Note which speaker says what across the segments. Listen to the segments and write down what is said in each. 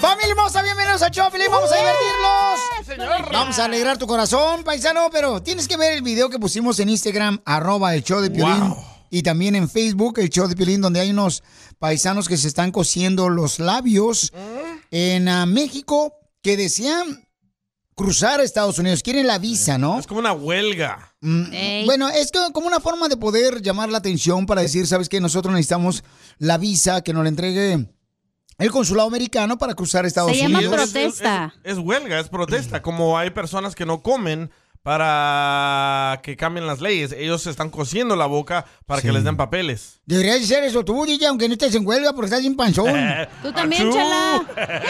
Speaker 1: ¡Familia hermosa, bienvenidos a Choplin! ¡Vamos a divertirnos! Vamos a alegrar tu corazón, paisano, pero tienes que ver el video que pusimos en Instagram, arroba el show de Piolín. Y también en Facebook, el show de Piolín, donde hay unos paisanos que se están cosiendo los labios en ah, México que desean cruzar a Estados Unidos. Quieren la visa, ¿no?
Speaker 2: Es como una huelga.
Speaker 1: Mm, Bueno, es que como una forma de poder llamar la atención para decir, ¿sabes qué? Nosotros necesitamos la visa que nos la entregue el consulado americano para cruzar Estados Unidos.
Speaker 2: Sí, es- es- Es, es huelga, es protesta. Como hay personas que no comen para que cambien las leyes. Ellos se están cosiendo la boca para que les den papeles.
Speaker 1: Deberías hacer eso tú, DJ, aunque no estés en huelga porque estás bien panzón.
Speaker 3: Tú también,
Speaker 1: Achú.
Speaker 3: chala.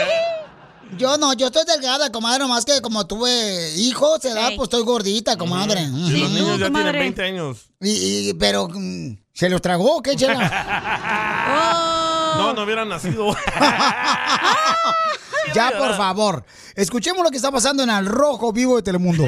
Speaker 1: Yo no, yo estoy delgada, comadre, nomás que como tuve hijos, se da, pues estoy gordita, comadre.
Speaker 2: Y los niños ya tienen 20 años.
Speaker 1: Y- y- pero, mm, ¿se los tragó? o ¿Qué, chela?
Speaker 2: No, no hubieran nacido.
Speaker 1: ya, por favor. Escuchemos lo que está pasando en Al Rojo Vivo de Telemundo.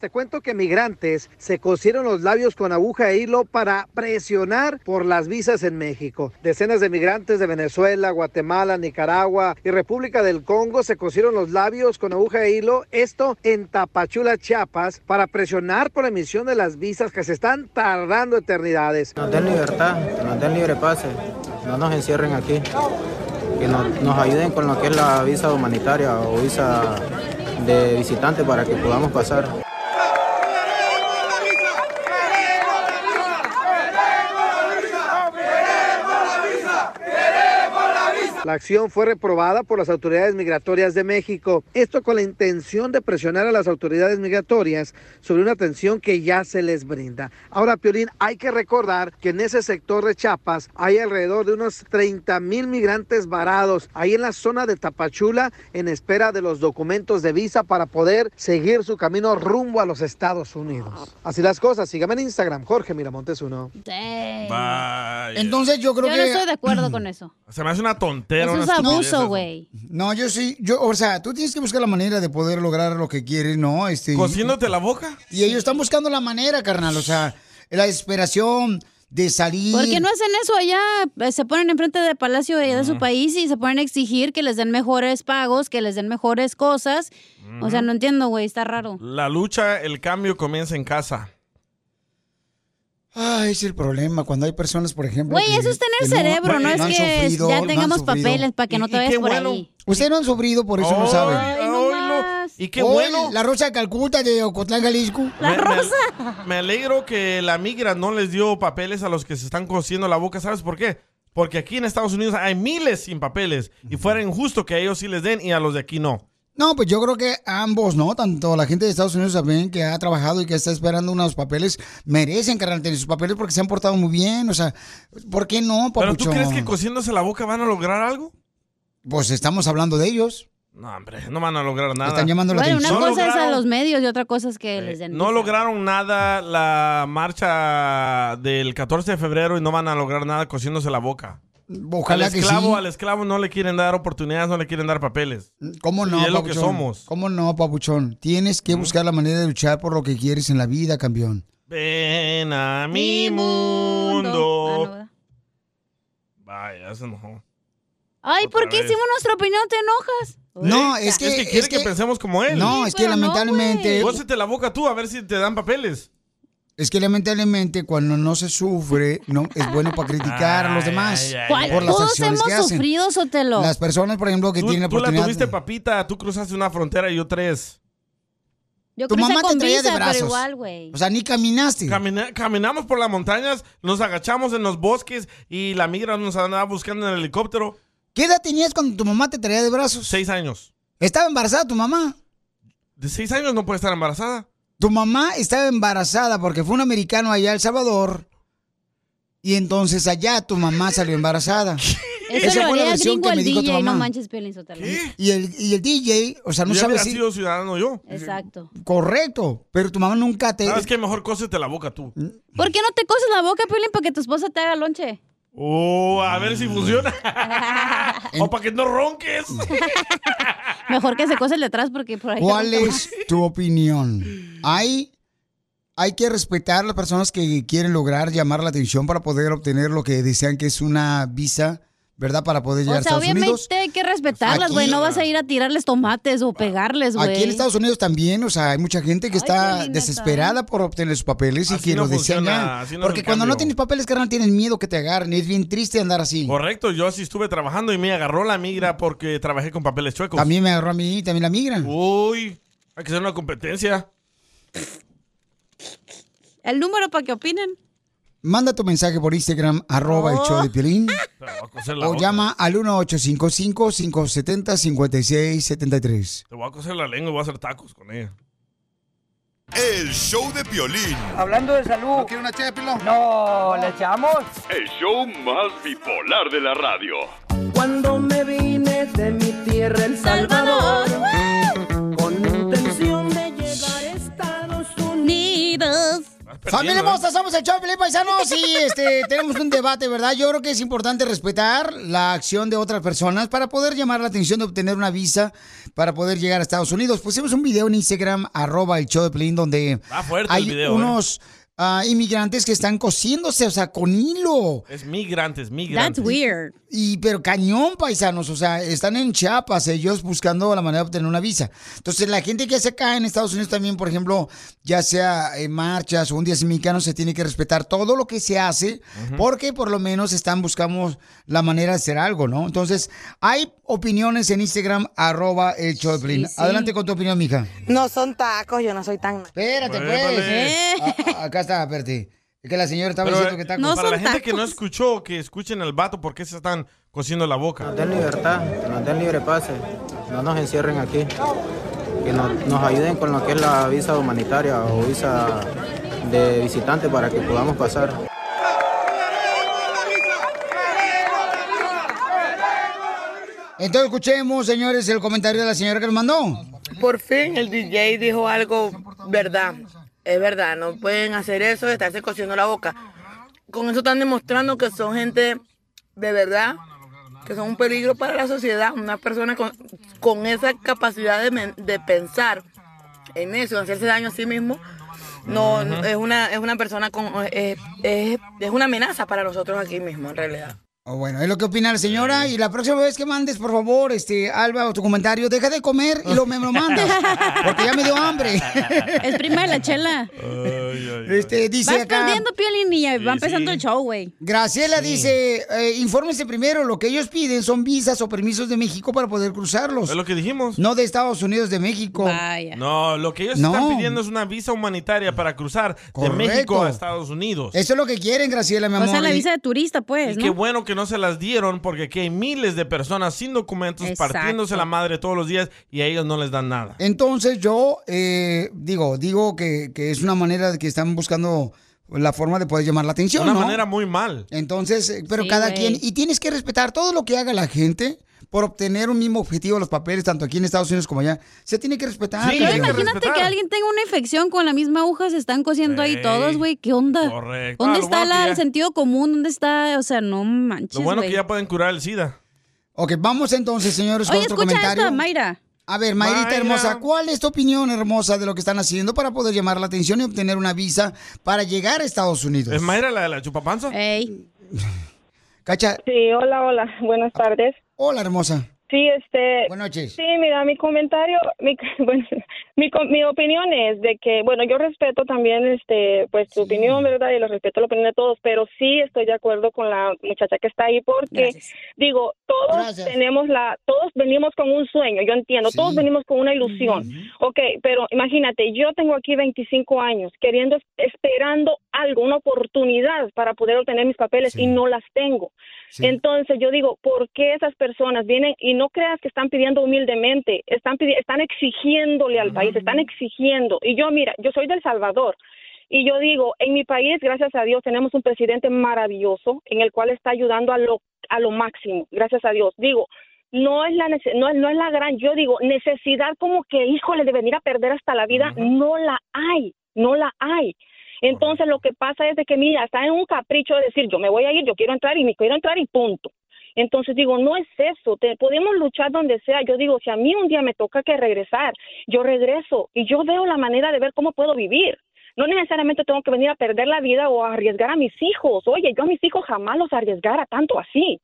Speaker 4: Te cuento que migrantes se cosieron los labios con aguja e hilo para presionar por las visas en México. Decenas de migrantes de Venezuela, Guatemala, Nicaragua y República del Congo se cosieron los labios con aguja e hilo, esto en Tapachula, Chiapas, para presionar por la emisión de las visas que se están tardando eternidades.
Speaker 5: Que nos den libertad, que nos den libre pase, que no nos encierren aquí, que no- nos ayuden con lo que es la visa humanitaria o visa de visitante para que podamos pasar.
Speaker 4: La acción fue reprobada por las autoridades migratorias de México, esto con la intención de presionar a las autoridades migratorias sobre una atención que ya se les brinda. Ahora, Piolín, hay que recordar que en ese sector de Chiapas hay alrededor de unos 30 mil migrantes varados ahí en la zona de Tapachula en espera de los documentos de visa para poder seguir su camino rumbo a los Estados Unidos. Así las cosas, sígame en Instagram, Jorge Miramontes uno.
Speaker 2: Vaya.
Speaker 1: Entonces yo creo
Speaker 3: Yo
Speaker 1: que...
Speaker 3: no estoy de acuerdo con eso.
Speaker 2: Se me hace una tontera.
Speaker 3: Eso
Speaker 2: una
Speaker 3: es
Speaker 2: estupidez
Speaker 3: abuso,
Speaker 2: eso.
Speaker 3: güey.
Speaker 1: No, yo sí, yo, o sea, tú tienes que buscar la manera de poder lograr lo que quieres, ¿no? Este,
Speaker 2: ¿Cosiéndote la boca?
Speaker 1: Y ellos están buscando la manera, carnal, o sea, la desesperación de salir.
Speaker 3: ¿Por qué no hacen eso allá? Eh, Se ponen enfrente del palacio de, de su país y se ponen a exigir que les den mejores pagos, que les den mejores cosas. O sea, no entiendo, güey, está raro.
Speaker 2: La lucha, el cambio comienza en casa.
Speaker 1: Ay, es el problema cuando hay personas, por ejemplo.
Speaker 3: Güey,
Speaker 1: que-
Speaker 3: eso es
Speaker 1: que
Speaker 3: tener cerebro, no,
Speaker 1: han
Speaker 3: es que
Speaker 1: sufrido, no
Speaker 3: ya
Speaker 1: han
Speaker 3: tengamos
Speaker 1: sufrido.
Speaker 3: papeles para que no
Speaker 2: Y-
Speaker 3: te
Speaker 2: y qué
Speaker 3: vayas por
Speaker 2: bueno.
Speaker 3: ahí.
Speaker 1: Ustedes no han sufrido, por eso no
Speaker 2: Ay,
Speaker 1: saben.
Speaker 2: ay,
Speaker 3: no
Speaker 2: lo-
Speaker 3: más.
Speaker 2: Y qué
Speaker 1: Hoy,
Speaker 2: bueno.
Speaker 1: La Rosa de Calcuta de Ocotlán, Jalisco.
Speaker 2: Me- me- Me, alegro que la migra no les dio papeles a los que se están cosiendo la boca. ¿Sabes por qué? Porque aquí en Estados Unidos hay miles sin papeles. Y fuera injusto que a ellos sí les den y a los de aquí no.
Speaker 1: No, pues yo creo que ambos, ¿no? Tanto la gente de Estados Unidos también que ha trabajado y que está esperando unos papeles, merecen, carnal, tener sus papeles porque se han portado muy bien. O sea, ¿por qué no,
Speaker 2: ¿Pero
Speaker 1: papuchón?
Speaker 2: tú crees que cosiéndose la boca van a lograr algo?
Speaker 1: Pues estamos hablando de ellos.
Speaker 2: No, hombre, no van a lograr nada.
Speaker 1: Están llamando la
Speaker 3: Bueno, una
Speaker 1: atención.
Speaker 2: No
Speaker 3: cosa es
Speaker 2: lograron-
Speaker 3: a los medios y otra cosa es que les den.
Speaker 2: Eh, No
Speaker 3: visa.
Speaker 2: lograron nada la marcha del 14 de febrero y no van a lograr nada cosiéndose la boca.
Speaker 1: Ojalá
Speaker 2: al
Speaker 1: que
Speaker 2: esclavo,
Speaker 1: sí.
Speaker 2: al esclavo no le quieren dar oportunidades, no le quieren dar papeles.
Speaker 1: ¿Cómo no,
Speaker 2: Y es lo que
Speaker 1: papuchón?
Speaker 2: somos.
Speaker 1: ¿Cómo no, papuchón? Tienes que buscar la manera de luchar por lo que quieres en la vida, campeón.
Speaker 2: Ven a mi
Speaker 3: Ah, no,
Speaker 2: mundo.
Speaker 3: ¿verdad?
Speaker 2: Vaya, se enojó.
Speaker 3: Ay, ¿por
Speaker 2: Otra
Speaker 3: qué
Speaker 2: vez.
Speaker 3: hicimos nuestra opinión? ¿Te enojas?
Speaker 1: No,
Speaker 3: Ahorita.
Speaker 1: es que...
Speaker 2: Es que quiere que, pensemos como él.
Speaker 1: No,
Speaker 3: Sí,
Speaker 1: es que
Speaker 3: pero no,
Speaker 1: lamentablemente...
Speaker 3: güey.
Speaker 2: Cósete la boca tú a ver si te dan papeles.
Speaker 1: Es que lamentablemente cuando no se sufre, no es bueno para criticar a los demás
Speaker 2: Ay, ay, ay.
Speaker 1: por las
Speaker 3: Todos
Speaker 1: acciones
Speaker 3: hemos
Speaker 1: que hacen.
Speaker 3: sufrido, Sotelo.
Speaker 1: Las personas, por ejemplo, que
Speaker 2: Tú,
Speaker 1: tienen la
Speaker 2: tú la
Speaker 1: oportunidad.
Speaker 2: tuviste, papita. Tú cruzaste una frontera y yo tres.
Speaker 3: Yo
Speaker 1: tu
Speaker 3: crucé
Speaker 1: mamá te
Speaker 3: con
Speaker 1: traía de
Speaker 3: visa,
Speaker 1: brazos.
Speaker 3: pero igual, güey.
Speaker 1: O sea, ni caminaste.
Speaker 2: Camina- caminamos por las montañas, nos agachamos en los bosques y la migra nos andaba buscando en el helicóptero.
Speaker 1: ¿Qué edad tenías cuando tu mamá te traía de brazos?
Speaker 2: Seis años.
Speaker 1: Estaba embarazada tu mamá.
Speaker 2: De seis años no puede estar embarazada.
Speaker 1: Tu mamá estaba embarazada porque fue un americano allá a El Salvador. Y entonces allá tu mamá salió embarazada.
Speaker 3: Eso
Speaker 1: esa
Speaker 3: lo
Speaker 1: fue la
Speaker 3: haría
Speaker 1: versión
Speaker 3: gringo
Speaker 1: que
Speaker 3: el
Speaker 1: me dijo tu
Speaker 3: DJ, no
Speaker 1: mamá.
Speaker 3: manches, Piolín Sotelo.
Speaker 1: Y el, y el DJ, o sea, no
Speaker 2: ya
Speaker 1: sabes
Speaker 2: hubiera
Speaker 1: si...
Speaker 2: sido ciudadano yo.
Speaker 3: Exacto.
Speaker 1: Correcto, pero tu mamá nunca te... Mm.
Speaker 2: ¿Sabes qué? Mejor cósete la boca tú.
Speaker 3: ¿Por qué no te coses la boca, Piolín, para que tu esposa te haga lonche?
Speaker 2: Oh, a ver si
Speaker 1: Mm.
Speaker 2: funciona. o para que no ronques.
Speaker 3: Mejor que se cose el de atrás porque por ahí...
Speaker 1: ¿Cuál es tu opinión? Hay, hay que respetar a las personas que quieren lograr llamar la atención para poder obtener lo que desean, que es una visa, ¿verdad? Para poder llegar
Speaker 3: O sea,
Speaker 1: a Estados
Speaker 3: obviamente
Speaker 1: Unidos.
Speaker 3: hay que respetarlas,
Speaker 1: Aquí- ah.
Speaker 3: güey. No vas a ir a tirarles tomates o pegarles, güey.
Speaker 1: Aquí en Estados Unidos también, o sea, hay mucha gente que está
Speaker 3: Piolín, neta.
Speaker 1: desesperada por obtener sus papeles y
Speaker 2: Así
Speaker 1: que
Speaker 2: no
Speaker 1: los desean
Speaker 2: funciona,
Speaker 1: ya.
Speaker 2: así no es
Speaker 1: Porque
Speaker 2: el
Speaker 1: cuando no
Speaker 2: cambio.
Speaker 1: tienes papeles, carnal, tienes miedo que te agarren. Es bien triste andar así.
Speaker 2: Correcto, yo así estuve trabajando y me agarró la migra porque trabajé con papeles chuecos.
Speaker 1: También me agarró a mí, también la migra.
Speaker 2: Uy, hay que hacer una competencia.
Speaker 3: El número para que opinen.
Speaker 1: Manda tu mensaje por Instagram, arroba el show de Piolín.
Speaker 2: Oh. Te voy a coser la
Speaker 1: O
Speaker 2: boca.
Speaker 1: llama al 1-855-570-5673.
Speaker 2: Te voy a coser la lengua y voy a hacer tacos con ella.
Speaker 6: El show de Piolín.
Speaker 7: Hablando de salud.
Speaker 1: ¿Quiere una chépilo?
Speaker 7: No, ¿le echamos?
Speaker 8: El show más bipolar de la radio.
Speaker 7: Cuando me vine de mi tierra, El Salvador, con intención de llegar a Estados Unidos.
Speaker 3: Unidos.
Speaker 1: Familia
Speaker 2: Perdiendo, ¿eh?
Speaker 1: hermosa, somos el show de Piolín, paisanos y este, tenemos un debate, ¿verdad? Yo creo que es importante respetar la acción de otras personas para poder llamar la atención de obtener una visa para poder llegar a Estados Unidos. Pusimos un video en Instagram, arroba el show de Piolín, donde
Speaker 2: Va fuerte
Speaker 1: hay
Speaker 2: el video, ¿eh?
Speaker 1: unos ah, inmigrantes que están cosiéndose, o sea, con hilo.
Speaker 2: Es migrantes, migrantes.
Speaker 3: That's weird.
Speaker 1: Y, pero cañón, paisanos, o sea, están en Chiapas ellos buscando la manera de obtener una visa. Entonces, la gente que hace acá en Estados Unidos también, por ejemplo, ya sea en marchas o un día sin mexicano, se tiene que respetar todo lo que se hace, porque por lo menos están buscando la manera de hacer algo, ¿no? Entonces, hay opiniones en Instagram, arroba el Choplin.
Speaker 3: sí.
Speaker 1: Adelante con tu opinión, mija.
Speaker 9: No son tacos, yo no soy tan... ¿Eh?
Speaker 1: Espérate, pues.
Speaker 2: Muévale.
Speaker 1: A- a- acá está, espérate. Es que la señora estaba
Speaker 2: Pero,
Speaker 1: diciendo que está
Speaker 3: No
Speaker 2: para la
Speaker 3: son
Speaker 2: gente que no
Speaker 3: tacos.
Speaker 2: escuchó, que escuchen al vato, ¿por qué se están cosiendo la
Speaker 10: Que
Speaker 2: boca?
Speaker 10: nos den libertad, que nos den libre pase, no nos encierren aquí, que no- nos ayuden con lo que es la visa humanitaria o visa de visitante para que podamos pasar.
Speaker 1: Entonces, escuchemos, señores, el comentario de la señora que nos mandó.
Speaker 9: Por fin el DJ dijo algo verdad. Es verdad, no pueden hacer eso de estarse cosiendo la boca. Con eso están demostrando que son gente de verdad, que son un peligro para la sociedad. Una persona con, con esa capacidad de, men- de pensar en eso, en hacerse daño a sí mismo, no, no- es, una, es una persona con... Es, es- es una amenaza para nosotros aquí mismo, en realidad.
Speaker 1: Oh, bueno, es lo que opina la señora. Y la próxima vez que mandes, por favor, este, Alba, o tu comentario, deja de comer y lo, me lo mandas. Porque ya me dio hambre.
Speaker 3: Es prima de la chela.
Speaker 1: este, dice
Speaker 3: Vas
Speaker 1: acá.
Speaker 3: perdiendo, Piolín, y ya va
Speaker 2: Sí,
Speaker 3: empezando
Speaker 2: sí.
Speaker 3: el show, güey.
Speaker 1: Graciela dice, eh, infórmense primero, lo que ellos piden son visas o permisos de México para poder cruzarlos.
Speaker 2: Es lo que dijimos.
Speaker 1: No de Estados Unidos, de México.
Speaker 3: Vaya.
Speaker 2: No, lo que ellos
Speaker 1: No.
Speaker 2: están pidiendo es una visa humanitaria para cruzar
Speaker 1: Correcto.
Speaker 2: de México a Estados Unidos.
Speaker 1: Eso es lo que quieren, Graciela, mi
Speaker 3: O
Speaker 1: amor.
Speaker 3: sea, la
Speaker 1: Y-
Speaker 3: visa de turista,
Speaker 2: Y
Speaker 3: pues,
Speaker 2: qué
Speaker 3: ¿no?
Speaker 2: bueno que no se las dieron porque aquí hay miles de personas sin documentos
Speaker 3: Exacto.
Speaker 2: partiéndose la madre todos los días y a ellos no les dan nada.
Speaker 1: Entonces yo eh, digo, digo que, que es una manera de que están buscando la forma de poder llamar la atención.
Speaker 2: una
Speaker 1: ¿no?
Speaker 2: manera muy mal.
Speaker 1: Entonces, eh, pero
Speaker 3: Sí,
Speaker 1: cada
Speaker 3: güey.
Speaker 1: quien, y tienes que respetar todo lo que haga la gente por obtener un mismo objetivo los papeles, tanto aquí en Estados Unidos como allá. Se tiene que respetar.
Speaker 2: Sí,
Speaker 1: Piolín.
Speaker 3: Pero
Speaker 2: hay que
Speaker 3: imagínate
Speaker 2: respetar.
Speaker 3: que alguien tenga una infección con la misma aguja, se están cosiendo ahí
Speaker 2: Ey,
Speaker 3: todos, güey. ¿Qué onda?
Speaker 2: correcto. Ah,
Speaker 3: ¿Dónde
Speaker 2: lo
Speaker 3: está
Speaker 2: bueno que
Speaker 3: la-
Speaker 2: ya-
Speaker 3: el sentido común? ¿Dónde está? O sea, no manches,
Speaker 2: Lo bueno
Speaker 3: güey.
Speaker 2: que ya pueden curar el SIDA.
Speaker 1: Ok, vamos entonces, señores, Pues con
Speaker 3: Oye,
Speaker 1: otro
Speaker 3: escucha
Speaker 1: comentario.
Speaker 3: esta, Mayra.
Speaker 1: A ver, Mayrita
Speaker 2: Mayra.
Speaker 1: hermosa, ¿cuál es tu opinión hermosa de lo que están haciendo para poder llamar la atención y obtener una visa para llegar a Estados Unidos?
Speaker 2: ¿Es Mayra la de la chupapanza?
Speaker 3: Ey.
Speaker 1: Cacha,
Speaker 11: Sí, Eh, hola, hola, buenas tardes.
Speaker 1: hola hermosa.
Speaker 11: Sí, este,
Speaker 1: Buenas noches.
Speaker 11: sí, mira, mi comentario, mi, bueno, Mi, co- mi opinión es de que, bueno, yo respeto también, este, pues tu opinión, ¿verdad? Y lo respeto la opinión de todos, pero sí estoy de acuerdo con la muchacha que está ahí porque, digo, todos tenemos la, todos venimos con un sueño, yo entiendo, todos venimos con una ilusión, ok, pero imagínate, yo tengo aquí 25 años queriendo, esperando algo, una oportunidad para poder obtener mis papeles y no las tengo. Entonces yo digo, ¿por qué esas personas vienen y no creas que están pidiendo humildemente, están pidi- están exigiéndole al país, están exigiendo. Y yo mira, yo soy del Salvador y yo digo, en mi país, gracias a Dios, tenemos un presidente maravilloso en el cual está ayudando a lo a lo máximo, gracias a Dios. Digo, no es la nece- no, es- no es la gran, yo digo, necesidad como que híjole de venir a perder hasta la vida, no la hay, no la hay. Entonces lo que pasa es de que mira, está en un capricho de decir, yo me voy a ir, yo quiero entrar y me quiero entrar y punto. Entonces digo, no es eso, te, podemos luchar donde sea. Yo digo, si a mí un día me toca que regresar, yo regreso y yo veo la manera de ver cómo puedo vivir. No necesariamente tengo que venir a perder la vida o a arriesgar a mis hijos. Oye, yo a mis hijos jamás los arriesgara tanto así.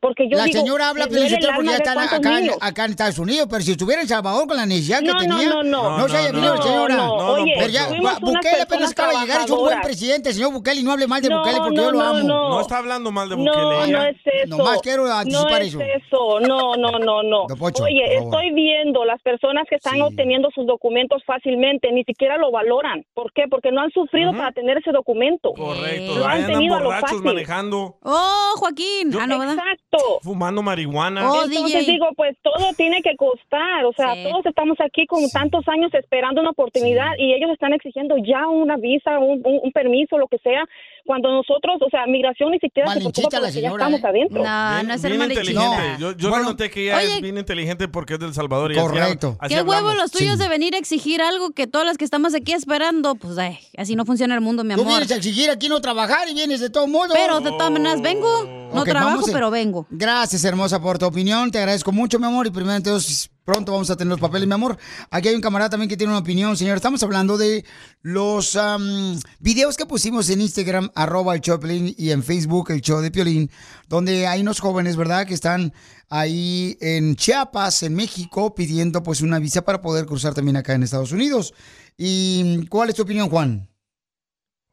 Speaker 11: Porque yo
Speaker 1: la
Speaker 11: digo,
Speaker 1: señora habla
Speaker 11: me duele
Speaker 1: Piolín,
Speaker 11: el
Speaker 1: Sotelo, porque ya
Speaker 11: alma ver
Speaker 1: están
Speaker 11: cuántos
Speaker 1: acá, en-
Speaker 11: niños.
Speaker 1: acá en Estados Unidos, pero si estuviera en El Salvador con la necesidad
Speaker 11: No,
Speaker 1: que
Speaker 11: no,
Speaker 1: tenía,
Speaker 11: no, no.
Speaker 1: no se haya
Speaker 11: No,
Speaker 1: venido
Speaker 11: no,
Speaker 1: el señor.
Speaker 11: no, no, Oye,
Speaker 1: pero ya,
Speaker 11: fuimos
Speaker 1: Bu-
Speaker 11: unas
Speaker 1: Bukele apenas
Speaker 11: personas
Speaker 1: acaba de llegar, es un buen
Speaker 11: trabajadoras.
Speaker 1: presidente, señor Bukele, y no hable mal de
Speaker 11: No,
Speaker 1: Bukele porque yo lo amo.
Speaker 11: no.
Speaker 2: No está hablando mal de
Speaker 11: No,
Speaker 2: Bukele. ella.
Speaker 11: no es eso.
Speaker 1: Nomás quiero anticipar
Speaker 11: no es
Speaker 1: eso.
Speaker 11: eso. No, no, no, no.
Speaker 1: Don Pocho,
Speaker 11: Oye,
Speaker 1: por favor.
Speaker 11: estoy viendo las personas que están obteniendo sus documentos fácilmente, ni siquiera lo valoran. ¿Por qué? Porque no han sufrido para tener ese documento.
Speaker 2: Correcto.
Speaker 11: Lo
Speaker 2: ahí
Speaker 11: han
Speaker 2: andan
Speaker 11: tenido a lo
Speaker 2: borrachos
Speaker 11: fácil.
Speaker 2: manejando,
Speaker 11: Oh, Joaquín. Exacto.
Speaker 2: fumando marihuana.
Speaker 11: Entonces digo, pues todo tiene que costar, o sea, todos estamos aquí con tantos años esperando una oportunidad y ellos están exigiendo ya una visa, un, un- un permiso, lo que sea, cuando nosotros, o sea, migración ni siquiera se preocupa
Speaker 1: la
Speaker 11: porque ya
Speaker 1: señora,
Speaker 11: estamos
Speaker 1: ¿eh?
Speaker 11: adentro.
Speaker 2: bien, bien inteligente. Yo, yo lo noté que ella es bien inteligente porque es del Salvador. y así-
Speaker 1: Correcto.
Speaker 2: así
Speaker 3: ¿Qué
Speaker 2: hablamos.
Speaker 3: huevos los tuyos de venir a exigir algo que todas las que estamos aquí esperando? Pues ay, así no funciona el mundo, mi
Speaker 1: Tú
Speaker 3: amor.
Speaker 1: vienes a exigir aquí no trabajar y vienes de todo modo.
Speaker 3: Pero de todas maneras vengo.
Speaker 2: Oh.
Speaker 3: No
Speaker 1: Ok,
Speaker 3: trabajo,
Speaker 1: vamos a-
Speaker 3: pero vengo.
Speaker 1: Gracias, hermosa, por tu opinión. Te agradezco mucho, mi amor. Y primero, entonces, pronto vamos a tener los papeles, mi amor. Aquí hay un camarada también que tiene una opinión, señor. Estamos hablando de los am, videos que pusimos en Instagram, arroba el Choplin, y en Facebook, el show de Piolín, donde hay unos jóvenes, ¿verdad?, que están ahí en Chiapas, en México, pidiendo pues una visa para poder cruzar también acá en Estados Unidos. ¿Y cuál es tu opinión, Juan?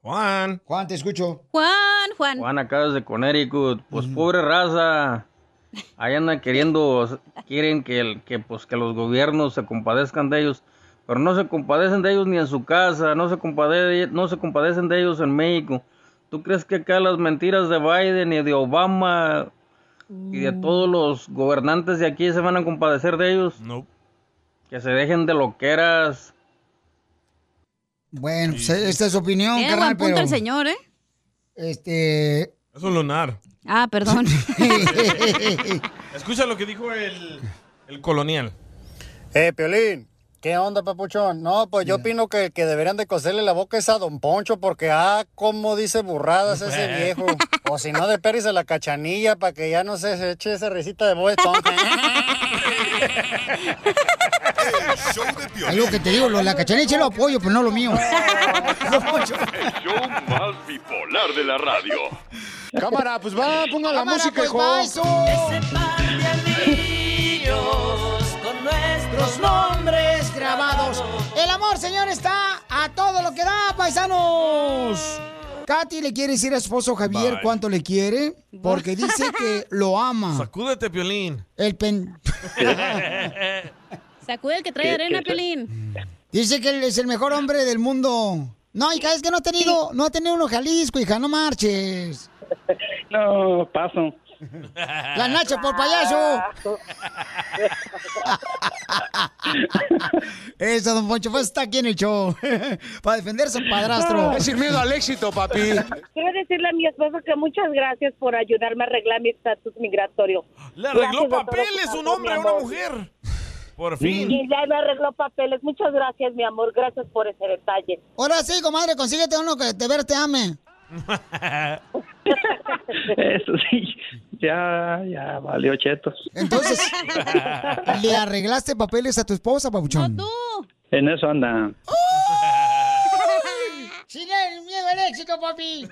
Speaker 2: Juan.
Speaker 1: Juan, te escucho.
Speaker 3: Juan, Juan.
Speaker 12: Juan acá desde Connecticut, pues pobre raza. Ahí andan queriendo, quieren que, el- que, pues, que los gobiernos se compadezcan de ellos, pero no se compadecen de ellos ni en su casa, no se, compade- no se compadecen de ellos en México. ¿Tú crees que acá las mentiras de Biden y de Obama y de
Speaker 1: Mm.
Speaker 12: todos los gobernantes de aquí se van a compadecer de ellos?
Speaker 2: No.
Speaker 12: Que se dejen de loqueras.
Speaker 1: Bueno, pues, esta es su opinión,
Speaker 3: Tiene
Speaker 1: carnal,
Speaker 3: buen punto
Speaker 1: pero...
Speaker 3: el señor, ¿eh?
Speaker 1: Este...
Speaker 2: Es un lunar.
Speaker 3: Ah, perdón.
Speaker 1: eh,
Speaker 2: Escucha lo que dijo el, el colonial.
Speaker 4: Eh, Piolín, ¿qué onda, papuchón? No, pues yo opino que, que deberían de coserle la boca esa a Don Poncho, porque, ah, cómo dice burradas ese
Speaker 13: Eh.
Speaker 4: viejo. O si no, de Pérez a la cachanilla, para que ya no se, se eche esa risita de ¿eh? voz
Speaker 1: Es lo que te digo, lo, la cachanilla sí lo apoyo, pero no lo mío.
Speaker 8: El show más bipolar de la radio.
Speaker 4: Cámara, pues va, ponga la
Speaker 7: Cámara,
Speaker 4: música,
Speaker 7: pues,
Speaker 4: hijo.
Speaker 7: va, eso. Ese
Speaker 1: con nuestros nombres grabados. El amor, señor, está a todo lo que da, paisanos. Katy le quiere decir a su esposo Javier
Speaker 2: Bye.
Speaker 1: cuánto le quiere, porque dice que lo ama.
Speaker 2: Sacúdete, Piolín.
Speaker 1: El pen...
Speaker 3: Sacude el que trae
Speaker 2: ¿Qué-
Speaker 3: arena,
Speaker 2: qué es-
Speaker 3: Pelín.
Speaker 1: Dice que él es el mejor hombre del mundo. No, hija, es que no ha tenido, no ha tenido uno Jalisco, hija, no marches.
Speaker 14: No, paso.
Speaker 1: La Nacho por payaso. Eso, don Poncho, pues está aquí en el show. Para defenderse, padrastro.
Speaker 4: Es sin miedo al éxito, papi.
Speaker 15: Quiero decirle a mi esposo que muchas gracias por ayudarme a arreglar mi estatus migratorio.
Speaker 2: Le arregló
Speaker 15: Gracias a todos
Speaker 2: papeles
Speaker 15: por
Speaker 2: un
Speaker 15: hacer,
Speaker 2: hombre
Speaker 15: mi
Speaker 2: a una
Speaker 15: amor.
Speaker 2: mujer. Por fin.
Speaker 15: Y ya me arregló papeles. Muchas gracias, mi amor. Gracias por ese detalle.
Speaker 1: Ahora sí, comadre, consíguete uno que de ver te ame.
Speaker 14: Eso sí, ya, ya valió chetos.
Speaker 1: Entonces, ¿le arreglaste papeles a tu esposa, Pabuchón?
Speaker 14: En eso anda.
Speaker 1: Sin el miedo al éxito, papi.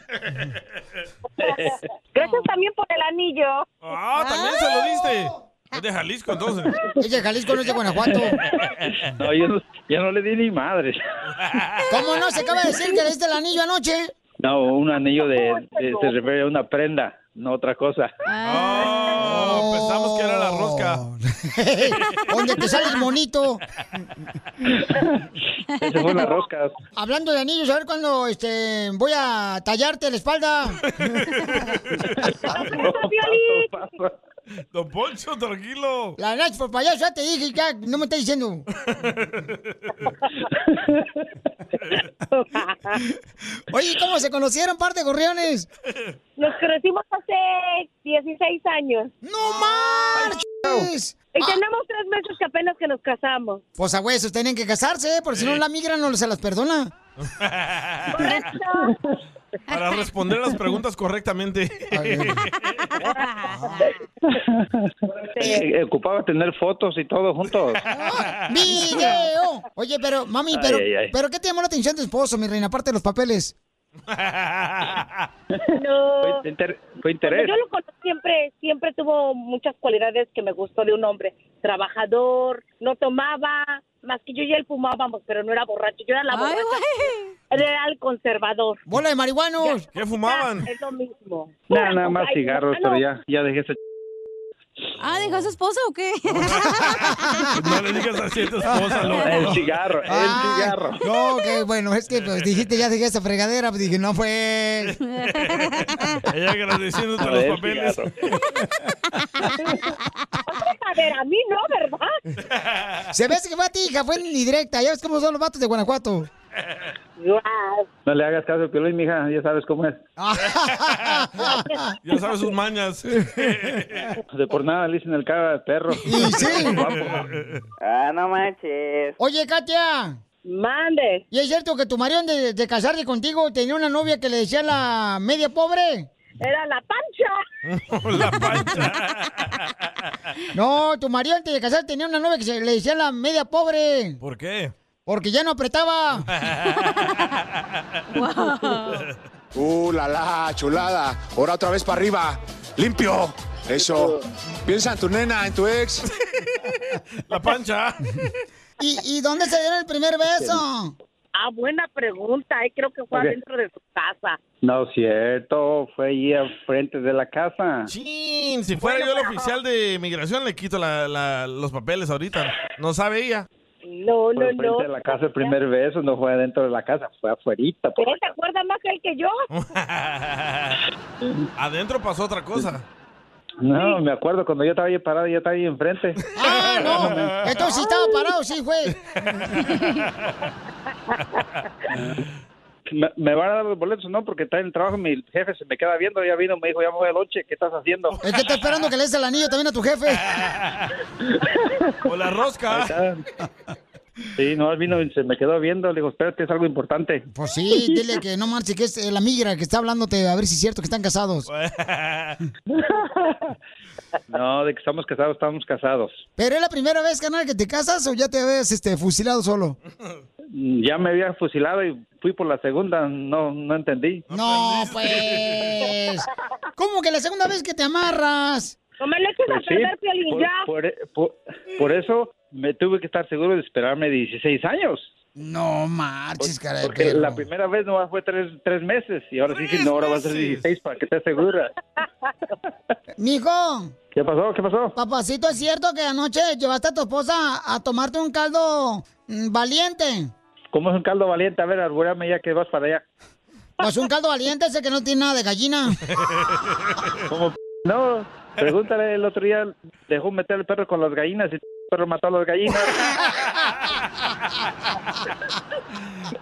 Speaker 15: Gracias también por el anillo.
Speaker 2: Ah, también se lo diste. de Jalisco, entonces.
Speaker 1: Es de Jalisco, no es de Guanajuato.
Speaker 14: No, yo no, yo no le di ni madre.
Speaker 1: ¿Cómo no? Se acaba de decir que le diste el anillo anoche.
Speaker 14: No, un anillo de, de- se refiere a una prenda, no otra cosa.
Speaker 2: Oh, pensamos que era la rosca.
Speaker 1: Donde te sales bonito.
Speaker 14: Esa fue la rosca.
Speaker 1: Hablando de anillos, a ver cuándo este, voy a tallarte la espalda.
Speaker 2: Don Poncho, tranquilo.
Speaker 1: La Nacho, por payaso, ya te dije, ya no me estás diciendo. Oye, ¿cómo se conocieron, parte de gorriones?
Speaker 15: Nos conocimos hace 16 años.
Speaker 1: ¡No marches!
Speaker 15: Y tenemos tres meses que apenas que nos casamos.
Speaker 1: Pues a huesos tienen que casarse, ¿eh? porque si no la migra no se las perdona.
Speaker 2: Para responder las preguntas correctamente.
Speaker 14: Eh, Ocupaba tener fotos y todo juntos.
Speaker 1: ¡Video! Oye, pero, mami,
Speaker 14: Ay,
Speaker 1: pero,
Speaker 14: ay, ay.
Speaker 1: pero ¿qué te llamó la atención de tu esposo, mi reina? Aparte de los papeles.
Speaker 15: No.
Speaker 14: Fue, inter-
Speaker 15: Cuando
Speaker 14: fue interés.
Speaker 15: yo lo conocí siempre, siempre tuvo muchas cualidades que me gustó de un hombre. Trabajador, no tomaba, más que yo y él fumábamos, pero no era borracho, yo era la borracha. Él era el conservador.
Speaker 1: ¡Bola de marihuanos!
Speaker 2: ¿Qué fumaban?
Speaker 15: Es lo mismo.
Speaker 14: Nada, nada más
Speaker 15: Ay,
Speaker 14: cigarros,
Speaker 15: ah, no.
Speaker 14: pero ya, ya dejé ese... ch-
Speaker 3: Ah, ¿dejó a su esposa o qué?
Speaker 2: No le digas así a tu esposa,
Speaker 14: No,
Speaker 2: no.
Speaker 14: el cigarro, el
Speaker 1: Ay,
Speaker 14: cigarro.
Speaker 1: No, que bueno, es que pues, dijiste ya dejé esta fregadera, pues dije, no pues.
Speaker 2: Ella agradeciéndote
Speaker 14: El
Speaker 2: los papeles.
Speaker 15: A ver, a mí no, ¿verdad?
Speaker 1: Se ve que fue a ti, hija, fue en directa. Ya ves cómo son los vatos de Guanajuato.
Speaker 14: No le hagas caso, Piolín, mija, ya sabes cómo es.
Speaker 2: Ya sabes sus mañas.
Speaker 14: De por nada le dicen el cara de perro.
Speaker 1: sí.
Speaker 13: Ah, no manches.
Speaker 1: Oye, Katia.
Speaker 15: Mande.
Speaker 1: ¿Y es cierto que tu marido de, de casarse contigo tenía una novia que le decía la media pobre?
Speaker 15: Era la pancha.
Speaker 2: La pancha.
Speaker 1: No, tu marido antes de casarse tenía una novia que se, le decía la media pobre.
Speaker 2: ¿Por qué?
Speaker 1: Porque ya no apretaba.
Speaker 16: Uh, la la, chulada. Ahora otra vez para arriba. Limpio. Eso. Piensa en tu nena, en tu ex.
Speaker 2: La pancha.
Speaker 1: ¿Y, y dónde se dieron el primer beso?
Speaker 15: Ah, buena pregunta. eh, creo que fue
Speaker 14: Ok.
Speaker 15: adentro de su casa.
Speaker 14: No es cierto, fue ahí al frente de la casa.
Speaker 2: Chin, si fuera yo el oficial de migración, le quito la- la- los papeles ahorita. No sabe ella.
Speaker 15: No,
Speaker 14: Fue
Speaker 15: no,
Speaker 14: al frente
Speaker 15: no.
Speaker 14: de la casa el primer beso, no fue adentro de la casa, fue afuerita. pues. por
Speaker 15: ¿Él se acuerda más que él que yo?
Speaker 2: Adentro pasó otra cosa.
Speaker 14: No, me acuerdo cuando yo estaba ahí parado, ya estaba ahí enfrente.
Speaker 1: Ah, no. Entonces estaba parado, sí, güey.
Speaker 14: Me, me van a dar los boletos, ¿no? Porque está en el trabajo, mi jefe se me queda viendo, ya vino, me dijo, ya me voy al lonche, ¿qué estás haciendo?
Speaker 1: Es que está esperando que le des el anillo también a tu jefe.
Speaker 2: O la rosca.
Speaker 14: Sí, no, él vino y se me quedó viendo, le digo, espérate, es algo importante.
Speaker 1: Pues Sí, dile que no marche, que es eh, la migra que está hablándote, a ver si es cierto que están casados.
Speaker 14: No, de que estamos casados, estamos casados.
Speaker 1: ¿Pero es la primera vez, carnal, que te casas o ya te ves este, fusilado solo?
Speaker 14: Ya me había fusilado y fui por la segunda, no, no entendí.
Speaker 1: No, pues. ¿Cómo que la segunda vez que te amarras?
Speaker 15: No me le eches
Speaker 14: Pues sí, por, por- por- por eso me tuve que estar seguro de esperarme 16 años.
Speaker 1: No marches, caray.
Speaker 14: Porque la primera vez no fue tres, tres meses y ahora sí, sí, no, ahora va a ser 16 para que estés segura.
Speaker 1: Mijo,
Speaker 14: ¿Qué pasó? ¿Qué pasó?
Speaker 1: papacito, ¿es cierto que anoche llevaste a tu esposa a tomarte un caldo mm, valiente?
Speaker 14: ¿Cómo es un caldo valiente? A ver, arbureame ya que vas para allá.
Speaker 1: Pues un caldo valiente ese que no tiene nada de gallina.
Speaker 14: ¿Cómo p- No, pregúntale el otro día, dejó meter al perro con las gallinas y el perro mató a las gallinas.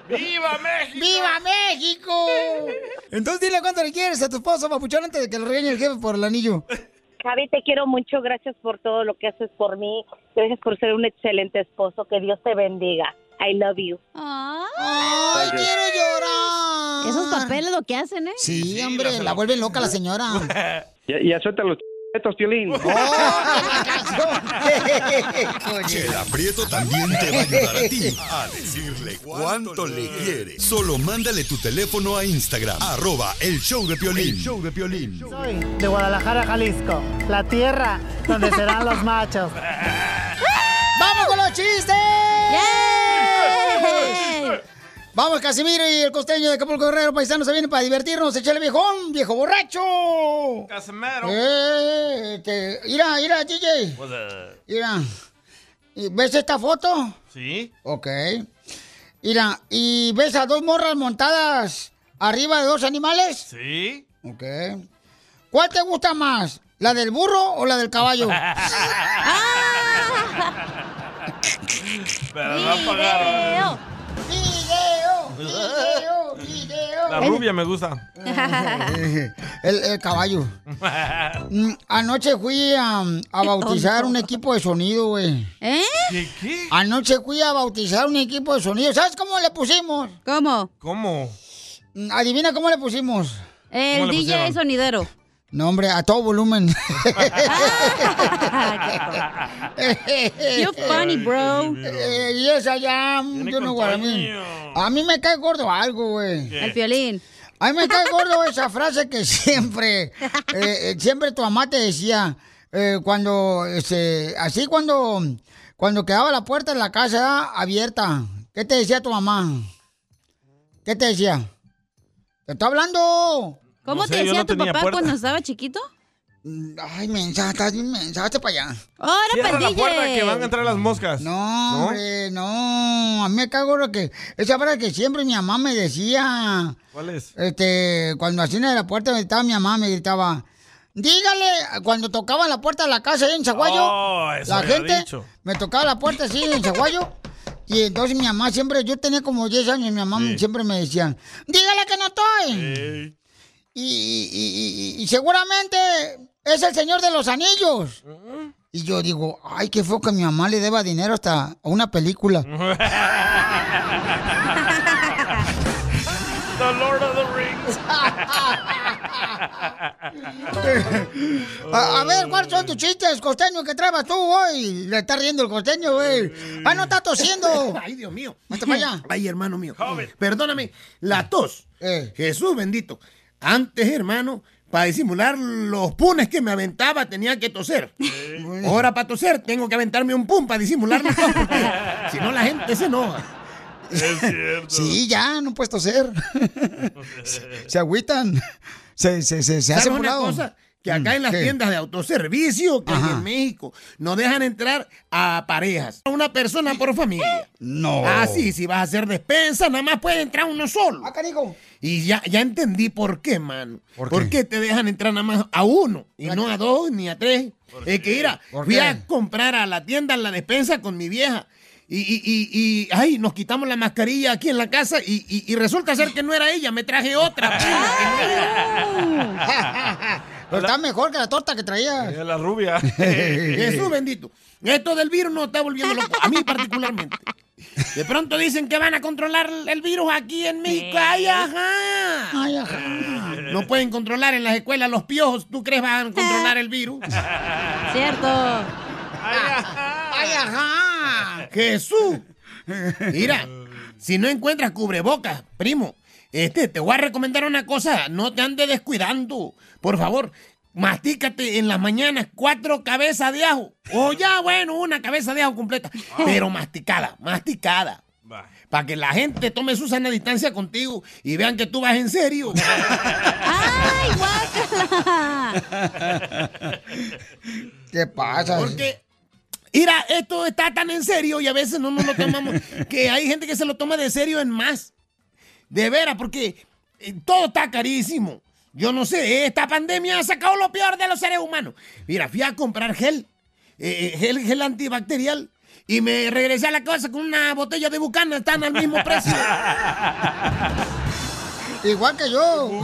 Speaker 2: ¡Viva México!
Speaker 1: ¡Viva México! Entonces dile cuánto le quieres a tu esposo, papuchón, antes de que lo regañe el jefe por el anillo.
Speaker 15: Javi, te quiero mucho. Gracias por todo lo que haces por mí. Gracias por ser un excelente esposo. Que Dios te bendiga. I love you.
Speaker 3: Ah,
Speaker 1: ¡Ay, quiero llorar!
Speaker 3: Esos papeles lo que hacen, ¿eh?
Speaker 1: Sí, hombre, la vuelven loca la señora.
Speaker 14: Ya, ya suelta los estos Piolín.
Speaker 6: Chela Prieto también te va a ayudar a ti a decirle cuánto le quiere. Solo mándale tu teléfono a Instagram, arroba el show de Piolín. El show de Piolín.
Speaker 17: Soy de Guadalajara, Jalisco, la tierra donde serán los machos.
Speaker 1: ¡Vamos con los chistes! Vamos, Casimiro y el costeño de Acapulco Guerrero, paisano, se viene para divertirnos, echale viejón, viejo borracho.
Speaker 2: Casimiro.
Speaker 1: Eh, te- mira, mira, DJ.
Speaker 2: Pues,
Speaker 7: Pues, eh.
Speaker 2: eh,
Speaker 1: Mira. ¿Y ¿Ves esta foto?
Speaker 2: ¿Sí?
Speaker 1: Ok. Mira, ¿y ves a dos morras montadas arriba de dos animales?
Speaker 2: ¿Sí?
Speaker 1: Ok. ¿Cuál te gusta más? ¿La del burro o la del caballo?
Speaker 2: Pero no apagaron.
Speaker 1: ¡Video! ¡Video! ¡Video!
Speaker 2: La rubia me gusta.
Speaker 1: el, el caballo. Mm, Anoche fui a, a
Speaker 2: Qué
Speaker 1: bautizar
Speaker 2: tonto.
Speaker 1: un equipo de sonido, güey.
Speaker 3: ¿Eh?
Speaker 2: ¿Qué? qué?
Speaker 1: Anoche fui a bautizar un equipo de sonido. ¿Sabes cómo le pusimos? Mm,
Speaker 3: ¿Cómo?
Speaker 2: ¿Cómo?
Speaker 1: Adivina cómo le pusimos.
Speaker 3: El
Speaker 1: ¿Cómo le
Speaker 3: DJ
Speaker 1: pusieron?
Speaker 3: sonidero.
Speaker 1: No, hombre, a todo volumen.
Speaker 3: You're funny, bro.
Speaker 1: Eh, yes, I am. Yo no guaramí. A mí me cae gordo algo, güey.
Speaker 3: ¿Qué? El violín.
Speaker 1: A mí me cae gordo esa frase que siempre, eh, eh, siempre tu amante decía, eh, cuando, este, así cuando, cuando quedaba la puerta de la casa abierta, ¿qué te decía tu mamá? ¿Qué te decía? ¡Te está hablando!
Speaker 3: ¿Cómo te decía tu papá cuando estaba chiquito?
Speaker 1: Ay, mensa, estás bien mensa, hazte para allá.
Speaker 2: Cierra la puerta que van a entrar las moscas.
Speaker 1: No, hombre, no. A mí me cago lo que. Esa frase que siempre mi mamá me decía.
Speaker 2: ¿Cuál es?
Speaker 1: Este, cuando hacía la puerta donde estaba mi mamá, me gritaba. Dígale, cuando tocaba la puerta de la casa ahí en Zaguayo,
Speaker 2: Oh, eso
Speaker 1: la
Speaker 2: había
Speaker 1: gente
Speaker 2: dicho.
Speaker 1: me tocaba la puerta así en Zaguayo. Y entonces mi mamá siempre, yo tenía como 10 años, y mi mamá siempre me decía, dígale que no estoy. Y, y- y- y- y seguramente es el señor de los anillos. Y yo digo, ay, qué feo que mi mamá le deba dinero hasta a una película.
Speaker 8: The Lord of the Rings.
Speaker 1: A, a ver, ¿cuáles son tus chistes, costeño, que trabas tú hoy? Le está riendo el costeño, güey. Ah, no está tosiendo.
Speaker 18: Ay, Dios mío.
Speaker 1: Vete para allá.
Speaker 18: Ay, hermano mío. Perdóname, la tos.
Speaker 1: Eh.
Speaker 18: Jesús bendito. Antes, hermano, para disimular los punes que me aventaba, tenía que toser.
Speaker 1: Eh.
Speaker 18: Ahora, para toser, tengo que aventarme un pun para disimular la tos, porque Si no, la gente se enoja.
Speaker 8: Es cierto.
Speaker 1: Sí, ya, no puedes toser. se, se agüitan. Se, se, se, se hace
Speaker 18: ¿Sabes una
Speaker 1: volado.
Speaker 18: cosa? Que acá en las
Speaker 1: Mm, ¿qué?
Speaker 18: tiendas de autoservicio, que hay en México, no dejan entrar a parejas. A una persona por familia.
Speaker 1: No.
Speaker 18: Ah, sí, si vas a hacer despensa, nada más puede entrar uno solo.
Speaker 1: Ah, canijo.
Speaker 18: Y ya, ya entendí por qué, mano. ¿Por qué? te dejan entrar nada más a uno y no a dos ni a tres? Es que mira,
Speaker 1: ¿Por
Speaker 18: fui
Speaker 1: qué?
Speaker 18: a comprar a la tienda, a la despensa con mi vieja. Y, y, y, y, ay, nos quitamos la mascarilla aquí en la casa y, y- y resulta ser que no era ella, me traje otra.
Speaker 1: Pero está mejor que la torta que traías.
Speaker 2: La rubia.
Speaker 18: Jesús bendito. Esto del virus no está volviendo loco. A mí particularmente. De pronto dicen que van a controlar el virus aquí en México. Ay, ajá.
Speaker 1: Ay, ajá.
Speaker 18: No pueden controlar en las escuelas los piojos. ¿Tú crees van a controlar el virus?
Speaker 3: Cierto.
Speaker 1: Ay, ajá.
Speaker 18: Jesús. Mira, si no encuentras cubrebocas, primo, este, te voy a recomendar una cosa. No te andes descuidando. Por favor, mastícate en las mañanas cuatro cabezas de ajo. O ya, bueno, una cabeza de ajo completa. Pero masticada, masticada. Para que la gente tome su sana distancia contigo y vean que tú vas en serio.
Speaker 3: ¡Ay, guácala!
Speaker 1: ¿Qué pasa?
Speaker 18: Porque, mira, esto está tan en serio y a veces no nos lo tomamos, que hay gente que se lo toma de serio en más. De veras, porque eh, todo está carísimo. Yo no sé, esta pandemia ha sacado lo peor de los seres humanos. Mira, fui a comprar gel, eh, eh, gel, gel antibacterial, y me regresé a la casa con una botella de bucana, están al mismo precio.
Speaker 1: Igual que yo.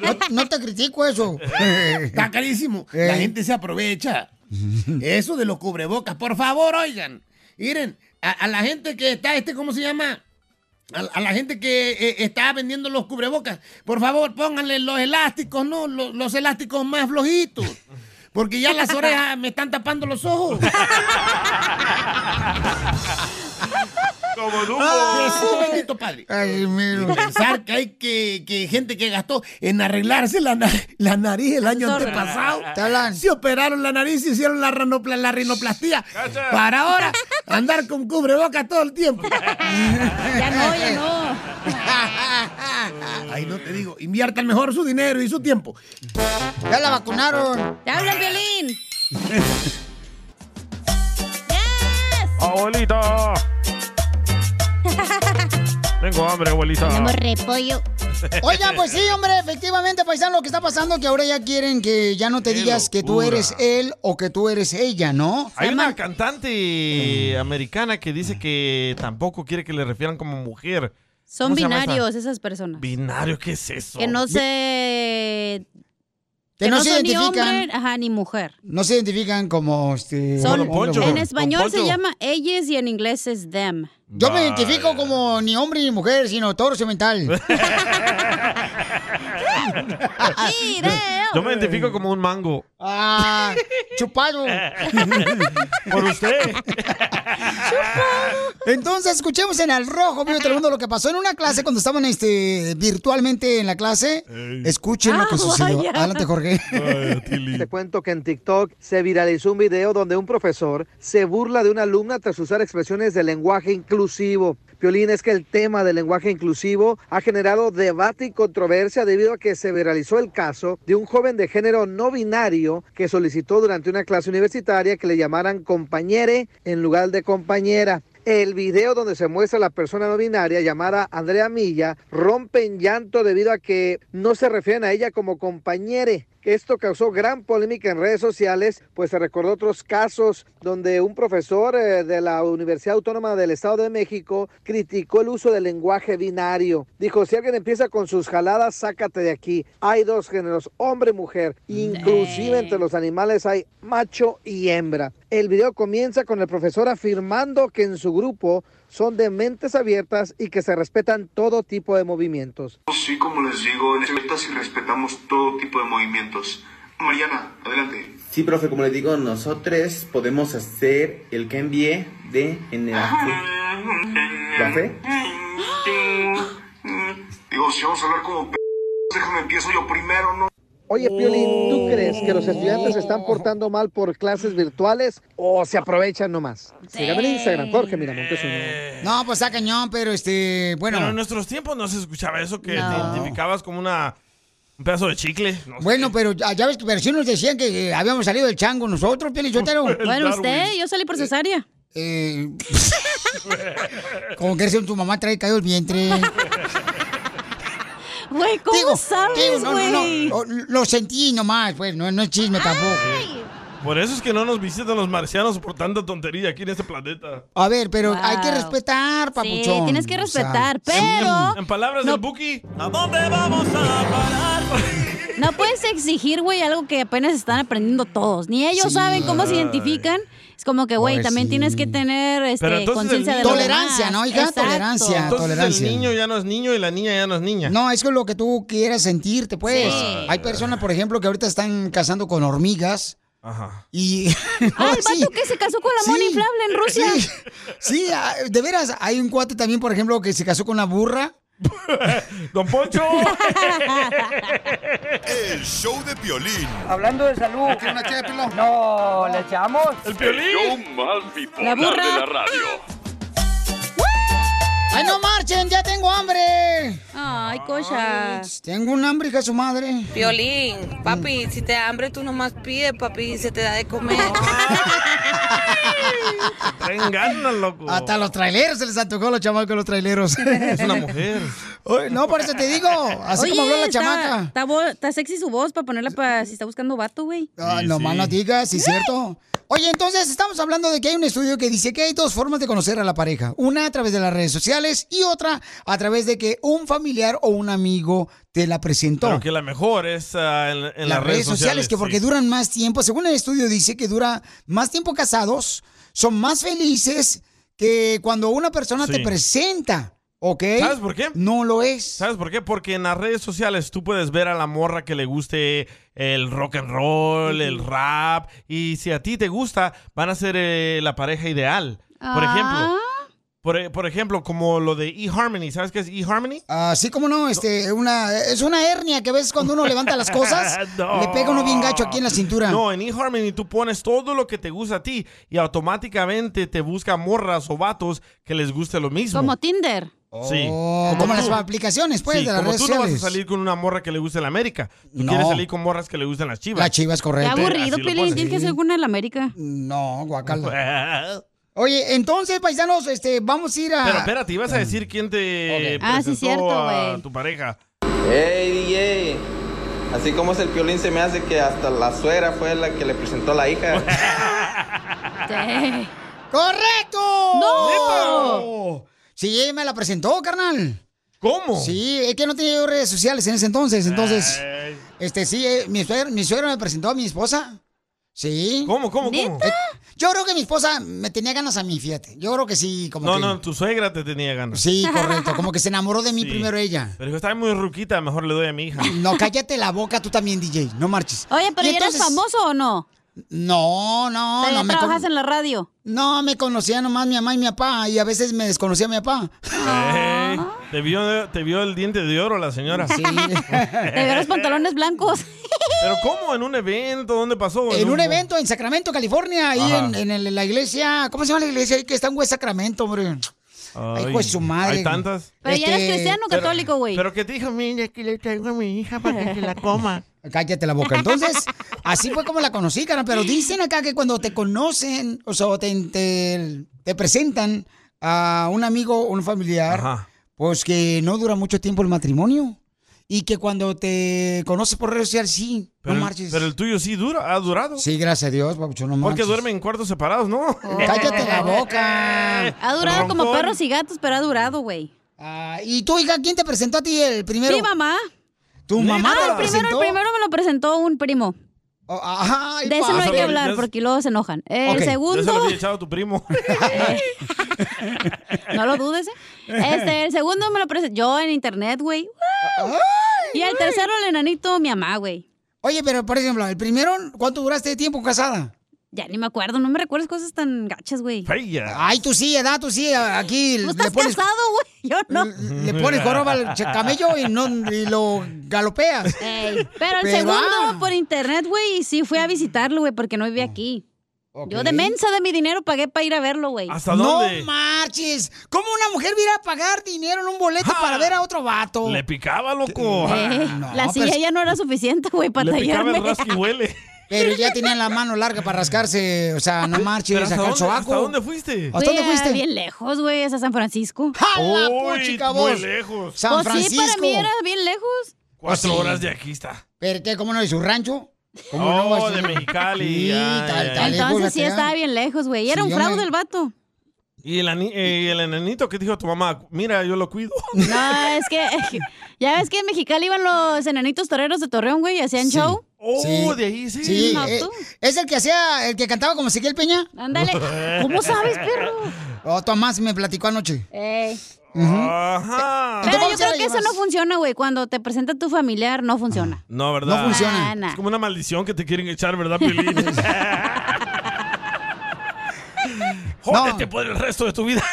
Speaker 1: No, no te critico eso. Eh.
Speaker 18: Está carísimo. La gente se aprovecha. Eso de los cubrebocas. Por favor, oigan. Miren, a, a la gente que está, este, ¿cómo se llama? A, a la gente que eh, está vendiendo los cubrebocas. Por favor, pónganle los elásticos, ¿no? Los, los elásticos más flojitos. porque ya las orejas me están tapando los ojos.
Speaker 2: Como
Speaker 18: Dumbo. Jesús bendito padre. Y Pensar que hay que, que gente que gastó en arreglarse la, na- la nariz el año
Speaker 19: Sorry.
Speaker 18: antepasado. Se operaron la nariz, se hicieron la, ranopla- la rinoplastía. Para ahora andar con cubrebocas todo el tiempo. ya
Speaker 19: no, ya
Speaker 18: no. Ay, no te digo. Inviertan mejor su dinero y su tiempo.
Speaker 1: Ya la vacunaron.
Speaker 3: ¡Te habla el violín!
Speaker 2: Abuelita. Tengo hambre, abuelita.
Speaker 3: repollo.
Speaker 1: Oiga, pues sí, hombre, efectivamente, paisano, lo que está pasando es que ahora ya quieren que ya no te digas que tú
Speaker 2: locura.
Speaker 1: eres él o que tú eres ella, ¿no?
Speaker 2: Hay una cantante americana que dice que tampoco quiere que le refieran como mujer.
Speaker 3: Son
Speaker 2: ¿Cómo se llama esa?
Speaker 3: binarios esas personas.
Speaker 2: Binario, ¿qué es eso?
Speaker 3: Que no se...
Speaker 1: Que no se
Speaker 3: son
Speaker 1: identifican.
Speaker 3: Ni hombre, ajá, ni mujer.
Speaker 1: No se identifican como este.
Speaker 3: Son,
Speaker 1: como-
Speaker 3: en español se llama ellas y en inglés es them.
Speaker 1: Yo me identifico como ni hombre ni mujer, sino torso mental.
Speaker 2: Yo me identifico como un mango.
Speaker 1: Ah, chupado.
Speaker 2: Por usted.
Speaker 1: Entonces, escuchemos en Al Rojo, vivo Telemundo, lo que pasó en una clase cuando estaban este, virtualmente en la clase. Escuchen lo que
Speaker 4: Ah,
Speaker 1: sucedió.
Speaker 4: vaya.
Speaker 1: Adelante, Jorge.
Speaker 4: Te cuento que en TikTok se viralizó un video donde un profesor se burla de una alumna tras usar expresiones de lenguaje inclusivo. Piolín, es que el tema del lenguaje inclusivo ha generado debate y controversia debido a que se viralizó el caso de un joven de género no binario que solicitó durante una clase universitaria que le llamaran compañere en lugar de compañera. El video donde se muestra la persona no binaria llamada Andrea Milla rompe en llanto debido a que no se refieren a ella como compañere. Esto causó gran polémica en redes sociales, pues se recordó otros casos donde un profesor eh, de la Universidad Autónoma del Estado de México criticó el uso del lenguaje binario. Dijo, si alguien empieza con sus jaladas, sácate de aquí. Hay dos géneros, hombre y mujer.
Speaker 1: Eh.
Speaker 4: Inclusive entre los animales hay macho y hembra. El video comienza con el profesor afirmando que en su grupo son de mentes abiertas y que se respetan todo tipo de movimientos.
Speaker 7: Sí, como les digo, respetas y respetamos todo tipo de movimientos. Mariana, adelante.
Speaker 5: Sí, profe, como les digo, nosotros podemos hacer el que envié de en el... ¿Café?
Speaker 7: Digo, si vamos a hablar como p... déjame empiezo yo primero, ¿no?
Speaker 4: Oye, Piolín,
Speaker 1: Oh.
Speaker 4: ¿tú crees que los estudiantes se están portando mal por clases virtuales o se aprovechan nomás? Sígame en Instagram, Jorge Miramontes uno.
Speaker 1: No, pues está cañón, pero este, bueno.
Speaker 2: Pero en nuestros tiempos no se escuchaba eso que te
Speaker 1: No.
Speaker 2: identificabas como una, un pedazo de chicle. No sé.
Speaker 1: Bueno, pero ya ya ves que pero sí nos decían que eh, habíamos salido del chango nosotros, Pielichotero.
Speaker 3: Bueno, usted, yo salí por cesárea.
Speaker 1: Eh, como que eres tu mamá trae caído el vientre.
Speaker 3: Güey, ¿cómo
Speaker 1: digo,
Speaker 3: sabes,
Speaker 1: no, no,
Speaker 3: güey?
Speaker 1: no, o- Lo sentí nomás, pues, no, no es chisme tampoco.
Speaker 2: Por eso es que no nos visitan los marcianos por tanta tontería aquí en este planeta.
Speaker 1: A ver, pero
Speaker 2: Wow.
Speaker 1: hay que respetar, Ah, papuchón.
Speaker 3: tienes que
Speaker 1: O sea,
Speaker 3: respetar,
Speaker 1: sí.
Speaker 3: pero-
Speaker 2: En palabras del Buki, ¿a dónde vamos a parar?
Speaker 3: No puedes exigir, güey, algo que apenas están aprendiendo todos. Ni ellos
Speaker 2: Sí.
Speaker 3: saben cómo se
Speaker 2: Ay.
Speaker 3: identifican. Es como que, güey,
Speaker 2: Pues
Speaker 3: también
Speaker 2: sí.
Speaker 3: tienes que tener
Speaker 2: Pero
Speaker 3: este,
Speaker 2: entonces
Speaker 3: conciencia
Speaker 2: el niño-
Speaker 3: de los
Speaker 1: Tolerancia,
Speaker 3: demás.
Speaker 1: ¿no, hija?
Speaker 3: Exacto.
Speaker 1: Tolerancia,
Speaker 2: Entonces
Speaker 1: tolerancia.
Speaker 2: el niño ya no es niño y la niña ya no es niña.
Speaker 1: No, es que lo que tú quieras sentirte, pues.
Speaker 2: Sí.
Speaker 1: Hay personas, por ejemplo, que ahorita están cazando con hormigas.
Speaker 2: Ajá.
Speaker 1: Y.
Speaker 3: Ah, el vato que se casó con la mona inflable en Rusia.
Speaker 1: Sí, sí, ah, de veras, hay un cuate también, por ejemplo, que se casó con una burra.
Speaker 2: ¡Don Poncho!
Speaker 20: El show de Piolín.
Speaker 19: Hablando de salud. No, ¿le echamos?
Speaker 8: El show más bipolar
Speaker 19: La burra.
Speaker 8: de la radio.
Speaker 1: ¡Ay, no marchen! ¡Ya tengo hambre!
Speaker 3: Ay, cocha.
Speaker 1: Tengo un hambre, hija de su madre.
Speaker 9: Violín, papi, si te da hambre tú nomás pides, papi, y se te da de comer.
Speaker 2: Traen ganas, loco.
Speaker 1: Hasta los traileros se les antojó a los chamacos los traileros.
Speaker 2: Es una mujer.
Speaker 1: Oye, No, por eso te digo. Así
Speaker 3: Oye,
Speaker 1: como habló la
Speaker 3: está-
Speaker 1: chamaca.
Speaker 3: Está, vo- está sexy su voz para ponerla para si está buscando vato, güey.
Speaker 1: Ah, no más no digas, sí, cierto. Oye, entonces estamos hablando de que hay un estudio que dice que hay dos formas de conocer a la pareja. Una a través de las redes sociales y otra a través de que un familiar o un amigo te la presentó.
Speaker 2: Pero que la mejor es ah, en, en las,
Speaker 1: las redes sociales, que porque
Speaker 2: sí.
Speaker 1: duran más tiempo. Según el estudio dice que dura más tiempo casados, son más felices que cuando una persona
Speaker 2: Sí.
Speaker 1: te presenta ¿Ok?
Speaker 2: ¿Sabes por qué?
Speaker 1: No lo es.
Speaker 2: ¿Sabes por qué? Porque en las redes sociales tú puedes ver a la morra que le guste el rock and roll, el rap, y si a ti te gusta, van a ser eh, la pareja ideal. Por
Speaker 1: Ah.
Speaker 2: ejemplo, por, e- por ejemplo, como lo de eHarmony, ¿sabes qué es eHarmony?
Speaker 1: Así como no, este, una, es una hernia que ves cuando uno levanta las cosas,
Speaker 2: No.
Speaker 1: le pega uno bien gacho aquí en la cintura.
Speaker 2: No, en eHarmony tú pones todo lo que te gusta a ti y automáticamente te busca morras o vatos que les guste lo mismo.
Speaker 3: Como Tinder.
Speaker 2: Sí.
Speaker 1: Oh, como las aplicaciones, pues,
Speaker 2: Sí,
Speaker 1: de las
Speaker 2: como
Speaker 1: redes
Speaker 2: tú no
Speaker 1: sociales.
Speaker 2: vas a salir con una morra que le guste la América. Tú
Speaker 1: No.
Speaker 2: quieres salir con morras que le gusten las chivas.
Speaker 1: Las chivas,
Speaker 3: Qué
Speaker 1: correcto. Mm,
Speaker 3: aburrido, Pelín. Tienes que ser alguna de la América.
Speaker 1: No, guacala. Oye, entonces, paisanos, este, vamos a ir a...
Speaker 2: Pero espérate, ibas a decir quién te
Speaker 1: Mm. Ok. Ah, sí,
Speaker 2: presentó
Speaker 1: cierto,
Speaker 2: a
Speaker 1: güey.
Speaker 2: tu pareja.
Speaker 21: ¡Ey, DJ! Así como es el piolín, se me hace que hasta la suegra fue la que le presentó a la hija.
Speaker 1: ¡Correcto!
Speaker 21: ¡No!
Speaker 1: Sí, ella me la presentó, carnal.
Speaker 2: ¿Cómo? Ah.
Speaker 1: Sí, es que no tenía yo redes sociales en ese entonces. Entonces, este, sí, eh, mi suegra, mi suegra me presentó a mi esposa. Sí.
Speaker 2: ¿Cómo, cómo, cómo?
Speaker 1: Eh, yo creo que mi esposa me tenía ganas a mí, fíjate. Yo creo que sí, como
Speaker 2: No,
Speaker 1: que...
Speaker 2: no, tu suegra te tenía ganas.
Speaker 1: Sí, correcto. Como que se enamoró de mí
Speaker 2: Sí.
Speaker 1: primero ella.
Speaker 2: Pero dijo, está muy ruquita, mejor le doy a mi hija.
Speaker 1: No, cállate la boca tú también, DJ. No marches.
Speaker 3: Oye, pero
Speaker 1: Y
Speaker 3: ¿ya eres
Speaker 1: entonces-
Speaker 3: famoso o no?
Speaker 1: No, no,
Speaker 3: Pero
Speaker 1: no
Speaker 3: ya
Speaker 1: me
Speaker 3: trabajas en
Speaker 1: la radio? No, me conocía nomás mi mamá y mi papá y a veces me desconocía mi papá.
Speaker 2: Ey, te, vio, te vio el diente de oro la señora.
Speaker 1: Sí.
Speaker 3: Te veo los pantalones blancos.
Speaker 2: Pero ¿cómo? ¿En un evento? ¿Dónde pasó?
Speaker 1: En un evento en Sacramento, California, ahí
Speaker 2: Ajá.
Speaker 1: en, en el- la iglesia, ¿cómo se llama la iglesia? Ahí que está en West Sacramento, hombre.
Speaker 2: Ay,
Speaker 1: hijo de pues, su madre.
Speaker 2: Hay tantas.
Speaker 3: Pero ya eres
Speaker 1: Este,
Speaker 3: cristiano o
Speaker 1: pero-
Speaker 3: católico, güey.
Speaker 2: Pero que te dijo, mira, aquí le traigo a mi hija para que se la coma.
Speaker 1: Cállate la boca. Entonces, así fue como la conocí, cara. Pero dicen acá que cuando te conocen, o sea, o te, te, te presentan a un amigo o un familiar, pues que no dura mucho tiempo el matrimonio. Y que cuando te conoces por redes sociales, sí,
Speaker 2: Pero,
Speaker 1: no
Speaker 2: el-
Speaker 1: marches.
Speaker 2: pero el tuyo sí dura, ha durado.
Speaker 1: Sí, gracias a Dios, papucho, no
Speaker 2: Porque
Speaker 1: marches.
Speaker 2: duermen en cuartos separados, ¿no?
Speaker 3: Oh.
Speaker 1: Cállate la boca.
Speaker 3: Ha durado como perros y gatos, pero ha durado, güey.
Speaker 1: Ah, ¿Y tú, hija, quién te presentó a ti el primero?
Speaker 3: Mi mamá.
Speaker 1: ¿Tu mamá te
Speaker 3: Ah,
Speaker 1: lo
Speaker 3: el primero, el
Speaker 1: presentó? Oh,
Speaker 3: primero me lo presentó un primo.
Speaker 1: ay,
Speaker 3: de eso no hay
Speaker 2: pásale.
Speaker 3: que hablar
Speaker 2: Ah, Ya-
Speaker 3: porque luego se enojan. El
Speaker 2: Ok. Ya se lo
Speaker 3: segundo,
Speaker 2: había echado a tu primo.
Speaker 3: no lo dudes. ¿eh? Este, el segundo me lo presentó yo en internet, güey. Y el tercero, el enanito, mi mamá, güey.
Speaker 1: Oye, pero por ejemplo, el primero, ¿cuánto duraste de tiempo casada?
Speaker 3: Ya ni me acuerdo, no me recuerdas cosas tan gachas, güey.
Speaker 1: Ay, tú sí, edad, tú sí, a- aquí.
Speaker 3: ¿No estás casado, güey? Yo no.
Speaker 1: Le pones joroba al che- camello y, no, y lo galopeas.
Speaker 3: Ey, Pero el segundo
Speaker 1: ah.
Speaker 3: por internet, güey, y sí fui a visitarlo, güey, porque no
Speaker 1: Oh.
Speaker 3: vivía aquí. Yo de mensa de mi dinero pagué para ir a verlo, güey.
Speaker 2: ¿Hasta dónde?
Speaker 1: No marches. ¿Cómo una mujer viera a pagar dinero en un boleto para ver a otro vato?
Speaker 2: Le picaba, loco.
Speaker 3: Eh, la
Speaker 1: pero
Speaker 3: silla
Speaker 1: es-
Speaker 3: ya no era suficiente, güey, para
Speaker 2: Le picaba
Speaker 3: tallarme.
Speaker 2: el rasqui huele.
Speaker 1: Pero ya tenía la mano larga para rascarse. O sea, no marches, Ah,
Speaker 2: Pero ¿hasta
Speaker 1: acá el
Speaker 2: dónde-
Speaker 1: sobaco.
Speaker 2: hasta dónde fuiste?
Speaker 1: ¿Hasta dónde
Speaker 3: Fui a-
Speaker 1: fuiste?
Speaker 3: ah, Bien lejos, güey, hasta San Francisco.
Speaker 1: ¡Hala,
Speaker 2: Uy, puchica, muy vos! lejos.
Speaker 1: San
Speaker 3: Pues
Speaker 1: Francisco.
Speaker 3: sí, para mí era bien lejos.
Speaker 2: Cuatro
Speaker 1: Pues Sí.
Speaker 2: horas de aquí está.
Speaker 1: ¿Pero qué? ¿Cómo no? ¿De su rancho? ¿Cómo
Speaker 2: Oh,
Speaker 1: no?
Speaker 2: de Mexicali. Ay,
Speaker 1: Sí, tal,
Speaker 2: ay, ay.
Speaker 1: tal, lejos,
Speaker 3: Entonces sí
Speaker 1: acá.
Speaker 3: estaba bien lejos, güey. Era
Speaker 1: Sí,
Speaker 3: un
Speaker 1: yo me-
Speaker 3: fraude el vato.
Speaker 2: Y el, ani- eh, el enanito que dijo tu mamá, mira, yo lo cuido.
Speaker 3: No, es que ya ves que en Mexicali iban los enanitos toreros de Torreón, güey, y hacían show.
Speaker 2: Oh, de ahí sí.
Speaker 1: Sí,
Speaker 3: No,
Speaker 1: eh,
Speaker 3: tú.
Speaker 1: es el que hacía, el que cantaba como Ezequiel Peña.
Speaker 3: Ándale. ¿Cómo sabes, perro?
Speaker 1: Oh, Tomás me platicó anoche.
Speaker 3: Ey.
Speaker 2: Ah. Ajá.
Speaker 3: Pero yo
Speaker 1: ¿Cómo se
Speaker 3: creo
Speaker 1: la
Speaker 3: que eso no
Speaker 1: llevas?
Speaker 3: funciona, güey. Cuando te presenta tu familiar, no
Speaker 1: Ah,
Speaker 3: funciona.
Speaker 2: No, ¿verdad?
Speaker 3: No funciona. Ah, nah.
Speaker 2: Es como una maldición que te quieren echar, ¿verdad, Pilín? Jódete por el resto de tu vida.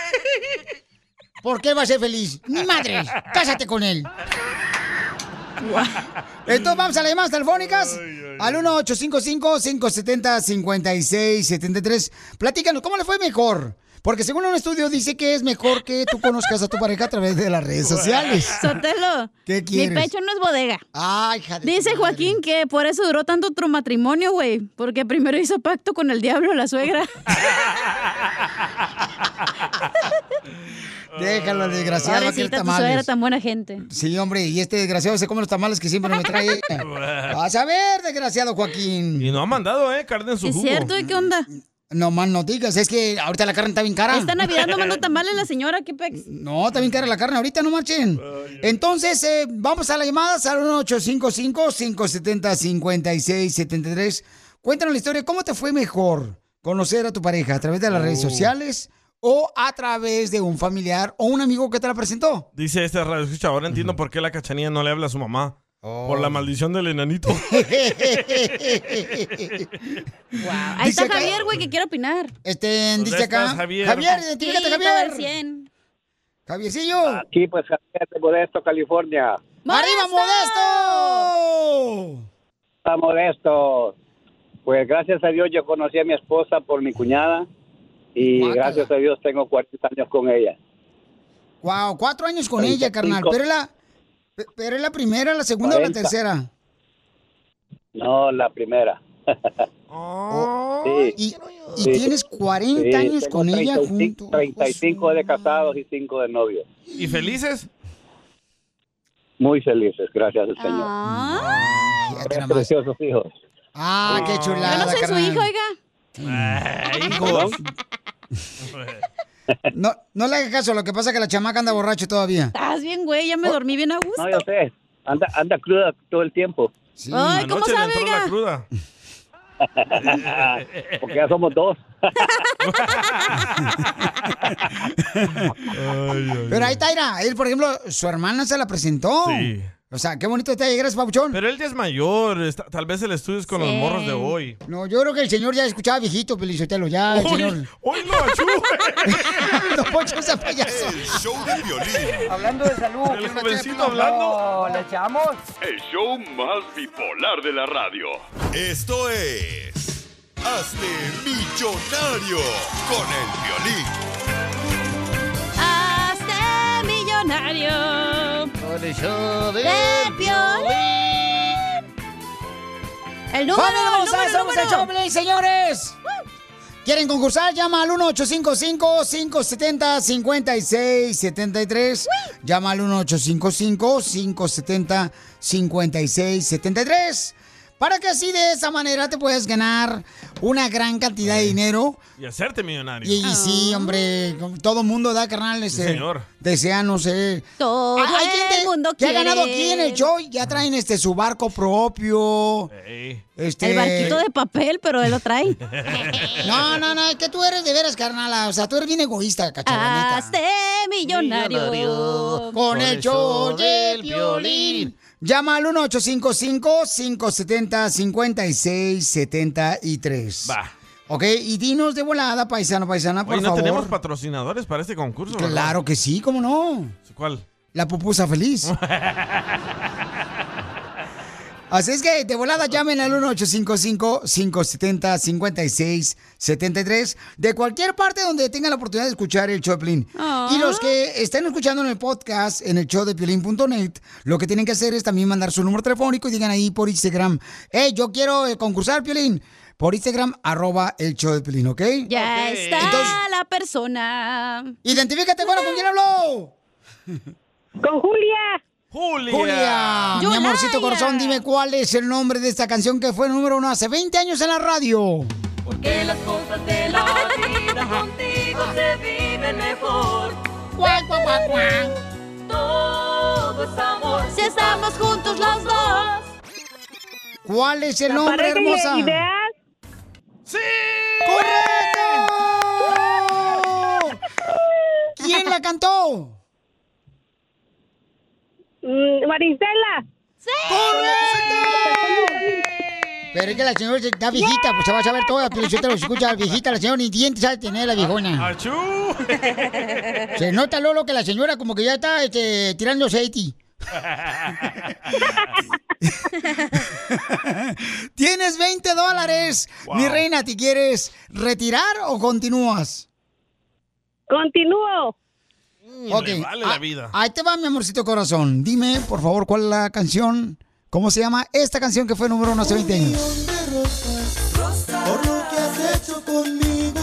Speaker 1: ¿Por qué va a ser feliz? ¡Ni madre! ¡Cásate con él! Entonces vamos a las llamadas telefónicas al 1-855-570-5673. Platícanos, ¿cómo le fue mejor? Porque según un estudio dice que es mejor que tú conozcas a tu pareja a través de las redes sociales.
Speaker 3: Sotelo.
Speaker 1: ¿Qué
Speaker 3: Mi
Speaker 1: quieres?
Speaker 3: pecho no es bodega.
Speaker 1: Ay, hija
Speaker 3: Dice Joaquín que por eso duró tanto tu matrimonio, güey. Porque primero hizo pacto con el diablo, la suegra.
Speaker 1: Déjalo, al desgraciado. que
Speaker 3: Pobrecita, tu suegra
Speaker 1: eres tamales.
Speaker 3: tan buena gente.
Speaker 1: Sí, hombre, y este desgraciado se come los tamales que siempre me trae. Vas a ver, desgraciado Joaquín.
Speaker 2: Y no ha mandado, ¿eh? Carne en su
Speaker 3: ¿Es
Speaker 2: jugo.
Speaker 3: cierto? ¿Y qué onda?
Speaker 1: No más no digas, es que ahorita la carne está bien cara.
Speaker 3: Esta Navidad no mandó tamales la señora, qué pex.
Speaker 1: No, está bien cara la carne ahorita, no marchen. Entonces, eh, vamos a las llamadas al 1855-570-5673. Cuéntanos la historia, ¿cómo te fue mejor conocer a tu pareja? ¿A través de las redes sociales o a través de un familiar o un amigo que te la presentó.
Speaker 2: Dice este radio escucha, ahora entiendo por qué la cachanilla no le habla a su mamá. Por
Speaker 1: Oh.
Speaker 2: la maldición del enanito.
Speaker 3: Ahí
Speaker 1: Dice
Speaker 3: está
Speaker 1: acá-
Speaker 3: Javier, güey, que quiere opinar.
Speaker 1: Este, dice acá. Javier, identifícate, Javier. Javiercillo.
Speaker 22: Aquí, pues, Javier de Modesto, California.
Speaker 1: ¡Arriba, Modesto!
Speaker 22: Está Modesto. Pues, gracias a Dios, yo conocí a mi esposa por mi cuñada. Y
Speaker 1: Guácala.
Speaker 22: gracias a Dios tengo 40 años con ella.
Speaker 1: Wow, cuatro años con ella, carnal. Pero es la, pe- pero es la primera, la segunda o la
Speaker 22: Cuarenta.
Speaker 1: tercera.
Speaker 22: No, la primera. Sí.
Speaker 1: Oh, Y
Speaker 22: Sí.
Speaker 1: tienes 40
Speaker 22: Sí,
Speaker 1: años
Speaker 22: tengo
Speaker 1: con ella
Speaker 22: 35,
Speaker 1: juntos.
Speaker 22: 35 de casados y 5 de novios.
Speaker 2: ¿Y felices?
Speaker 22: Muy felices, gracias al Señor. Tres preciosos hijos.
Speaker 1: Ah,
Speaker 20: Oh.
Speaker 1: qué chulada.
Speaker 3: Yo no soy su
Speaker 1: carnal.
Speaker 3: hijo, oiga.
Speaker 22: ¿Perdón?
Speaker 1: No, no le hagas caso, lo que pasa es que la chamaca anda borracho todavía.
Speaker 3: Estás bien, güey, ya me dormí bien a gusto.
Speaker 22: No, yo sé. Anda, anda cruda todo el tiempo.
Speaker 3: Ay, ¿cómo Anoche le sabe, entró la oiga?
Speaker 2: cruda.
Speaker 22: Porque ya somos dos.
Speaker 1: Pero ahí está, mira, él, por ejemplo, su hermana se la presentó.
Speaker 2: Sí.
Speaker 1: O sea, qué bonito está, gracias, Pabuchón.
Speaker 2: Pero él ya es mayor, está- tal vez el estudio es con los
Speaker 1: Sí.
Speaker 2: morros de hoy.
Speaker 1: No, yo creo que el señor ya escuchaba viejito, Pelizotelo, ya, el
Speaker 2: Uy,
Speaker 1: señor.
Speaker 2: ¡Hoy lo
Speaker 1: No, Poncho, ese payaso.
Speaker 23: Hablando de salud.
Speaker 8: El jovencito hablando.
Speaker 23: ¿Le echamos?
Speaker 8: El show más bipolar de la radio.
Speaker 6: Esto es. Hazte millonario con el violín.
Speaker 3: Hazte millonario.
Speaker 23: de
Speaker 3: Piolín. El número,
Speaker 1: ¡Vamos!
Speaker 3: el número, el
Speaker 1: ¡Somos
Speaker 3: número.
Speaker 1: el
Speaker 3: Uh.
Speaker 1: Choplin, señores! ¿Quieren concursar? Llama al 1-855-570-5673. Llama al 1-855-570-5673. Para que así de esa manera te puedes ganar una gran cantidad de dinero.
Speaker 2: Y hacerte millonario.
Speaker 1: Y, y
Speaker 3: Oh.
Speaker 1: sí, hombre, todo mundo da, carnal.
Speaker 2: Sí,
Speaker 1: Ese,
Speaker 2: señor.
Speaker 1: Desea, no sé.
Speaker 3: Todo
Speaker 1: hay gente
Speaker 3: el mundo
Speaker 1: que ha
Speaker 3: quiere.
Speaker 1: ganado aquí en el show. Ya traen este su barco
Speaker 2: Eh,
Speaker 1: propio. Este...
Speaker 3: El barquito de papel, pero él lo trae.
Speaker 1: No, no, no, es que tú eres de veras, carnala. O sea, tú eres bien egoísta, cacharranita.
Speaker 3: Hazte millonario.
Speaker 1: Con el show del violín. Llama al 1-855-570-5673.
Speaker 2: Va.
Speaker 1: Ok, y dinos de volada, paisano, paisana, por
Speaker 2: Oye, ¿no
Speaker 1: favor.
Speaker 2: tenemos patrocinadores para este concurso? verdad?
Speaker 1: Claro que sí, ¿cómo no?
Speaker 2: ¿Cuál?
Speaker 1: La pupusa feliz. Así es que de volada llamen al 1-855-570-5673 de cualquier parte donde tengan la oportunidad de escuchar el Choplin.
Speaker 3: Ah.
Speaker 1: Y los que estén escuchando en el podcast, en el show de piolín.net, lo que tienen que hacer es también mandar su número telefónico y digan ahí por Instagram, hey, yo quiero eh, concursar, Piolín, por Instagram, arroba el show de Piolín, ¿ok?
Speaker 3: Ya está la persona.
Speaker 1: Identifícate, bueno, ¿con quién habló?
Speaker 3: Con Julia.
Speaker 2: Julia.
Speaker 1: Julia, mi amorcito corazón, dime cuál es el nombre de esta canción que fue número uno hace 20 años en la radio.
Speaker 7: Que las cosas de la vida contigo se viven mejor. Todo es amor.
Speaker 3: Si estamos juntos los dos.
Speaker 1: ¿Cuál es el nombre,
Speaker 3: pareja ide-
Speaker 1: hermosa?
Speaker 3: ideal.
Speaker 1: ¡Correcto! ¿Quién la cantó?
Speaker 15: Maricela.
Speaker 1: ¡Correcto! Pero es que la señora está viejita, pues se va a saber todo. Pero yo te lo escucha la viejita, la señora ni dientes sabe tener la viejona.
Speaker 2: ¡Achú!
Speaker 1: Se nota, Lolo, que la señora como que ya está este, tirando aceite. Tienes 20 dólares. Mi reina, ¿te quieres retirar o continúas?
Speaker 15: Continúo.
Speaker 1: Ok, Ah,
Speaker 2: Me vale la vida.
Speaker 1: Ahí te va, mi amorcito corazón. Dime, por favor, cuál es la canción. ¿Cómo se llama esta canción que fue número uno hace 20 años?
Speaker 7: Por lo que has hecho conmigo,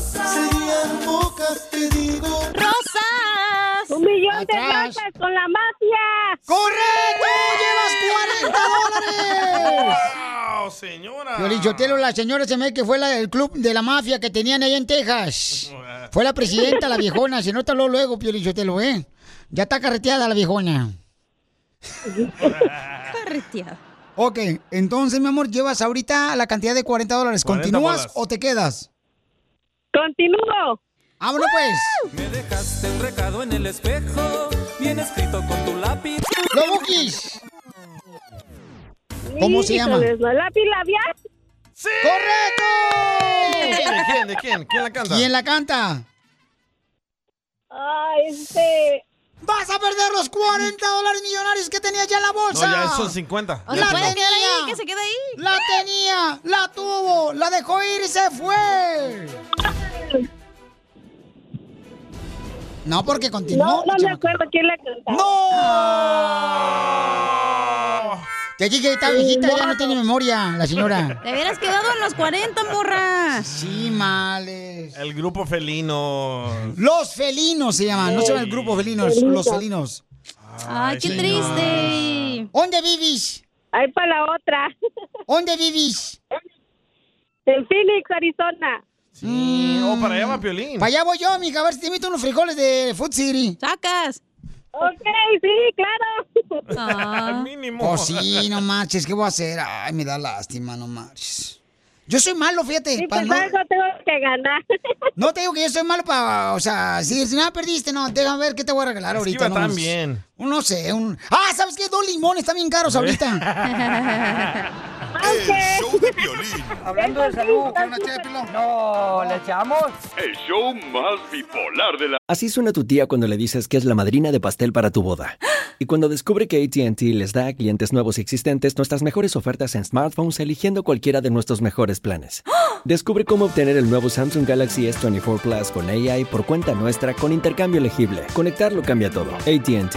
Speaker 7: serían pocas, te digo.
Speaker 3: ¡Rosas!
Speaker 15: Un millón de
Speaker 7: Atrás.
Speaker 15: rosas con la mafia.
Speaker 1: ¡Correcto! ¡Llevas 40 dólares!
Speaker 2: ¡Wow, señora!
Speaker 1: Piolín Sotelo, la señora se me que fue la del club de la mafia que tenían allá en Texas. Fue la presidenta, la viejona. Se nota luego, luego, Piolín Sotelo, ¿eh? Ya está carreteada la viejona.
Speaker 3: Carreteada.
Speaker 1: Ok, entonces, mi amor, llevas ahorita la cantidad de 40 dólares.
Speaker 3: 40
Speaker 1: ¿Continúas
Speaker 3: bolas.
Speaker 1: o te quedas?
Speaker 15: Continúo.
Speaker 1: ¡Vámonos pues!
Speaker 10: Me dejaste un recado en el espejo, bien escrito con tu lápiz.
Speaker 1: ¡Lo Bukis! ¿Cómo se llama?
Speaker 15: Híjoles, ¿La lápiz labial?
Speaker 1: ¡Sí! ¡Correcto!
Speaker 2: ¿De quién? ¿De quién? ¿Quién la canta?
Speaker 1: ¿Quién la canta?
Speaker 15: Ah, este...
Speaker 1: ¡Vas a perder los 40 dólares millonarios que tenía ya en la bolsa!
Speaker 2: No, ya son 50.
Speaker 1: ¡La tenía! ¿Que se queda ahí? ¡La tenía! ¡La tuvo! ¡La dejó ir y se fue! No, porque
Speaker 15: No,
Speaker 1: continuó.
Speaker 15: no me acuerdo quién la cantaba.
Speaker 1: ¡No! Que aquí que está viejita, ya no tiene memoria la señora.
Speaker 3: Te hubieras quedado en los 40, morra.
Speaker 1: Sí, males.
Speaker 2: El grupo felino.
Speaker 1: Los felinos se llaman, no se llama el grupo felinos, los
Speaker 2: Felita.
Speaker 1: felinos.
Speaker 2: Ay, qué señor. triste.
Speaker 1: ¿Dónde vivís?
Speaker 15: Ahí para la otra.
Speaker 1: ¿Dónde vivís?
Speaker 15: En Phoenix, Arizona.
Speaker 2: Sí, oh, para allá va Piolín.
Speaker 1: Para allá voy yo, mija, a ver si te invito unos frijoles de Food City.
Speaker 3: ¡Sacas!
Speaker 15: Ok, sí, claro.
Speaker 2: Mínimo.
Speaker 1: Oh, sí, no marches, ¿qué voy a hacer? Ay, me da lástima, no marches. Yo soy malo, fíjate.
Speaker 15: Sí,
Speaker 1: pa'
Speaker 15: pues
Speaker 1: no-
Speaker 15: algo tengo que ganar.
Speaker 1: No te digo que yo soy malo para, o sea, si dices, nada perdiste, no, déjame ver qué te voy a regalar ahorita.
Speaker 2: Esquiva
Speaker 1: no,
Speaker 2: tan bien.
Speaker 1: Un, no sé, un... Ah, ¿sabes qué? Dos limones están bien caros ahorita.
Speaker 23: Hablando de salud, ¿quiere una chépilo? No, ¿le echamos?
Speaker 8: El show más bipolar de la
Speaker 11: Así suena tu tía cuando le dices que es la madrina de pastel para tu boda. Y cuando descubre que ATT les da a clientes nuevos y existentes nuestras mejores ofertas en smartphones eligiendo cualquiera de nuestros mejores planes. Descubre cómo obtener el nuevo Samsung Galaxy S24 Plus con AI por cuenta nuestra con intercambio elegible. Conectarlo cambia todo. ATT.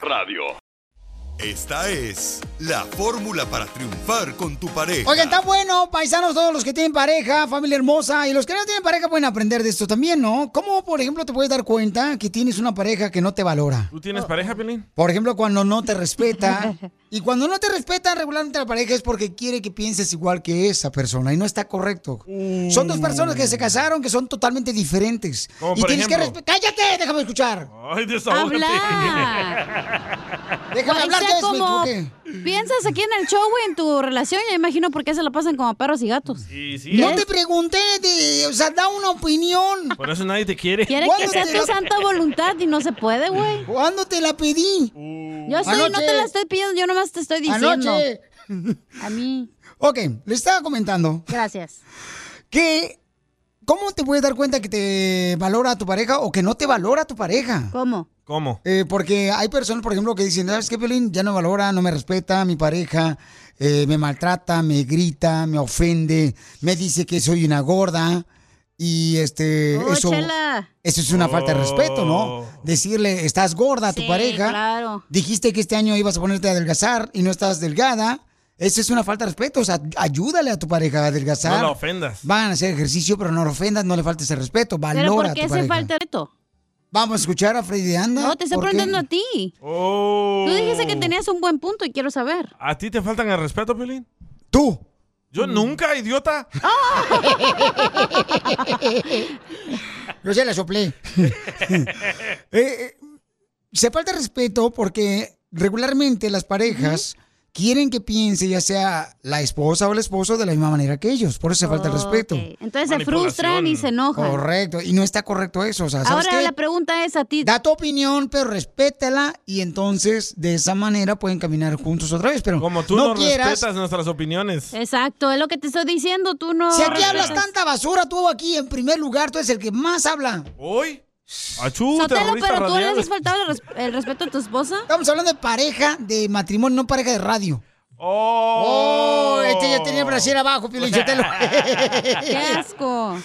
Speaker 8: radio.
Speaker 6: Esta es la fórmula para triunfar con tu pareja.
Speaker 1: Oigan, está bueno, paisanos, todos los que tienen pareja, familia hermosa, y los que no tienen pareja pueden aprender de esto también, ¿no? ¿Cómo, por ejemplo, te puedes dar cuenta que tienes una pareja que no te valora?
Speaker 2: ¿Tú tienes pareja, Piolín?
Speaker 1: Por ejemplo, cuando no te respeta. Y cuando no te respeta regularmente la pareja es porque quiere que pienses igual que esa persona y no está correcto. Son dos personas que se casaron que son totalmente diferentes.
Speaker 2: Como
Speaker 1: Y
Speaker 2: por
Speaker 1: tienes que
Speaker 2: ejemplo.
Speaker 1: respetar. ¡Cállate! Déjame escuchar.
Speaker 2: Ay, desahógate.
Speaker 1: Déjame
Speaker 3: Güey,
Speaker 1: hablar,
Speaker 3: Pues sea
Speaker 1: ya me
Speaker 3: como
Speaker 1: equivoqué.
Speaker 3: piensas aquí en el show, güey, en tu relación, ya imagino por qué se la pasan como perros y gatos.
Speaker 1: No te pregunté, te- o sea, da una opinión.
Speaker 2: Por eso nadie te quiere.
Speaker 3: Quiere que sea tu santa voluntad y no se puede, güey.
Speaker 1: ¿Cuándo te la pedí? Uh.
Speaker 3: Yo estoy, no
Speaker 1: Anoche.
Speaker 3: te la estoy pidiendo, yo nomás te estoy diciendo.
Speaker 1: Anoche.
Speaker 3: A mí.
Speaker 1: Ok, le estaba comentando
Speaker 3: Gracias.
Speaker 1: que ¿cómo te puedes dar cuenta que te valora tu pareja o que no te valora tu pareja?
Speaker 3: ¿Cómo?
Speaker 2: ¿Cómo?
Speaker 1: Eh, porque hay personas, por ejemplo, que dicen, ¿sabes qué, Pelín? Ya no me valora, no me respeta mi pareja, eh, me maltrata, me grita, me ofende, me dice que soy una gorda y este...
Speaker 3: Oh,
Speaker 1: eso,
Speaker 3: chela.
Speaker 1: eso es una falta de respeto,
Speaker 2: Oh.
Speaker 1: ¿no? Decirle, estás gorda a tu
Speaker 3: Sí,
Speaker 1: pareja.
Speaker 3: claro.
Speaker 1: Dijiste que este año ibas a ponerte a adelgazar y no estás delgada. Eso es una falta de respeto. O sea, ayúdale a tu pareja a adelgazar.
Speaker 2: No la ofendas.
Speaker 1: Van a hacer ejercicio, pero no lo ofendas, no le faltes el respeto. Valora
Speaker 3: ¿Pero por
Speaker 1: a tu
Speaker 3: qué hace
Speaker 1: pareja.
Speaker 3: falta reto?
Speaker 1: Vamos a escuchar a Freddy de Anda.
Speaker 3: No, te estoy
Speaker 1: ¿por qué?
Speaker 3: preguntando a ti. Tú dijiste que tenías un buen punto y quiero saber.
Speaker 2: Oh. ¿A ti te faltan el respeto, Piolín?
Speaker 1: ¿Tú?
Speaker 2: Yo nunca, idiota.
Speaker 1: Ah. Yo ya la soplé. Eh, eh, se falta respeto porque regularmente las parejas quieren que piense ya sea la esposa o el esposo de la misma manera que ellos. Por eso se falta el respeto.
Speaker 3: Entonces se frustran y se enojan.
Speaker 1: Correcto. Y no está correcto eso. O sea, ¿sabes
Speaker 3: Ahora
Speaker 1: qué?
Speaker 3: la pregunta es a ti.
Speaker 1: Da tu opinión, pero respétala y entonces de esa manera pueden caminar juntos otra vez. Pero
Speaker 2: Como tú no,
Speaker 1: no, quieras.
Speaker 2: respetas nuestras opiniones.
Speaker 3: Exacto, es lo que te estoy diciendo, tú no.
Speaker 1: Si aquí hablas
Speaker 3: respetas.
Speaker 1: tanta basura, tú aquí en primer lugar, tú eres el que más habla.
Speaker 2: ¿Hoy? Achú,
Speaker 3: Sotelo,
Speaker 2: terrorista
Speaker 3: pero tú le
Speaker 2: radial.
Speaker 3: has faltado el, res- el respeto a tu esposa.
Speaker 1: Estamos hablando de pareja, de matrimonio, no pareja de radio.
Speaker 2: ¡Oh!
Speaker 1: Oh, este ya tenía el brasier abajo, Piolín Sotelo.
Speaker 3: ¡Qué asco!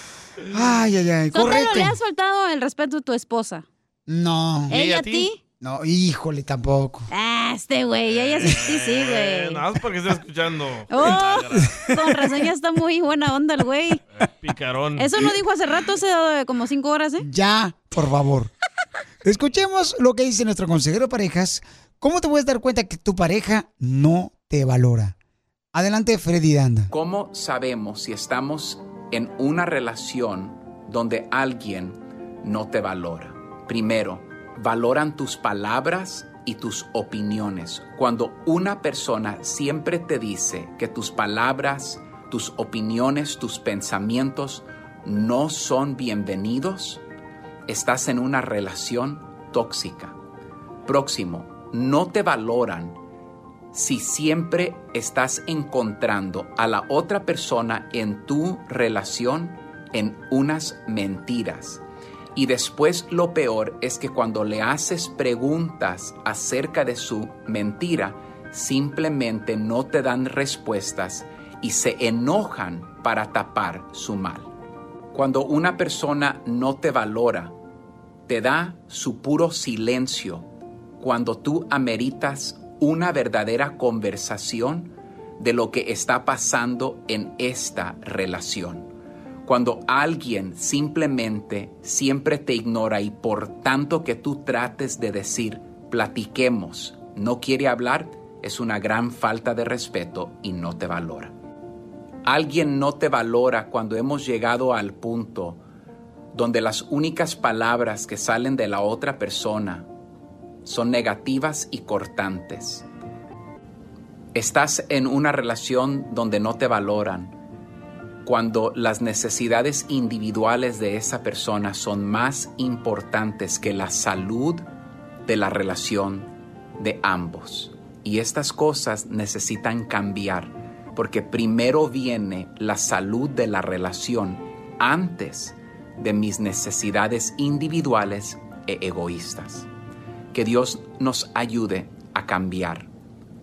Speaker 1: Ay, ay, ay.
Speaker 3: Sótelo,
Speaker 1: Correcto.
Speaker 3: le has faltado el respeto a tu esposa.
Speaker 1: No.
Speaker 3: ¿Ella ¿Y a a ti? ti?
Speaker 1: No, híjole, tampoco.
Speaker 3: Ah, este güey, ella sí, sí, sí,
Speaker 2: Eh,
Speaker 3: güey.
Speaker 2: nada más porque está escuchando.
Speaker 3: Oh, con razón ya está muy buena onda el güey.
Speaker 2: Picarón.
Speaker 3: Eso no dijo hace rato, hace eh, como cinco horas, ¿eh?
Speaker 1: Ya, por favor. Escuchemos lo que dice nuestro consejero de parejas. ¿Cómo te puedes dar cuenta que tu pareja no te valora? Adelante, Freddy Danda.
Speaker 12: ¿Cómo sabemos si estamos en una relación donde alguien no te valora? Primero, valoran tus palabras y tus opiniones. Cuando una persona siempre te dice que tus palabras, tus opiniones, tus pensamientos no son bienvenidos, estás en una relación tóxica. Próximo, no te valoran si siempre estás encontrando a la otra persona en tu relación en unas mentiras. Y después lo peor es que cuando le haces preguntas acerca de su mentira, simplemente no te dan respuestas y se enojan para tapar su mal. Cuando una persona no te valora, te da su puro silencio cuando tú ameritas una verdadera conversación de lo que está pasando en esta relación. Cuando alguien simplemente siempre te ignora y por tanto que tú trates de decir platiquemos, no quiere hablar, es una gran falta de respeto y no te valora. Alguien no te valora cuando hemos llegado al punto donde las únicas palabras que salen de la otra persona son negativas y cortantes. Estás en una relación donde no te valoran cuando las necesidades individuales de esa persona son más importantes que la salud de la relación de ambos. Y estas cosas necesitan cambiar porque primero viene la salud de la relación antes de mis necesidades individuales e egoístas. Que Dios nos ayude a cambiar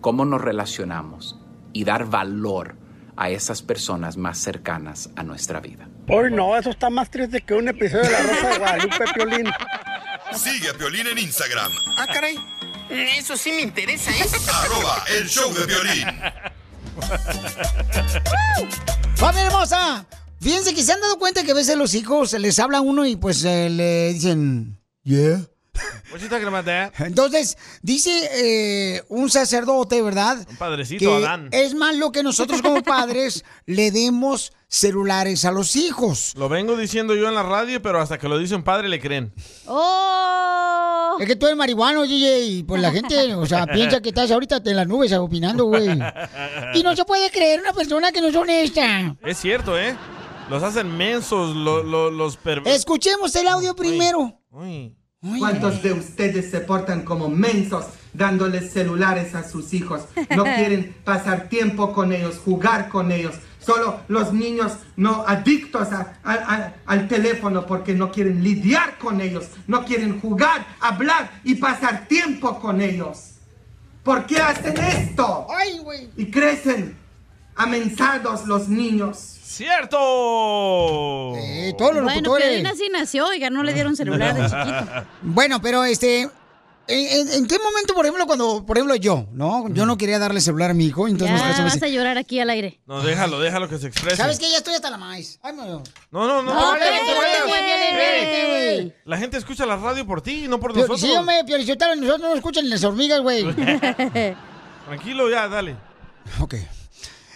Speaker 12: cómo nos relacionamos y dar valor a esas personas más cercanas a nuestra vida.
Speaker 4: Hoy no, eso está más triste que un episodio de La Rosa de Guadalupe Piolín.
Speaker 6: Sigue a Piolín en Instagram.
Speaker 4: Ah, caray.
Speaker 9: Eso sí me interesa, ¿eh?
Speaker 6: Arroba el show de violín.
Speaker 1: ¡Familia hermosa! Fíjense que se han dado cuenta que a veces los hijos les habla a uno y pues eh, le dicen, yeah.
Speaker 2: What you talking about, Dad?
Speaker 1: Entonces, dice eh, un sacerdote, ¿verdad?
Speaker 2: Un padrecito,
Speaker 1: que
Speaker 2: Adán.
Speaker 1: es malo que nosotros como padres le demos celulares a los hijos.
Speaker 2: Lo vengo diciendo yo en la radio, pero hasta que lo dice un padre le creen.
Speaker 3: ¡Oh!
Speaker 1: Es que tú eres marihuano, DJ, y pues la gente, o sea, piensa que estás ahorita en las nubes opinando, güey. Y no se puede creer una persona que no es honesta.
Speaker 2: Es cierto, ¿eh? Los hacen mensos, lo- lo- los perversos.
Speaker 1: Escuchemos el audio primero.
Speaker 13: ¿Cuántos de ustedes se portan como mensos dándoles celulares a sus hijos? No quieren pasar tiempo con ellos, jugar con ellos. Solo los niños no adictos a- a- a- al teléfono porque no quieren lidiar con ellos, no quieren jugar, hablar y pasar tiempo con ellos. ¿Por qué hacen esto? Y crecen amensados los niños.
Speaker 2: ¡Cierto!
Speaker 1: todos los
Speaker 3: Bueno,
Speaker 1: locutores. Ah,
Speaker 3: Piolín así nació, oiga, no le dieron celular de chiquito.
Speaker 1: Bueno, pero este. ¿En, en- en qué momento, por ejemplo, cuando, por ejemplo, yo, ¿no? Yo
Speaker 2: Mm.
Speaker 1: no quería darle celular a mi hijo, entonces mis
Speaker 3: Ya
Speaker 1: cosas me
Speaker 3: vas
Speaker 1: dicen,
Speaker 3: a llorar aquí al aire.
Speaker 2: No, déjalo, déjalo que se exprese.
Speaker 1: ¿Sabes qué? Ya estoy hasta la maíz. Ay, me no,
Speaker 2: No, no, no.
Speaker 1: No,
Speaker 2: te vayas, no te
Speaker 1: espérate,
Speaker 2: vayas.
Speaker 1: güey, espérate,
Speaker 2: Ey,
Speaker 1: güey.
Speaker 2: La gente escucha la radio por ti, no por
Speaker 1: Pio-
Speaker 2: nosotros.
Speaker 1: Sí, hombre, Piorichotelo, nosotros no nos escuchan las hormigas, güey.
Speaker 2: Tranquilo, ya, dale.
Speaker 1: ok.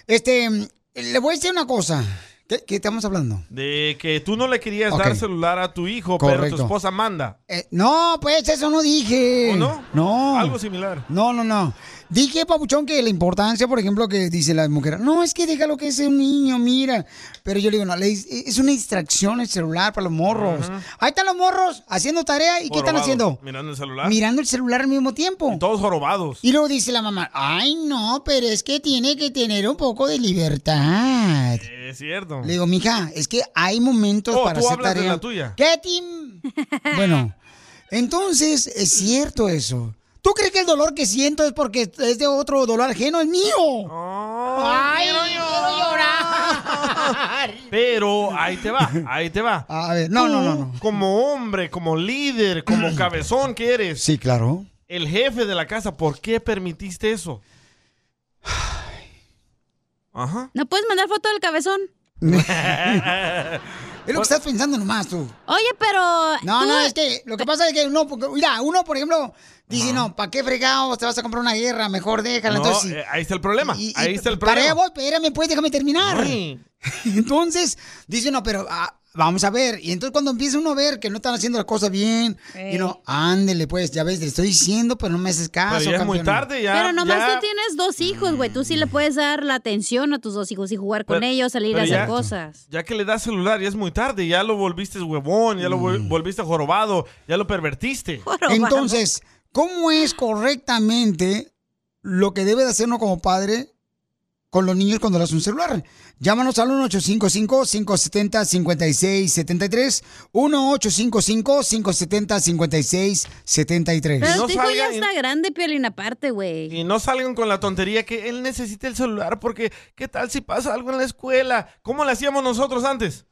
Speaker 1: Este, le voy a decir una cosa. ¿Qué, qué estamos hablando?
Speaker 2: De que tú no le querías
Speaker 1: Ok.
Speaker 2: dar celular a tu hijo, pero
Speaker 1: Correcto.
Speaker 2: tu esposa manda.
Speaker 1: Eh, no, pues eso no dije.
Speaker 2: ¿O no?
Speaker 1: No.
Speaker 2: Algo similar.
Speaker 1: No, no, no. Dije, Papuchón, que la importancia, por ejemplo, que dice la mujer, no, es que déjalo que es un niño, mira. Pero yo le digo, no, le- es una distracción el celular para los morros.
Speaker 2: Ajá.
Speaker 1: Ahí están los morros haciendo tarea y ¿qué están
Speaker 2: Jorobados,
Speaker 1: haciendo?
Speaker 2: Mirando el celular.
Speaker 1: Mirando el celular al mismo tiempo.
Speaker 2: Todos jorobados.
Speaker 1: Y luego dice la mamá, ay no, pero es que tiene que tener un poco de libertad.
Speaker 2: Es cierto.
Speaker 1: Le digo, mija, es que hay momentos
Speaker 2: Oh,
Speaker 1: para
Speaker 2: tú
Speaker 1: hacer
Speaker 2: hablas de
Speaker 1: tarea.
Speaker 2: la tuya.
Speaker 1: ¿Qué, Tim? bueno, entonces es cierto eso. ¿Tú crees que el dolor que siento es porque es de
Speaker 2: Oh.
Speaker 1: otro dolor ajeno? ¡Es mío!
Speaker 2: ¡Ay,
Speaker 1: quiero llorar!
Speaker 2: Pero ahí te va, ahí te va.
Speaker 1: A ver, no, no, no, no.
Speaker 2: Como hombre, como líder, como cabezón que eres,
Speaker 1: Sí, claro.
Speaker 2: el jefe de la casa, ¿por qué permitiste eso? Ajá.
Speaker 3: ¿No puedes mandar foto del cabezón?
Speaker 1: Es lo que estás pensando nomás tú.
Speaker 3: Oye, pero.
Speaker 1: No,
Speaker 3: tú-
Speaker 1: no, es que lo que pasa es que uno, porque, mira, uno, por ejemplo, dice, no, ¿para qué fregados te vas a comprar una guerra? Mejor déjala.
Speaker 2: No,
Speaker 1: Entonces,
Speaker 2: eh, ahí está el problema. ahí está el
Speaker 1: Para allá
Speaker 2: problema.
Speaker 1: voy, espérame, pues déjame terminar. Entonces, dice no, pero ah, vamos a ver. Y entonces cuando empieza uno a ver que no están haciendo las cosas bien,
Speaker 3: Ey.
Speaker 1: y no, ándele, pues, ya ves, le estoy diciendo, pero no me haces caso. campeona.
Speaker 3: Pero nomás tú tienes dos hijos, güey. Tú sí le puedes dar la atención a tus dos hijos y jugar con
Speaker 2: Pero-
Speaker 3: ellos, salir a
Speaker 2: pero
Speaker 3: hacer
Speaker 2: ya-
Speaker 3: cosas.
Speaker 2: Ya que le das celular, ya es muy tarde, ya lo volviste huevón, ya lo
Speaker 1: Mm.
Speaker 2: vol- volviste jorobado, ya lo pervertiste.
Speaker 1: Entonces, ¿cómo es correctamente lo que debe de hacer uno como padre con los niños cuando le das un celular? Llámanos al 1-855-570-5673. 1-855-570-5673.
Speaker 3: Pero tu hijo ya está grande, Piolín, aparte, güey.
Speaker 2: Y no salgan con la tontería que él necesita el celular porque ¿qué tal si pasa algo en la escuela? ¿Cómo lo hacíamos nosotros antes?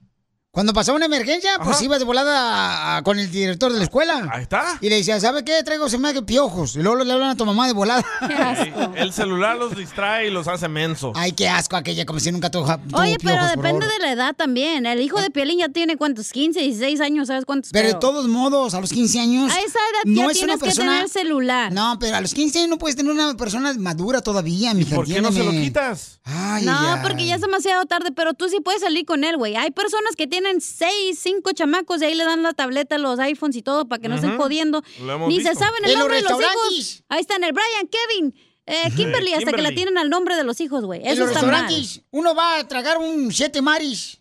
Speaker 1: Cuando pasaba una emergencia, pues ibas de volada a- a- con el director de la escuela. Ahí
Speaker 2: está.
Speaker 1: Y le decía, ¿sabe qué? Traigo se me hace piojos. Y luego le hablan a tu mamá de volada.
Speaker 2: El celular los distrae y los hace mensos.
Speaker 1: Ay, qué asco aquella, como si Pues nunca tuvo ja- tuvo
Speaker 3: Oye, pero
Speaker 1: piojos, por
Speaker 3: depende
Speaker 1: favor.
Speaker 3: de
Speaker 1: Ah.
Speaker 3: la edad también. El hijo de Piolín ya tiene cuántos, 15, 16 años, ¿sabes cuántos?
Speaker 1: Pero de todos modos, a los 15 años.
Speaker 3: A esa edad ya tienes que tener
Speaker 1: celular. No, pero a los 15 años no puedes tener una persona madura todavía, mija.
Speaker 2: por qué no se lo
Speaker 1: entiéndeme.
Speaker 2: quitas?
Speaker 1: Ay,
Speaker 3: no,
Speaker 1: ay, ay.
Speaker 3: porque ya es demasiado tarde, pero tú sí puedes salir con él, güey. Hay personas que tienen seis, cinco chamacos y ahí le dan la tableta, los iPhones y todo para que no estén
Speaker 2: Ujú.
Speaker 3: jodiendo.
Speaker 2: Lo hemos
Speaker 3: Ni se
Speaker 2: visto.
Speaker 3: saben el
Speaker 2: En los
Speaker 3: nombre de los hijos.
Speaker 2: restaurantes.
Speaker 3: Ahí están el Brian, Kevin, eh, Kimberly, hasta que la
Speaker 1: Kimberly.
Speaker 3: tienen al nombre de los hijos, güey.
Speaker 1: en
Speaker 3: Eso
Speaker 1: los
Speaker 3: está mal.
Speaker 1: restaurantes uno va a tragar un siete maris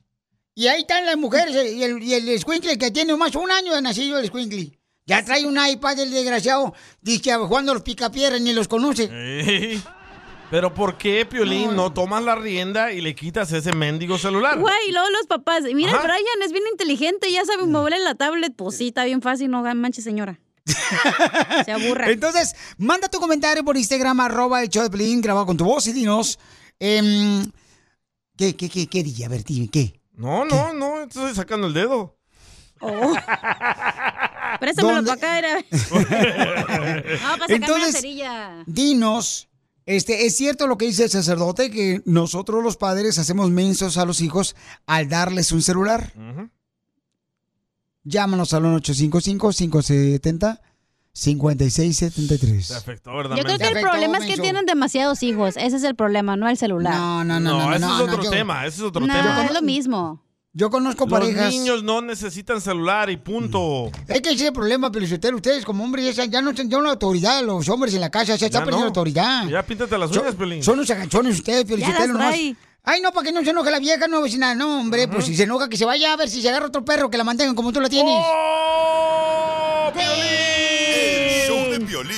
Speaker 1: y ahí están las mujeres eh, y el, y el escuincle que tiene más un año de nacido el escuincle. Ya trae un iPad el desgraciado, dice que jugando los picapierras ni los conoce.
Speaker 2: Ey. Pero ¿por qué, Piolín, no, tomas la rienda y le quitas ese mendigo celular?
Speaker 3: Güey, y luego los papás. y Mira,
Speaker 2: Ajá.
Speaker 3: Brian es bien inteligente, ya
Speaker 1: Mm.
Speaker 3: sabe moverle la tablet. Pues sí, está bien fácil, no manches, señora. Se aburra.
Speaker 1: Entonces, manda tu comentario por Instagram, arroba el show de Pelín, grabado con tu voz y dinos. em, ¿Qué, qué, qué, qué, DJ? A ver, dime, ¿qué?
Speaker 2: No, no, no, estoy sacando el dedo.
Speaker 3: Oh. Préstamelo
Speaker 2: Ah.
Speaker 1: ¿Dónde?
Speaker 3: para acá, era. No, para sacarme la
Speaker 1: Entonces,
Speaker 3: cerilla.
Speaker 1: Dinos, este, ¿es cierto lo que dice el sacerdote que nosotros los padres hacemos mensos a los hijos al darles un celular? Llámanos al 1-855-570-5673.
Speaker 2: Perfecto, ¿verdad?
Speaker 3: Yo creo que el problema es que tienen demasiados hijos. Ese es el problema, no el celular.
Speaker 1: No,
Speaker 2: No,
Speaker 1: no, no,
Speaker 2: ese
Speaker 1: no,
Speaker 2: es
Speaker 1: no,
Speaker 2: otro
Speaker 1: yo-
Speaker 2: tema, ese es otro
Speaker 3: No,
Speaker 2: tema.
Speaker 3: es lo mismo.
Speaker 1: Yo conozco
Speaker 2: Los
Speaker 1: parejas. Mm.
Speaker 2: niños no necesitan celular y punto.
Speaker 1: Es que ese es el problema, pero ustedes como hombres ya, ya no son ya no hay autoridad, los hombres en la casa ya están
Speaker 2: Ya
Speaker 1: perdiendo
Speaker 2: no.
Speaker 1: autoridad.
Speaker 2: Ya píntate las uñas, Piolín.
Speaker 1: Son unos agachones ustedes,
Speaker 2: Ya
Speaker 1: Felicitelo
Speaker 2: las
Speaker 1: nomás.
Speaker 2: trae.
Speaker 1: Ay, no, para que no se enoje la vieja, no, vecina. No, hombre, pues si se enoja, que se vaya a ver si se agarra otro perro que la mantengan como tú la tienes.
Speaker 2: Oh.
Speaker 6: El show de Piolín.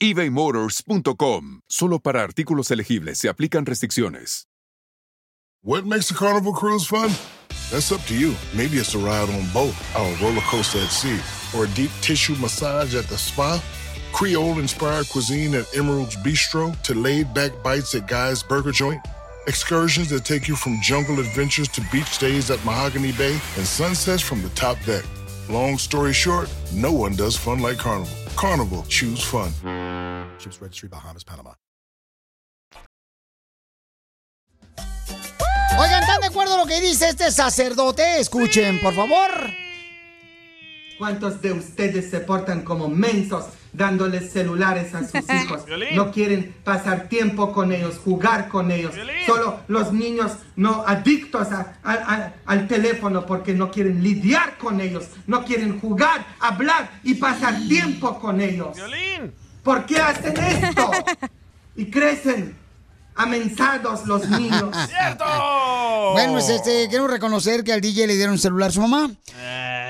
Speaker 24: ebaymotors.com. Solo para artículos elegibles se aplican restricciones.
Speaker 14: What makes a carnival cruise fun? That's up to you. Maybe it's a ride on boat, a roller coaster at sea, or a deep tissue massage at the spa. Creole inspired cuisine at Emerald's Bistro to laid back bites at Guy's Burger Joint. Excursions that take you from jungle adventures to beach days at Mahogany Bay and sunsets from the top deck. Long story short, no one does fun like Carnival. Carnival, choose fun. Ships Registry, Bahamas, Panama.
Speaker 1: Oigan, ¿están de acuerdo lo que dice este sacerdote? Escuchen, por favor.
Speaker 13: ¿Cuántos de ustedes se portan como mensos dándoles celulares a sus hijos? No quieren pasar tiempo con ellos, jugar con ellos. Solo los niños no adictos a- a- a- al teléfono porque no quieren lidiar con ellos, no quieren jugar, hablar y pasar tiempo con ellos. ¿Por qué hacen esto? Y crecen amensados los niños.
Speaker 2: ¡Cierto! Oh.
Speaker 1: Bueno, pues este, queremos reconocer que al DJ le dieron celular su mamá.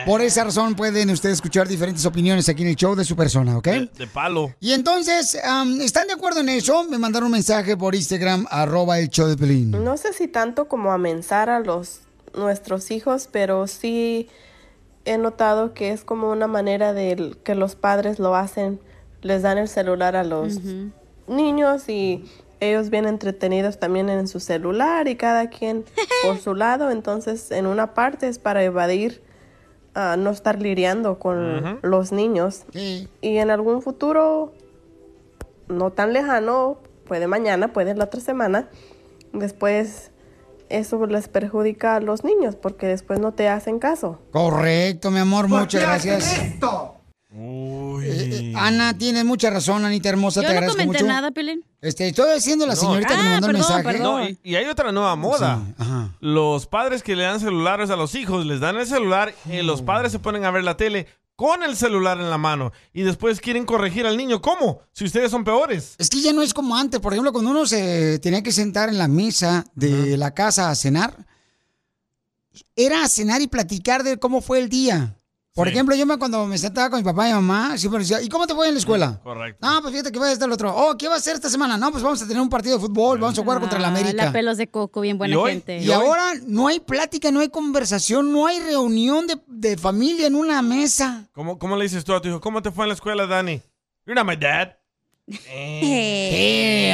Speaker 1: Por esa razón pueden ustedes escuchar diferentes opiniones aquí en el show de su persona, ¿ok?
Speaker 2: De palo.
Speaker 1: Y entonces, am, ¿están de acuerdo en eso? Me mandaron un mensaje por Instagram, arroba el show de Pelín.
Speaker 16: No sé si tanto como amenazar a los nuestros hijos, pero sí he notado que es como una manera de que los padres lo hacen, les dan el celular a los
Speaker 3: Ujú.
Speaker 16: niños y ellos bien entretenidos también en su celular y cada quien por su lado. Entonces, en una parte es para evadir, ah, no estar lidiando con
Speaker 9: Ujú.
Speaker 16: los niños. Y en algún futuro, no tan lejano, puede mañana, puede la otra semana, después eso les perjudica a los niños porque después no te hacen caso.
Speaker 1: Correcto, mi amor, muchas gracias.
Speaker 2: Uy.
Speaker 1: Eh, Ana, tienes mucha razón, Anita hermosa,
Speaker 3: Yo
Speaker 1: te
Speaker 3: no
Speaker 1: agradezco
Speaker 3: comenté
Speaker 1: mucho.
Speaker 3: nada, Pelín. Ah,
Speaker 1: Este, estoy haciendo la señorita que me mandó el mensaje.
Speaker 2: No, y, y hay otra nueva moda. Los padres que le dan celulares a los hijos, les dan el celular y los padres se ponen a ver la tele con el celular en la mano y después quieren corregir al niño. ¿Cómo? Si ustedes son peores.
Speaker 1: Es que ya no es como antes. Por ejemplo, cuando uno se tenía que sentar en la mesa de la casa a cenar, era a cenar y platicar de cómo fue el día. Por ejemplo, yo me, cuando me sentaba con mi papá y mi mamá, siempre decía, ¿y cómo te fue en la escuela?
Speaker 2: Correcto.
Speaker 1: No, pues fíjate que voy a estar el otro. Oh, ¿qué va a hacer esta semana? No, pues vamos a tener un partido de fútbol, vamos a jugar contra la
Speaker 3: Ah,
Speaker 1: América.
Speaker 3: La pelos de coco, bien buena
Speaker 1: y hoy-
Speaker 3: gente.
Speaker 1: y ahora no hay plática, no hay conversación, no hay reunión de, de familia en una mesa.
Speaker 2: ¿Cómo, ¿Cómo le dices tú a tu hijo? ¿Cómo te fue en la escuela, Dani? You're not my dad.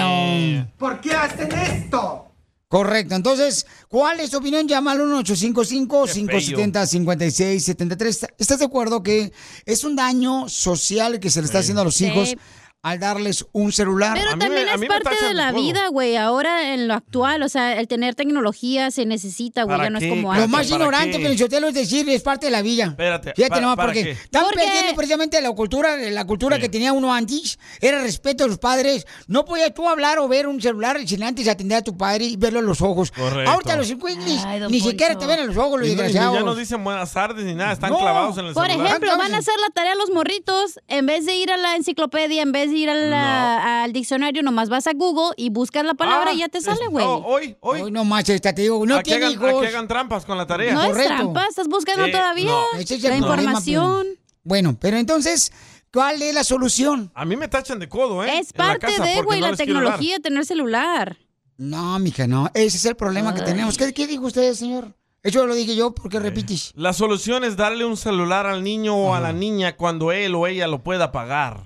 Speaker 1: Damn.
Speaker 13: ¿Por qué hacen esto?
Speaker 1: Correcto. Entonces, ¿cuál es tu opinión? Llama al 1-855-570-5673. ¿Estás de acuerdo que es un daño social que se le está haciendo a los
Speaker 3: Sí.
Speaker 1: hijos al darles un celular?
Speaker 3: Pero también es parte de la vida, güey. Ahora en lo actual, o sea, el tener tecnología se necesita, güey. Ya no es como
Speaker 1: Lo
Speaker 3: antes.
Speaker 1: más ignorante, Pelichotelo, es decir, es parte de la villa.
Speaker 2: Espérate,
Speaker 1: Fíjate
Speaker 2: ¿para-
Speaker 1: nomás,
Speaker 2: para
Speaker 1: porque
Speaker 2: qué?
Speaker 1: están perdiendo precisamente la cultura, la cultura que tenía uno antes, era respeto a los padres. No podías tú hablar o ver un celular sin antes atender a tu padre y verlo a los ojos.
Speaker 2: Correcto.
Speaker 1: Ahorita los inquiglis ni siquiera te ven a los ojos, los
Speaker 2: Y no- y ya no
Speaker 1: desgraciados.
Speaker 2: dicen buenas tardes ni nada, están
Speaker 1: No.
Speaker 2: clavados en el
Speaker 3: Por
Speaker 2: celular.
Speaker 1: Ah,
Speaker 3: ejemplo, van a hacer la tarea los morritos, en vez de ir a la enciclopedia, en vez de ir a la- al diccionario, nomás vas a Google y buscas la palabra
Speaker 2: Ah,
Speaker 3: y ya te
Speaker 2: es-
Speaker 3: sale, güey.
Speaker 2: no, hoy, hoy.
Speaker 1: no manches, esta este, te digo, no
Speaker 2: Aquí
Speaker 1: tiene
Speaker 2: hagan,
Speaker 1: hijos.
Speaker 2: aquí hagan trampas con la tarea.
Speaker 3: No es trampa, estás buscando
Speaker 2: Eh,
Speaker 3: todavía
Speaker 2: no.
Speaker 1: Ese es
Speaker 3: la
Speaker 1: el problema,
Speaker 3: información.
Speaker 1: Piolín. Bueno, pero entonces, ¿cuál es la solución?
Speaker 2: A mí me tachan de codo, ¿eh?
Speaker 3: Es
Speaker 2: En la
Speaker 3: parte
Speaker 2: casa,
Speaker 3: de,
Speaker 2: porque
Speaker 3: güey,
Speaker 2: no
Speaker 3: la
Speaker 2: les quiero dar.
Speaker 3: tecnología, tener celular.
Speaker 1: No, mija, no. Ese es el problema que
Speaker 3: Ay. Eh.
Speaker 1: tenemos. ¿Qué, qué dijo usted, señor? Eso lo dije yo porque repites.
Speaker 2: La solución es darle un celular al niño o a la niña cuando él o ella lo pueda pagar.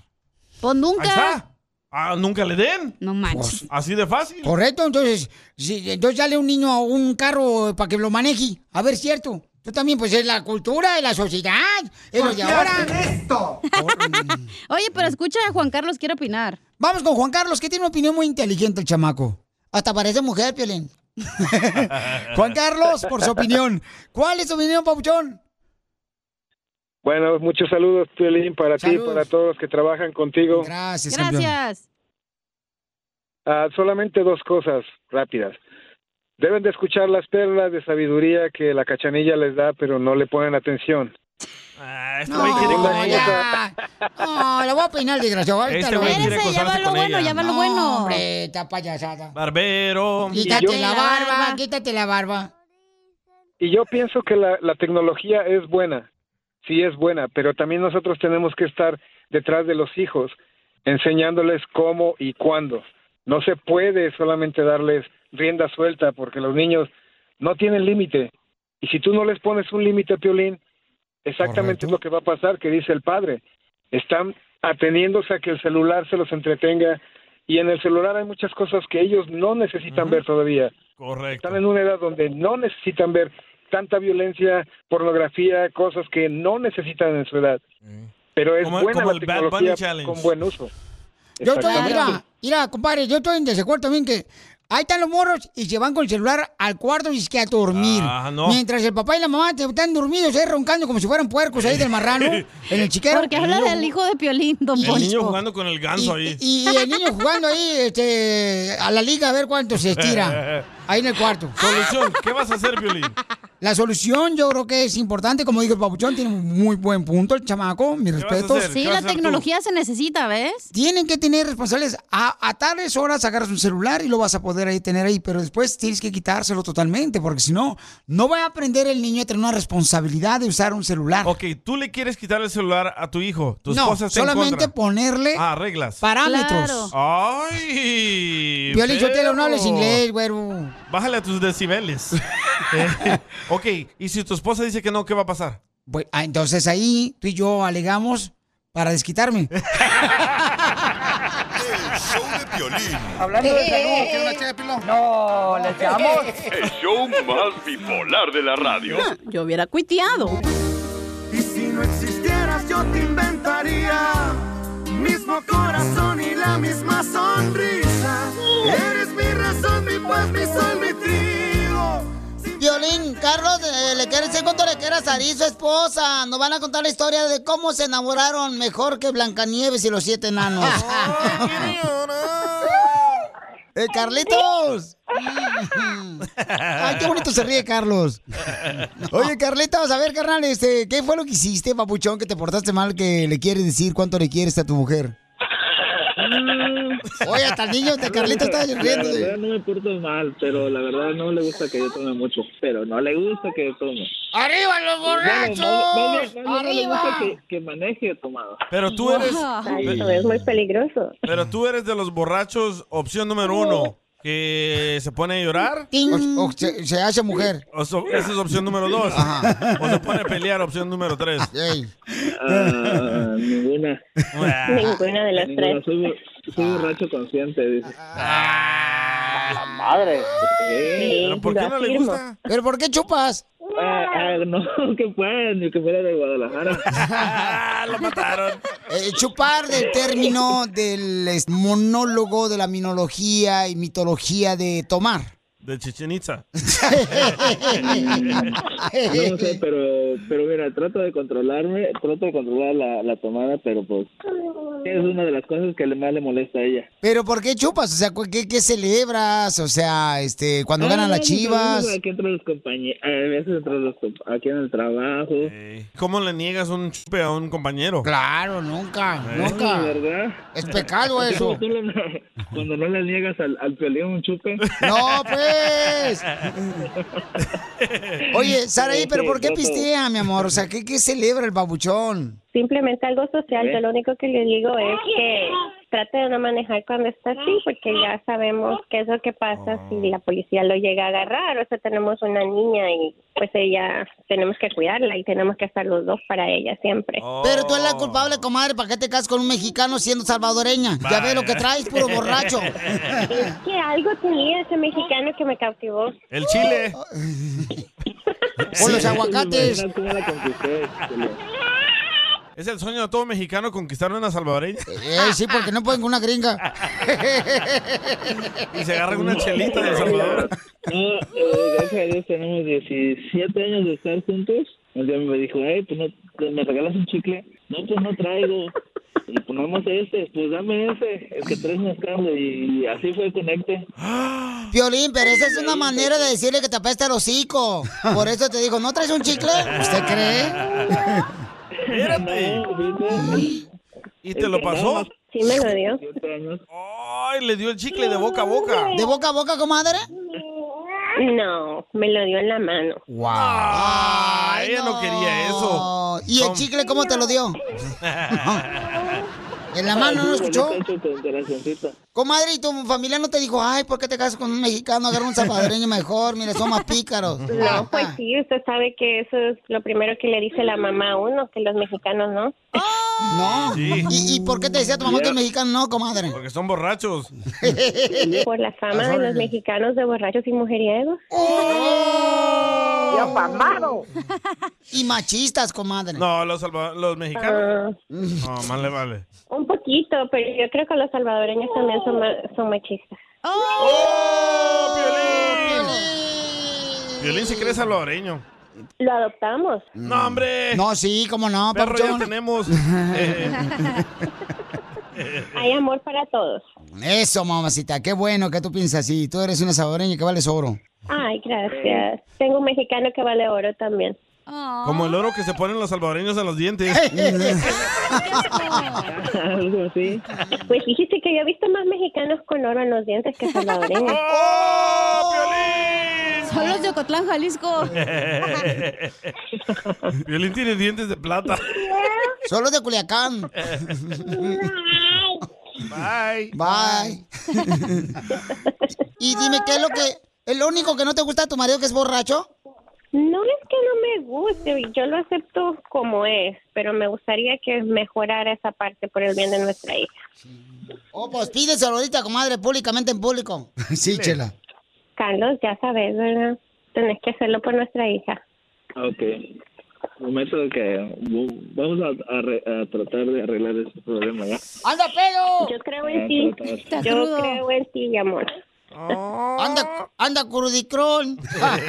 Speaker 3: Pues nunca.
Speaker 2: Ahí está. Ah, nunca le den.
Speaker 3: No manches.
Speaker 2: Así de fácil.
Speaker 1: Correcto, entonces, si, entonces dale un niño a un carro para que lo maneje. A ver, cierto. Tú también, pues es la cultura, es la sociedad, es lo
Speaker 3: ¿Por
Speaker 1: de
Speaker 3: qué
Speaker 1: ahora.
Speaker 3: hacen Oye, pero escucha, Juan Carlos quiere opinar.
Speaker 1: Vamos con Juan Carlos, que tiene una opinión muy inteligente el chamaco. Hasta parece mujer, Piolín. Juan Carlos, por su opinión. ¿Cuál es tu opinión, Papuchón?
Speaker 25: Bueno, muchos saludos, Piolín, para ti,
Speaker 1: Saludos.
Speaker 25: para todos los que trabajan contigo.
Speaker 1: Gracias,
Speaker 3: Gracias.
Speaker 25: Ah, solamente dos cosas rápidas. Deben de escuchar las perlas de sabiduría que la cachanilla les da, pero no le ponen atención.
Speaker 2: güey quiere
Speaker 1: No,
Speaker 2: con ella.
Speaker 1: ya. No, la voy a peinar, desgraciado. Ahorita
Speaker 2: Este
Speaker 1: lo-
Speaker 2: güey quiere
Speaker 1: Espérese, ya va
Speaker 2: acostarse
Speaker 1: lo
Speaker 2: con
Speaker 1: bueno,
Speaker 2: ella.
Speaker 1: ya va lo
Speaker 2: No,
Speaker 1: bueno. Hombre, está payasada.
Speaker 2: Barbero.
Speaker 1: Quítate la barba, quítate la barba.
Speaker 25: Y yo pienso que la, la tecnología es buena, sí es buena, pero también nosotros tenemos que estar detrás de los hijos, enseñándoles cómo y cuándo. No se puede solamente darles rienda suelta porque los niños no tienen límite. Y si tú no les pones un límite, Piolín, exactamente es lo que va a pasar, que dice el padre. Están ateniéndose a que el celular se los entretenga y en el celular hay muchas cosas que ellos no necesitan ver todavía.
Speaker 2: Correcto.
Speaker 25: Están en una edad donde no necesitan ver tanta violencia, pornografía, cosas que no necesitan en su edad. Pero es
Speaker 2: Como-
Speaker 25: buena
Speaker 2: como
Speaker 25: la
Speaker 2: el Bad Bunny
Speaker 25: tecnología
Speaker 2: Challenge.
Speaker 25: con buen uso.
Speaker 1: Yo estoy,
Speaker 25: Exactamente.
Speaker 1: mira, mira, compadre, yo estoy en desacuerdo también que ahí están los morros y se van con el celular al cuarto y es que a dormir.
Speaker 2: Ah, no.
Speaker 1: Mientras el papá y la mamá te- están dormidos, ahí roncando como si fueran puercos ahí del marrano, en el chiquero.
Speaker 3: Porque habla del hijo de Piolín, don
Speaker 2: El niño
Speaker 3: Poncho.
Speaker 2: jugando con el ganso ahí.
Speaker 1: Y el niño jugando ahí este, a la liga a ver cuánto se estira. Ahí en el cuarto.
Speaker 2: Solución, ¿qué vas a hacer, Violín?
Speaker 1: La solución yo creo que es importante, como dijo el Papuchón, tiene un muy buen punto el chamaco, mis
Speaker 3: vas a
Speaker 1: respetos.
Speaker 3: hacer? ¿Qué Sí, vas a la hacer tú? tecnología
Speaker 1: se necesita, ¿ves? Tienen que tener responsables. A, a tales horas agarras un celular y lo vas a poder ahí tener ahí, pero después tienes que quitárselo totalmente, porque si no, no va a aprender el niño a tener una responsabilidad de usar un celular.
Speaker 3: Oh,
Speaker 2: Ok, tú le quieres quitar el celular a tu hijo. Tu
Speaker 1: No,
Speaker 2: esposa está en
Speaker 1: solamente
Speaker 2: contra.
Speaker 1: ponerle
Speaker 2: Ah, reglas.
Speaker 1: parámetros. Claro.
Speaker 2: ¡Ay!
Speaker 1: Violín, yo te lo
Speaker 2: perro.
Speaker 1: no hables inglés, güero.
Speaker 2: Bájale a tus decibeles. Eh, ok, y si tu esposa dice que no, ¿qué va a pasar?
Speaker 1: Bueno, ah, entonces ahí tú y yo alegamos para desquitarme.
Speaker 23: Hablando de salud, ¿quiere una ché de pilón? No, ¿le echamos?
Speaker 8: El show más bipolar de la radio.
Speaker 9: Yo hubiera cuiteado.
Speaker 7: Y si no existieras yo te inventaría Mismo corazón y la misma sonrisa Eres mi razón, mi paz, mi sol, mi trigo
Speaker 1: Violín, Carlos, eh, le quiere decir cuánto le quiere a Sarí, su esposa. Nos van a contar la historia de cómo se enamoraron mejor que Blancanieves y los siete enanos. ¡Eh, Carlitos! ¡Ay, qué bonito se ríe, Carlos! Oye, Carlitos, a ver, carnal, este, ¿qué fue lo que hiciste, papuchón, que te portaste mal, que le quieres decir cuánto le quieres a tu mujer? Oye, hasta el niño de Carlitos está riendo.
Speaker 26: La verdad no me porto mal, pero la verdad no le gusta que yo tome mucho. Pero no le gusta que yo tome.
Speaker 1: ¡Arriba los
Speaker 26: borrachos! no le gusta
Speaker 2: ¡Arriba!
Speaker 26: que, que maneje tomado.
Speaker 2: Pero tú eres.
Speaker 17: peligroso.
Speaker 2: Pero tú eres de los borrachos, opción número uno, que se pone a llorar.
Speaker 1: O- o se, se hace mujer.
Speaker 2: O so- esa es opción número dos. O se pone a pelear, opción número tres.
Speaker 26: Ah, ninguna.
Speaker 2: Ah.
Speaker 17: Ninguna de las
Speaker 26: Ninguna.
Speaker 17: tres.
Speaker 26: Soy, bo- soy borracho consciente, dice.
Speaker 3: Ah.
Speaker 26: la madre! ¿Pero por qué no le gusta?
Speaker 1: ¿Pero por qué chupas?
Speaker 26: Ah, ah, no, que pueden, Pues, ni que fuera de Guadalajara.
Speaker 2: ¡Lo mataron!
Speaker 1: Eh, chupar del término del es, monólogo de la minología y mitología de tomar.
Speaker 2: De Chichen Itza.
Speaker 26: No sé, pero, pero mira, trato de controlarme, trato de controlar la, la tomada, pero pues es una de las cosas que le- más le molesta a ella.
Speaker 1: Pero ¿por qué chupas? O sea, cu- ¿qué, qué celebras? O sea, este, cuando
Speaker 26: Ah,
Speaker 1: ganan las
Speaker 26: pues,
Speaker 1: chivas.
Speaker 26: Aquí entre los compañeros, a veces entre los compa- aquí en el trabajo.
Speaker 2: Eh, ¿Cómo le niegas un chupe a un compañero? Eh.
Speaker 1: Claro, nunca, nunca.
Speaker 26: Sí, ¿verdad?
Speaker 1: Es pecado
Speaker 26: Así como
Speaker 1: eso.
Speaker 26: tú le- cuando no le niegas al, al piolín un chupe.
Speaker 1: No, pues. Oye, Saraí,
Speaker 17: Sí,
Speaker 1: ¿pero
Speaker 17: sí,
Speaker 1: por qué
Speaker 17: yo te-
Speaker 1: pistea, mi amor? O sea, ¿qué, qué celebra el babuchón?
Speaker 17: Simplemente algo social.
Speaker 1: ¿Eh?
Speaker 17: Yo lo único que le digo es que trate de no manejar cuando está así, porque ya sabemos qué es lo que pasa si
Speaker 2: Ah.
Speaker 17: la policía lo llega a agarrar. O sea, tenemos una niña y pues ella tenemos que cuidarla y tenemos que estar los dos para ella siempre.
Speaker 2: Oh.
Speaker 1: Pero tú eres la culpable,
Speaker 17: Oh.
Speaker 1: comadre. ¿Para qué te casas con un mexicano siendo salvadoreña? Ya ves lo que traes, puro borracho. Eh,
Speaker 17: Es que algo tenía ese mexicano que me cautivó.
Speaker 2: El chile.
Speaker 1: O los aguacates.
Speaker 2: Es el sueño de todo mexicano conquistar una salvadoreña.
Speaker 1: Eh, sí, porque no pueden con una gringa.
Speaker 2: Y se agarran una chelita de El Salvador.
Speaker 26: No, eh, gracias a Dios tenemos 17 años de estar juntos. Un día me dijo, hey, pues no, te- me regalas un chicle. No, pues no traigo. Y ponemos este, pues dame ese, el que traes más caro. Y así fue el conecte.
Speaker 1: Violín, pero esa es una manera
Speaker 2: pues.
Speaker 1: de decirle que te apesta el hocico. Por eso te digo, ¿no traes un chicle? ¿Usted cree?
Speaker 2: Espérate. ¿Y te lo pasó?
Speaker 17: Sí, me lo dio.
Speaker 2: ¡Ay, le dio el chicle de boca a boca!
Speaker 1: ¿De boca a boca, comadre?
Speaker 17: No, me lo dio en la mano.
Speaker 1: ¡Wow!
Speaker 2: ella no quería eso.
Speaker 1: Oh, ¿Y el chicle cómo te lo dio? En la mano, ¿no escuchó? Comadre, ¿y tu familia no te dijo, ay, ¿por qué te casas con un mexicano? Agarra un salvadoreño mejor, mira, son más pícaros.
Speaker 17: No, pues sí, usted sabe que eso es lo primero que le dice la mamá a uno, que los mexicanos no.
Speaker 1: No. ¿Y, y por qué te decía tu mamá que el mexicano no, comadre?
Speaker 2: Porque son borrachos.
Speaker 17: Por la fama de los mexicanos de borrachos y mujeriegos. ¡Oh!
Speaker 1: ¡Yo Y machistas, comadre. Ah.
Speaker 2: No, los, salva- los mexicanos. No, más le vale.
Speaker 17: Un poquito, pero yo creo que los salvadoreños también son, ma- son machistas.
Speaker 2: ¡Oh, Violín se cree salvadoreño.
Speaker 17: Lo adoptamos.
Speaker 2: No, hombre.
Speaker 1: No, sí, cómo no,
Speaker 2: Perro ya
Speaker 1: papuchón.
Speaker 2: tenemos. Eh,
Speaker 17: Hay amor para todos.
Speaker 1: Eso, mamacita, qué bueno que tú piensas así. Tú eres una salvadoreña que vales oro.
Speaker 17: Ay, gracias. Tengo un mexicano que vale oro también.
Speaker 2: Como el oro que se ponen los salvadoreños en los dientes.
Speaker 17: Algo así. Pues dijiste que yo he visto más mexicanos con oro en los dientes que salvadoreños.
Speaker 3: Son los de Ocotlán, Jalisco.
Speaker 2: Violín tiene dientes de plata.
Speaker 1: Solo de Culiacán.
Speaker 2: Bye.
Speaker 1: Bye. y dime, ¿qué es lo que. ¿Es lo único que no te gusta de tu marido que es borracho?
Speaker 17: No es que no me guste, yo lo acepto como es, pero me gustaría que mejorara esa parte por el bien de nuestra hija.
Speaker 1: Oh, pues pídeselo ahorita, comadre, públicamente en público. Sí, chela.
Speaker 17: Carlos, ya sabes, ¿verdad? Tenés que hacerlo por nuestra hija.
Speaker 26: Ok. Prometo que bu- vamos a, a re- a tratar de arreglar ese problema ya.
Speaker 1: ¡Anda, pedo!
Speaker 17: Yo creo en ti.
Speaker 26: Está
Speaker 17: Yo
Speaker 26: crudo.
Speaker 17: creo en ti, mi amor.
Speaker 1: Anda, anda, crudicrón.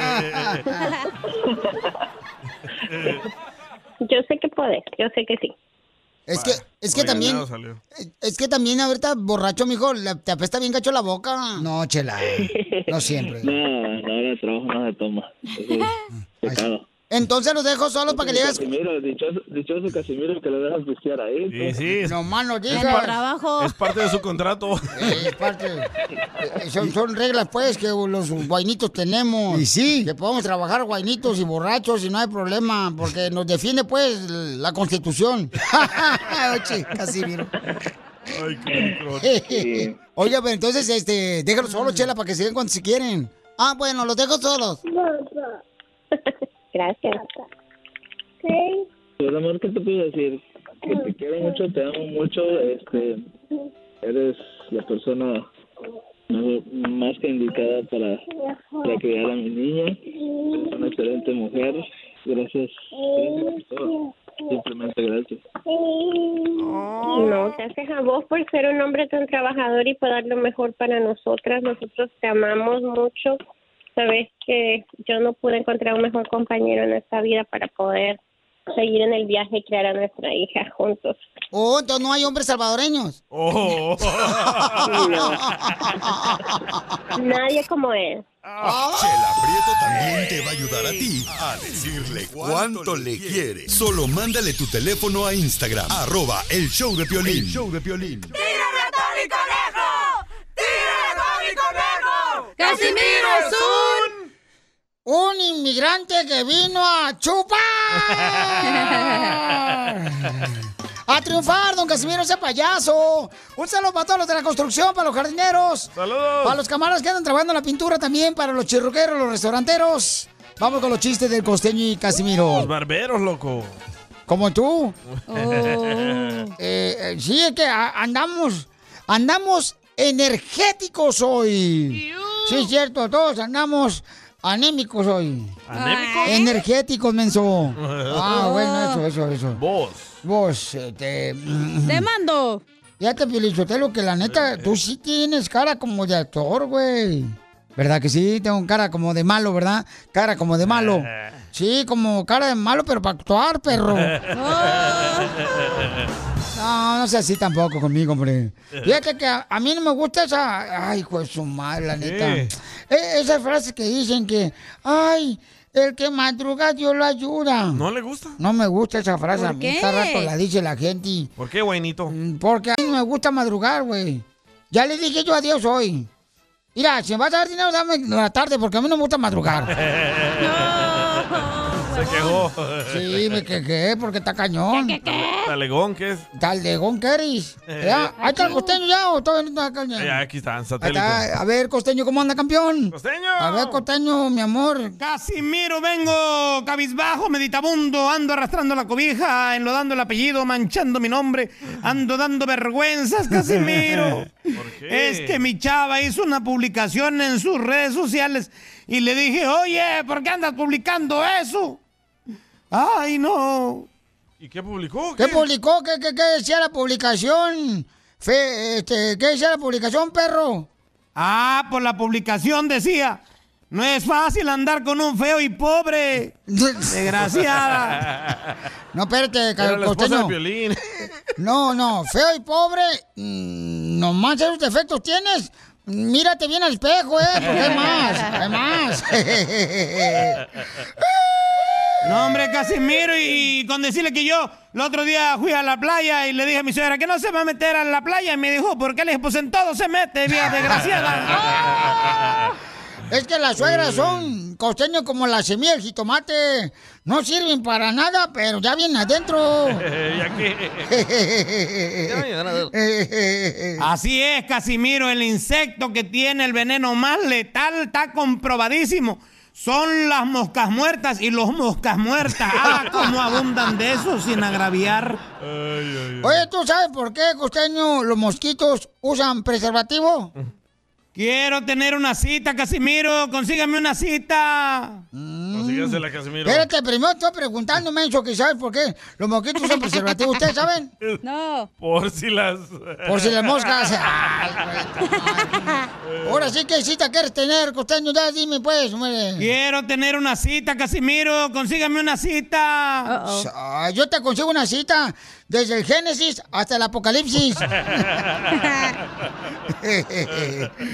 Speaker 17: Yo sé que pues, podés, yo sé que sí.
Speaker 1: Es que, es que
Speaker 17: Oigan,
Speaker 1: también,
Speaker 17: nada
Speaker 1: es que también ahorita borracho, mijo, la- te apesta bien cacho la boca. No, chela, no siempre.
Speaker 26: No, no, el trabajo no se toma. Eso es pecado.
Speaker 1: Entonces los dejo solos para que le digas...
Speaker 26: Casimiro, dichoso, dichoso Casimiro que le dejas pistear a él.
Speaker 2: Sí, sí. es-
Speaker 1: No más no digas.
Speaker 2: par- Es parte de su contrato.
Speaker 1: Es parte- eh, Son, son reglas, pues, que los guainitos tenemos. Y sí. Que podemos trabajar guainitos y borrachos y no hay problema, porque nos defiende, pues, la Constitución. Oye, Casimiro.
Speaker 2: Ay, qué rico.
Speaker 1: Oiga, pero entonces, este, déjalo solo, Chela, para que sigan cuando si quieren. Ah, bueno, los dejo solos.
Speaker 17: Gracias.
Speaker 26: Pues amor, ¿qué te puedo decir? Que te quiero mucho, te amo mucho. Este, eres la persona mejor- más que indicada para, para criar a mi niña. Eres una excelente mujer. Gracias. gracias por todo. Simplemente gracias.
Speaker 17: No, gracias a vos por ser un hombre tan trabajador y por dar lo mejor para nosotras. Nosotros te amamos mucho. Sabes que yo no pude encontrar un mejor compañero en esta vida para poder seguir en el viaje y crear a nuestra hija juntos.
Speaker 1: Oh, entonces no hay hombres salvadoreños.
Speaker 2: Oh.
Speaker 17: Nadie como él.
Speaker 1: Ah.
Speaker 6: Chela Prieto también te va a ayudar a ti a decirle cuánto le quiere. Solo mándale tu teléfono a Instagram, arroba el show de Piolín.
Speaker 7: ¡Tírame a Tony Conejo! ¡Tírame a Tony Conejo!
Speaker 1: ¡Casimiro es un... Un inmigrante que vino a chupar. A triunfar, don Casimiro, ese payaso. Un saludo para todos los de la construcción, para los jardineros.
Speaker 2: Saludos.
Speaker 1: Para los camaradas que andan trabajando en la pintura también, para los chirruqueros, los restauranteros. Vamos con los chistes del costeño y
Speaker 2: Los
Speaker 1: Casimiro.
Speaker 2: barberos, loco.
Speaker 1: Como tú.
Speaker 3: Oh.
Speaker 1: Eh, eh, sí, es que a- andamos, andamos energéticos hoy. Sí, es cierto, todos andamos anémicos hoy.
Speaker 7: ¿Anémicos?
Speaker 3: ¿Eh?
Speaker 1: Energéticos, menso. Ah, bueno, eso, eso, eso.
Speaker 2: Vos.
Speaker 1: Vos, eh, te...
Speaker 3: Te mando.
Speaker 1: Ya te lo que la neta, tú sí tienes cara como de actor, güey. ¿Verdad que sí? Tengo cara como de malo, ¿verdad? Cara como de malo. Sí, como cara de malo, pero para actuar, perro. No, no sé así tampoco conmigo, hombre. Fíjate que a, a mí no me gusta esa. Ay, pues su madre, la neta.
Speaker 7: ¿Qué?
Speaker 1: E- esas frases que dicen que. Ay, el que madruga, Dios lo ayuda. ¿No
Speaker 2: le gusta?
Speaker 1: No me gusta esa frase.
Speaker 2: ¿Por
Speaker 1: A mí
Speaker 2: qué?
Speaker 1: cada rato la dice la gente. y-
Speaker 2: ¿Por qué, guainito?
Speaker 1: Porque a mí no me gusta madrugar, güey. Ya le dije yo adiós hoy. Mira, si me vas a dar dinero, dame la tarde, porque a mí no me gusta madrugar.
Speaker 2: Se quejó.
Speaker 1: Sí, me quejé porque está cañón.
Speaker 2: Talegón, ¿qué es?
Speaker 1: Talegón, ¿qué eres?
Speaker 22: Eh,
Speaker 1: Ya, ¿Ahí está el costeño ya o todavía no está
Speaker 2: Eh,
Speaker 1: cañón?
Speaker 2: aquí están,
Speaker 1: Ahí
Speaker 2: satélite.
Speaker 1: está. A ver, costeño, ¿cómo anda, campeón?
Speaker 2: ¡Costeño!
Speaker 1: A ver, costeño, mi amor.
Speaker 22: Casimiro, vengo cabizbajo, meditabundo, ando arrastrando la cobija, enlodando el apellido, manchando mi nombre, ando dando vergüenzas, Casimiro. Es que mi chava hizo una publicación en sus redes sociales y le dije, oye, ¿por qué andas publicando eso? Ay, no.
Speaker 2: ¿Y qué publicó?
Speaker 1: ¿Qué publicó? ¿Qué, qué, qué decía la publicación? Fe- este, ¿Qué decía la publicación, perro?
Speaker 22: Ah, por la publicación decía, no es fácil andar con un feo y pobre. Desgraciada.
Speaker 1: No, espérate,
Speaker 22: Era la esposa
Speaker 1: eh, costeño.
Speaker 22: de
Speaker 1: No, no, feo y pobre. mm, Nomás esos defectos tienes. Mírate bien al espejo, ¿eh? Porque hay más, hay más.
Speaker 22: No, hombre, Casimiro, y, y con decirle que yo el otro día fui a la playa y le dije a mi suegra que no se va a meter a la playa. Y me dijo, ¿por qué? Le dije, pues en todo se mete, vieja desgraciada.
Speaker 1: Es que las suegras son costeños como la semilla del jitomate. No sirven para nada, pero ya vienen adentro.
Speaker 7: ¿Ya
Speaker 22: Así es, Casimiro, el insecto que tiene el veneno más letal está comprobadísimo. Son las moscas muertas y los moscas muertas. Ah, cómo abundan de eso sin agraviar.
Speaker 1: Oye, ¿tú sabes por qué, costeño, los mosquitos usan preservativo?
Speaker 22: Quiero tener una cita, Casimiro. Consígame una cita.
Speaker 2: Consígasela, Casimiro.
Speaker 1: Espérate, primero estoy preguntándome eso, que sabes por qué. Los mosquitos usan preservativo, ¿ustedes saben?
Speaker 3: No.
Speaker 2: Por si las.
Speaker 1: Por si las moscas.
Speaker 2: Este-
Speaker 1: Ay, güey, ay. Ahora sí, ¿qué cita quieres tener, costeño? Ya dime, pues. hombre.
Speaker 22: Quiero tener una cita, Casimiro. Consígame una cita.
Speaker 1: Ah, Yo te consigo una cita desde el Génesis hasta el Apocalipsis.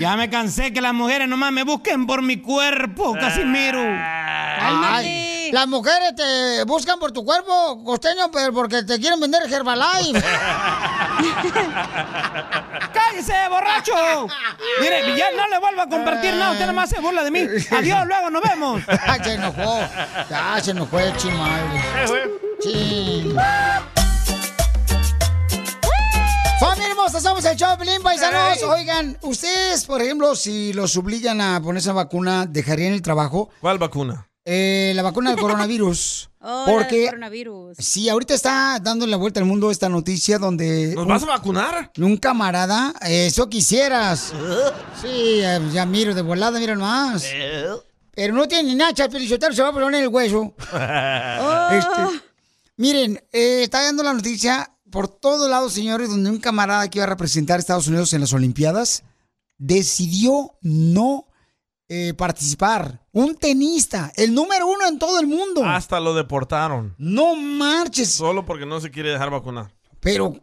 Speaker 22: ya me cansé que las mujeres nomás me busquen por mi cuerpo, Casimiro.
Speaker 1: Ay, las mujeres te buscan por tu cuerpo, costeño, pero porque te quieren vender Herbalife.
Speaker 22: ¡Cállese, borracho! Mire, ya no le vuelvo a compartir nada. Usted nomás se burla de mí. Adiós, luego nos vemos.
Speaker 1: Ay, se enojó. Ya se enojó el chimal. Sí. Familia hermosa, somos el Choplin, paisanos.
Speaker 7: Ey.
Speaker 1: Oigan, ustedes, por ejemplo, si los obligan a ponerse vacuna, ¿dejarían el trabajo?
Speaker 2: ¿Cuál vacuna?
Speaker 1: Eh, la vacuna del coronavirus.
Speaker 3: Oh,
Speaker 1: porque
Speaker 3: coronavirus.
Speaker 1: Sí, ahorita está dando la vuelta al mundo esta noticia donde...
Speaker 2: ¿Nos vas a vacunar?
Speaker 1: Un camarada, eso quisieras. Sí, eh, ya miro de volada, mira más.
Speaker 2: Eh.
Speaker 1: Pero no tiene ni nacha, el Pelichotero se va a poner en el hueso.
Speaker 7: Ah.
Speaker 1: Este, miren, eh, está dando la noticia por todos lados, señores, donde un camarada que iba a representar a Estados Unidos en las Olimpiadas decidió no eh, participar. Un tenista, el número uno en todo el mundo.
Speaker 2: Hasta lo deportaron.
Speaker 1: No marches.
Speaker 2: Solo porque no se quiere dejar vacunar.
Speaker 1: Pero,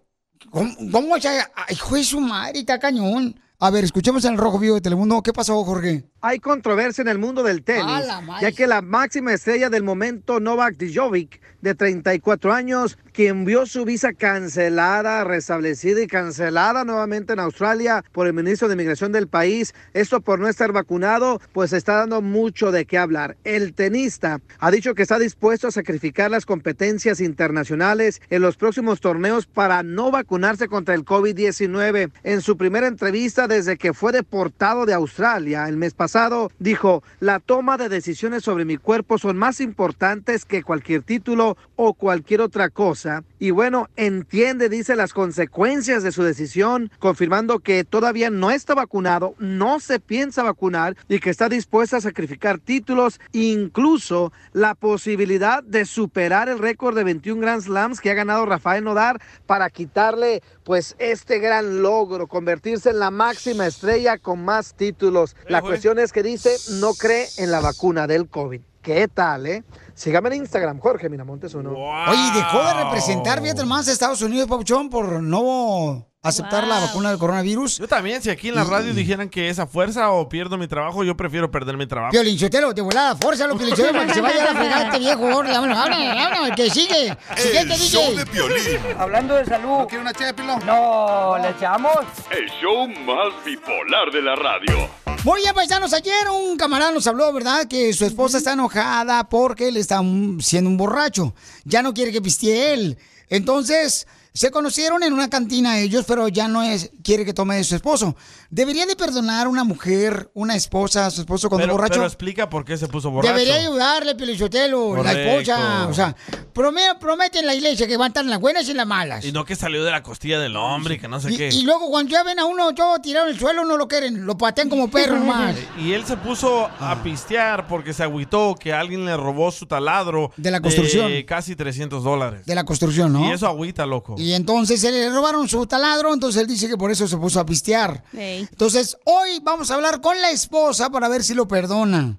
Speaker 1: ¿cómo, cómo ya? ay, Hijo de su madre, está cañón. A ver, escuchemos en el Rojo Vivo de Telemundo. ¿Qué pasó, Jorge?
Speaker 4: Hay controversia en el mundo del
Speaker 1: ¡A
Speaker 4: tenis,
Speaker 1: la madre!
Speaker 4: ya que la máxima estrella del momento, Novak Djokovic, de 34 años, quien vio su visa cancelada, restablecida y cancelada nuevamente en Australia por el ministro de Inmigración del país, esto por no estar vacunado, pues está dando mucho de qué hablar. El tenista ha dicho que está dispuesto a sacrificar las competencias internacionales en los próximos torneos para no vacunarse contra el COVID-19. En su primera entrevista desde que fue deportado de Australia el mes pasado, dijo, la toma de decisiones sobre mi cuerpo son más importantes que cualquier título o cualquier otra cosa. Y bueno, entiende, dice, las consecuencias de su decisión, confirmando que todavía no está vacunado, no se piensa vacunar y que está dispuesta a sacrificar títulos, incluso la posibilidad de superar el récord de 21 Grand Slams que ha ganado Rafael Nodar para quitarle pues este gran logro, convertirse en la máxima estrella con más títulos. La cuestión es que dice no cree en la vacuna del COVID. ¿Qué tal, eh? Sígame en Instagram, Jorge Miramontes uno.
Speaker 1: Oye, dejó de representar, fíjate más, a Estados Unidos, Pauchón, por no aceptar la vacuna del coronavirus.
Speaker 2: Yo también, si aquí en la
Speaker 1: Mm.
Speaker 2: radio dijeran que esa fuerza o pierdo mi trabajo, yo prefiero perder mi trabajo.
Speaker 1: Piolinchotelo, de volada, fórzalo, Piolinchotelo, para que se vaya a la fregada este viejo gordo. Vámonos, vámonos, vámonos, el que sigue. Siguiente, DJ.
Speaker 23: Hablando de salud. ¿No quiere una ché de pilón? No, ¿le echamos?
Speaker 8: El show más bipolar de la radio.
Speaker 1: Muy bien, paisanos, ayer un camarada nos habló, ¿verdad? Que su esposa está enojada porque le está un- siendo un borracho. Ya no quiere que pistee él. Entonces, se conocieron en una cantina ellos, pero ya no es, quiere que tome de su esposo. ¿Debería de perdonar una mujer, una esposa, a su esposo cuando
Speaker 2: pero,
Speaker 1: es borracho?
Speaker 2: pero explica por qué se puso borracho.
Speaker 1: Debería ayudarle, Pelichotelo, la
Speaker 2: Correcto.
Speaker 1: esposa. O sea, prome- promete en la iglesia que van a estar en las buenas y en las malas.
Speaker 2: Y no que salió de la costilla del hombre y que no sé
Speaker 1: Y,
Speaker 2: qué.
Speaker 1: y luego cuando ya ven a uno yo tirado en el suelo, no lo quieren, lo patean como perro más.
Speaker 2: Y él se puso
Speaker 1: Ah.
Speaker 2: a pistear porque se agüitó que alguien le robó su taladro.
Speaker 1: De la construcción.
Speaker 2: de casi 300 dólares.
Speaker 1: De la construcción, ¿no?
Speaker 2: Y eso agüita, loco.
Speaker 1: Y entonces se le robaron su taladro, entonces él dice que por eso se puso a pistear. Entonces, hoy vamos a hablar con la esposa para ver si lo perdona.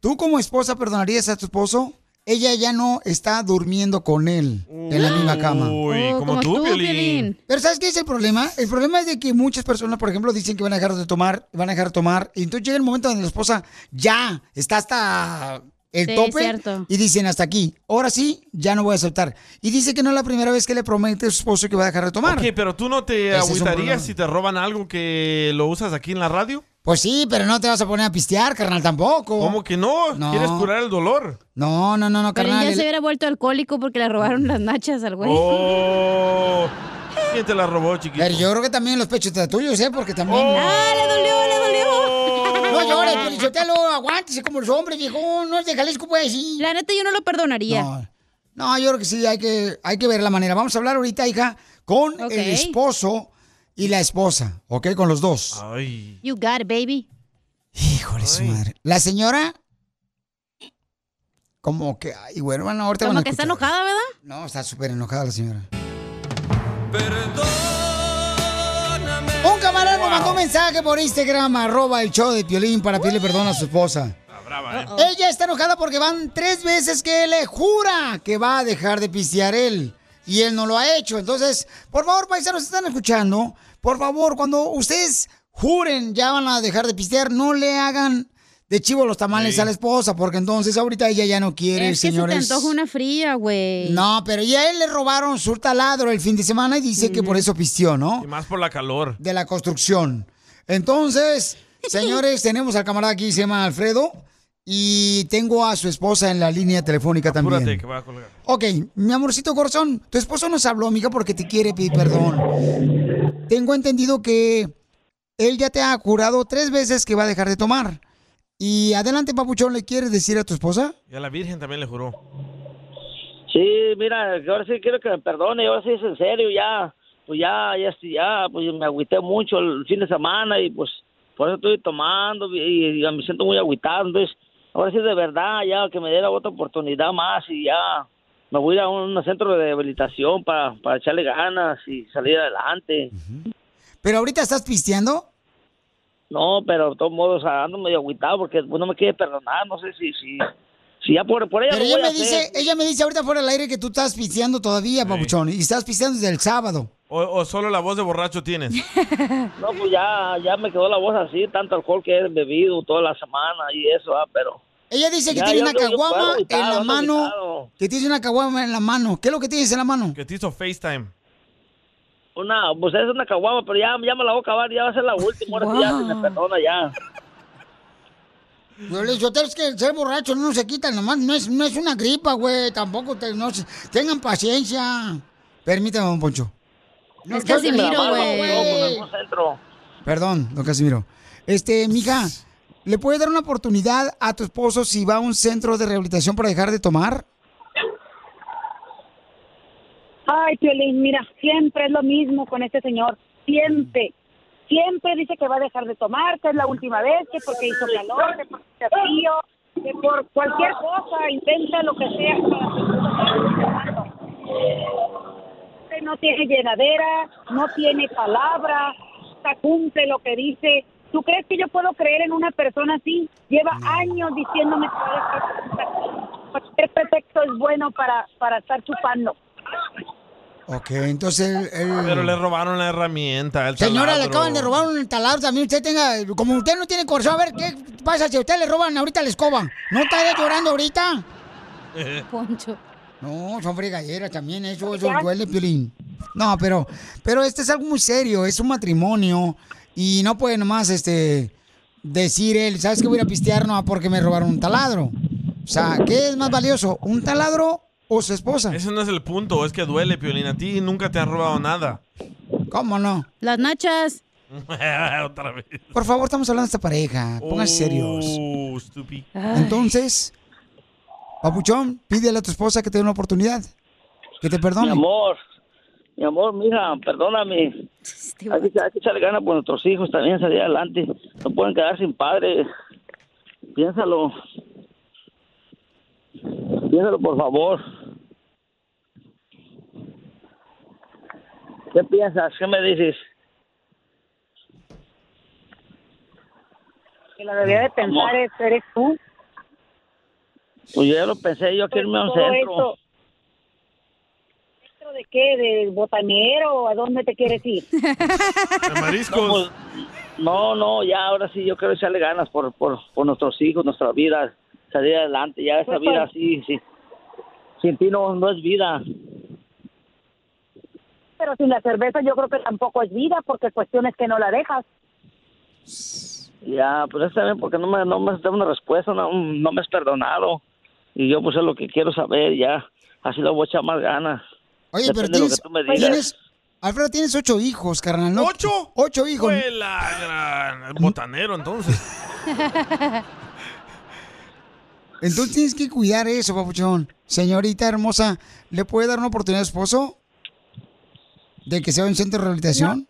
Speaker 1: ¿Tú como esposa perdonarías a tu esposo? ella ya no está durmiendo con él en la misma cama.
Speaker 2: Uy, Oh, como como tú, tú, Piolín. Piolín.
Speaker 1: Pero ¿sabes qué es el problema? El problema es de que muchas personas, por ejemplo, dicen que van a dejar de tomar, van a dejar de tomar, y entonces llega el momento donde la esposa ya está hasta el
Speaker 3: Sí,
Speaker 1: tope
Speaker 3: cierto.
Speaker 1: y dicen hasta aquí. Ahora sí, ya no voy a aceptar. Y dice que no es la primera vez que le promete a su esposo que va a dejar de tomar.
Speaker 2: Ok, pero tú no te
Speaker 1: Ese es un
Speaker 2: agüitarías
Speaker 1: problema.
Speaker 2: si te roban algo que lo usas aquí en la radio.
Speaker 1: Pues sí, pero no te vas a poner a pistear, carnal, tampoco.
Speaker 2: ¿Cómo que no? ¿Quieres curar el dolor?
Speaker 1: No, no, no, no,
Speaker 3: Pero él
Speaker 1: carnal.
Speaker 3: ya
Speaker 1: el-
Speaker 3: se hubiera vuelto alcohólico porque le robaron las nachas al güey.
Speaker 2: Oh, ¿Quién te la robó, chiquito? Oh.
Speaker 1: Pero yo creo que también los pechos de tuyos, ¿eh? Porque también.
Speaker 3: ¡Ah, le dolió, le dolió!
Speaker 1: No llores, pues. Pelichotelo, aguántese como los hombres, viejo. No es de Jalisco, pues sí.
Speaker 3: La neta, yo no lo perdonaría.
Speaker 1: No, No, yo creo que sí, hay que, hay que ver la manera. Vamos a hablar ahorita, hija, con el esposo y la esposa, ¿ok? Con los dos.
Speaker 2: Ay.
Speaker 3: You got it, baby.
Speaker 1: Híjole, su madre. La señora. Como que. Ay, bueno, bueno, ahorita van
Speaker 3: Como
Speaker 1: a
Speaker 3: que está
Speaker 1: escuchar.
Speaker 3: enojada, ¿verdad?
Speaker 1: No, está súper enojada la señora. Un camarada nos mandó un mensaje por Instagram, arroba el show de Piolín, para pedirle perdón a su esposa. Ella está enojada porque van tres veces que le jura que va a dejar de pistear él. Y él no lo ha hecho. Entonces, por favor, paisanos, si están escuchando. Por favor, cuando ustedes juren ya van a dejar de pistear, no le hagan de chivo los tamales a la esposa, porque entonces ahorita ella ya no quiere,
Speaker 3: es que
Speaker 1: señores.
Speaker 3: se te antoja una fría, güey.
Speaker 1: No, pero ya a él le robaron su taladro el fin de semana y dice que por eso pistió, ¿no?
Speaker 2: Y más por la calor.
Speaker 1: De la construcción. Entonces, señores, tenemos al camarada aquí, se llama Alfredo, y tengo a su esposa en la línea telefónica
Speaker 2: Apúrate
Speaker 1: también.
Speaker 2: que va a colgar.
Speaker 1: Ok, mi amorcito corazón, tu esposo nos habló, amiga, porque te quiere pedir perdón. Tengo entendido que él ya te ha curado tres veces que va a dejar de tomar. Y adelante, papuchón, ¿le quieres decir a tu esposa?
Speaker 2: Y a la Virgen también le juró.
Speaker 27: Sí, mira, que ahora sí quiero que me perdone, ahora sí es en serio, ya, pues ya, ya, sí, ya, pues me agüité mucho el fin de semana y pues por eso estoy tomando y, y ya me siento muy agüitado, entonces ahora sí de verdad, ya que me dé la otra oportunidad más y ya me voy a ir a un centro de rehabilitación para, para echarle ganas y salir adelante.
Speaker 1: Pero ahorita estás pisteando.
Speaker 27: No, pero de todos modos o sea, ando medio agüitado porque pues, no me quiere perdonar, no sé si, si, si ya por, por ella
Speaker 1: Pero
Speaker 27: lo
Speaker 1: ella
Speaker 27: voy a
Speaker 1: me,
Speaker 27: hacer.
Speaker 1: dice, ella me dice ahorita fuera del aire que tú estás pisteando todavía, papuchón, y estás pisteando desde el sábado.
Speaker 2: O, o solo la voz de borracho tienes.
Speaker 27: No, pues ya, ya me quedó la voz así, tanto alcohol que he bebido toda la semana y eso, ah, pero...
Speaker 1: Ella dice que
Speaker 27: Ya,
Speaker 1: tiene
Speaker 27: ya
Speaker 1: una
Speaker 27: ando- yo puedo,
Speaker 1: caguama
Speaker 27: agüitado,
Speaker 1: en la
Speaker 27: ando
Speaker 1: mano.
Speaker 27: agüitado.
Speaker 1: Que tienes una caguama en la mano. ¿Qué es lo que tienes en la mano?
Speaker 2: Que te hizo FaceTime.
Speaker 27: Una, pues es una caguama, pero ya, ya me la voy a acabar, ya va a ser la última, ahora sí ya se me perdona ya.
Speaker 1: Yo le digo, es que ser borracho no se quita nomás. No es, no es una gripa, güey. Tampoco te- no se- tengan paciencia. Permítame, don Poncho.
Speaker 3: Es
Speaker 1: yo-
Speaker 3: Casimiro,
Speaker 27: güey.
Speaker 1: Perdón, don Casimiro. Este, mija, ¿le puedes dar una oportunidad a tu esposo si va a un centro de rehabilitación para dejar de tomar?
Speaker 10: Ay, Piolín, mira, siempre es lo mismo con este señor, siempre. Siempre dice que va a dejar de tomar, que es la última vez, que porque hizo calor, que porque hizo frío, que por cualquier cosa intenta lo que sea para
Speaker 25: ¿eh?
Speaker 10: que Este no tiene llenadera, no tiene palabra, hasta cumple lo que dice. ¿Tú crees que yo puedo creer en una persona así? Lleva años diciéndome que va a dejar de tomar. cualquier pretexto es bueno para, para estar chupando.
Speaker 1: Ok, entonces... el- el-
Speaker 2: Pero le robaron la herramienta. el
Speaker 1: Señora, le
Speaker 2: taladro.
Speaker 1: acaban de robar un taladro también. Usted tenga, como usted no tiene corazón, a ver qué pasa si a usted le roban ahorita la escoba. ¿No estaría llorando ahorita?
Speaker 3: Poncho.
Speaker 1: No, son fregaderas también, eso, eso duele, Piolín. No, pero, pero este es algo muy serio, es un matrimonio y no puede nomás, este, decir él, ¿sabes que voy a ir a pistear? No, porque me robaron un taladro. O sea, ¿qué es más valioso, un taladro o su esposa?
Speaker 2: Ese no es el punto, es que duele, Piolín. A ti nunca te han robado nada.
Speaker 1: ¿Cómo no?
Speaker 3: Las nachas.
Speaker 2: Otra vez.
Speaker 1: Por favor, estamos hablando de esta pareja, pónganse serios.
Speaker 2: Uh, stupid.
Speaker 1: Entonces, papuchón, pídele a tu esposa que te dé una oportunidad, que te perdone.
Speaker 27: Mi amor, mi amor, mira, perdóname. Hay que, hay que echarle ganas por nuestros hijos también, salir adelante. No pueden quedar sin padre. Piénsalo. Piénsalo, por favor. ¿Qué piensas? ¿Qué me dices?
Speaker 10: que lo debía de pensar es, eres tú.
Speaker 27: Pues yo ya lo pensé, yo quiero irme a un
Speaker 10: Pues Todo
Speaker 27: centro.
Speaker 10: esto. ¿Centro de qué? ¿Del botanero? ¿A dónde te quieres ir?
Speaker 27: No, pues, no, no, ya ahora sí yo quiero echarle ganas por, por, por nuestros hijos, nuestra vida, salir adelante, ya esa
Speaker 10: Pues,
Speaker 27: vida
Speaker 10: pues.
Speaker 27: así, sí. Sin ti no, no es vida.
Speaker 10: Pero sin la cerveza yo creo que tampoco es vida, porque cuestión es que no la dejas.
Speaker 27: Ya, pues está bien, porque no me, no me has dado una respuesta, no, no me has perdonado. Y yo pues es lo que quiero saber, ya. Así lo voy a echar más ganas.
Speaker 1: Oye, pero
Speaker 27: Depende de lo que
Speaker 1: tienes,
Speaker 27: tú me digas.
Speaker 1: tienes- Alfredo, tienes ocho hijos, carnal. ¿no? ¿Ocho? Ocho hijos.
Speaker 2: Fue la gran- botanero, entonces.
Speaker 1: Entonces tienes que cuidar eso, papuchón. Señorita hermosa, ¿le puede dar una oportunidad a su esposo? ¿De que sea un centro de rehabilitación?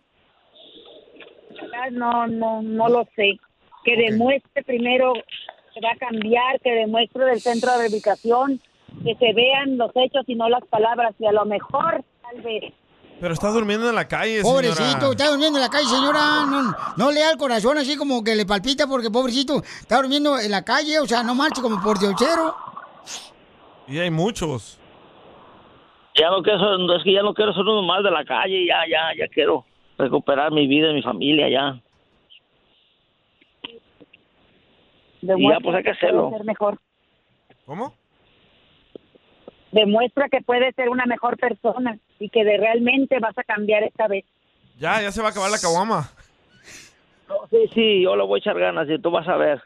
Speaker 10: Ah, No, no, no lo sé. Que demuestre primero que va a cambiar, que demuestre del centro de rehabilitación, que se vean los hechos y no las palabras. Y a lo mejor, tal vez,
Speaker 2: Pero está durmiendo en la calle, señora.
Speaker 1: Pobrecito, está durmiendo en la calle, señora. No, no le da el corazón así como que le palpita porque, pobrecito, está durmiendo en la calle. O sea, no marche como por diochero.
Speaker 27: Y hay muchos. Ya no quiero, ser- no, es que ya no quiero ser uno más de la calle, ya, ya, ya quiero recuperar mi vida y mi familia, ya. Y ya,
Speaker 10: demuestra
Speaker 27: pues hay que
Speaker 10: puede
Speaker 27: hacerlo.
Speaker 10: ser mejor.
Speaker 27: ¿Cómo?
Speaker 10: Demuestra que puede ser una mejor persona y que de realmente vas a cambiar esta vez.
Speaker 2: Ah,
Speaker 27: Ya, ya se va a acabar la caguama. sí, sí, yo lo voy a echar ganas y tú vas a ver.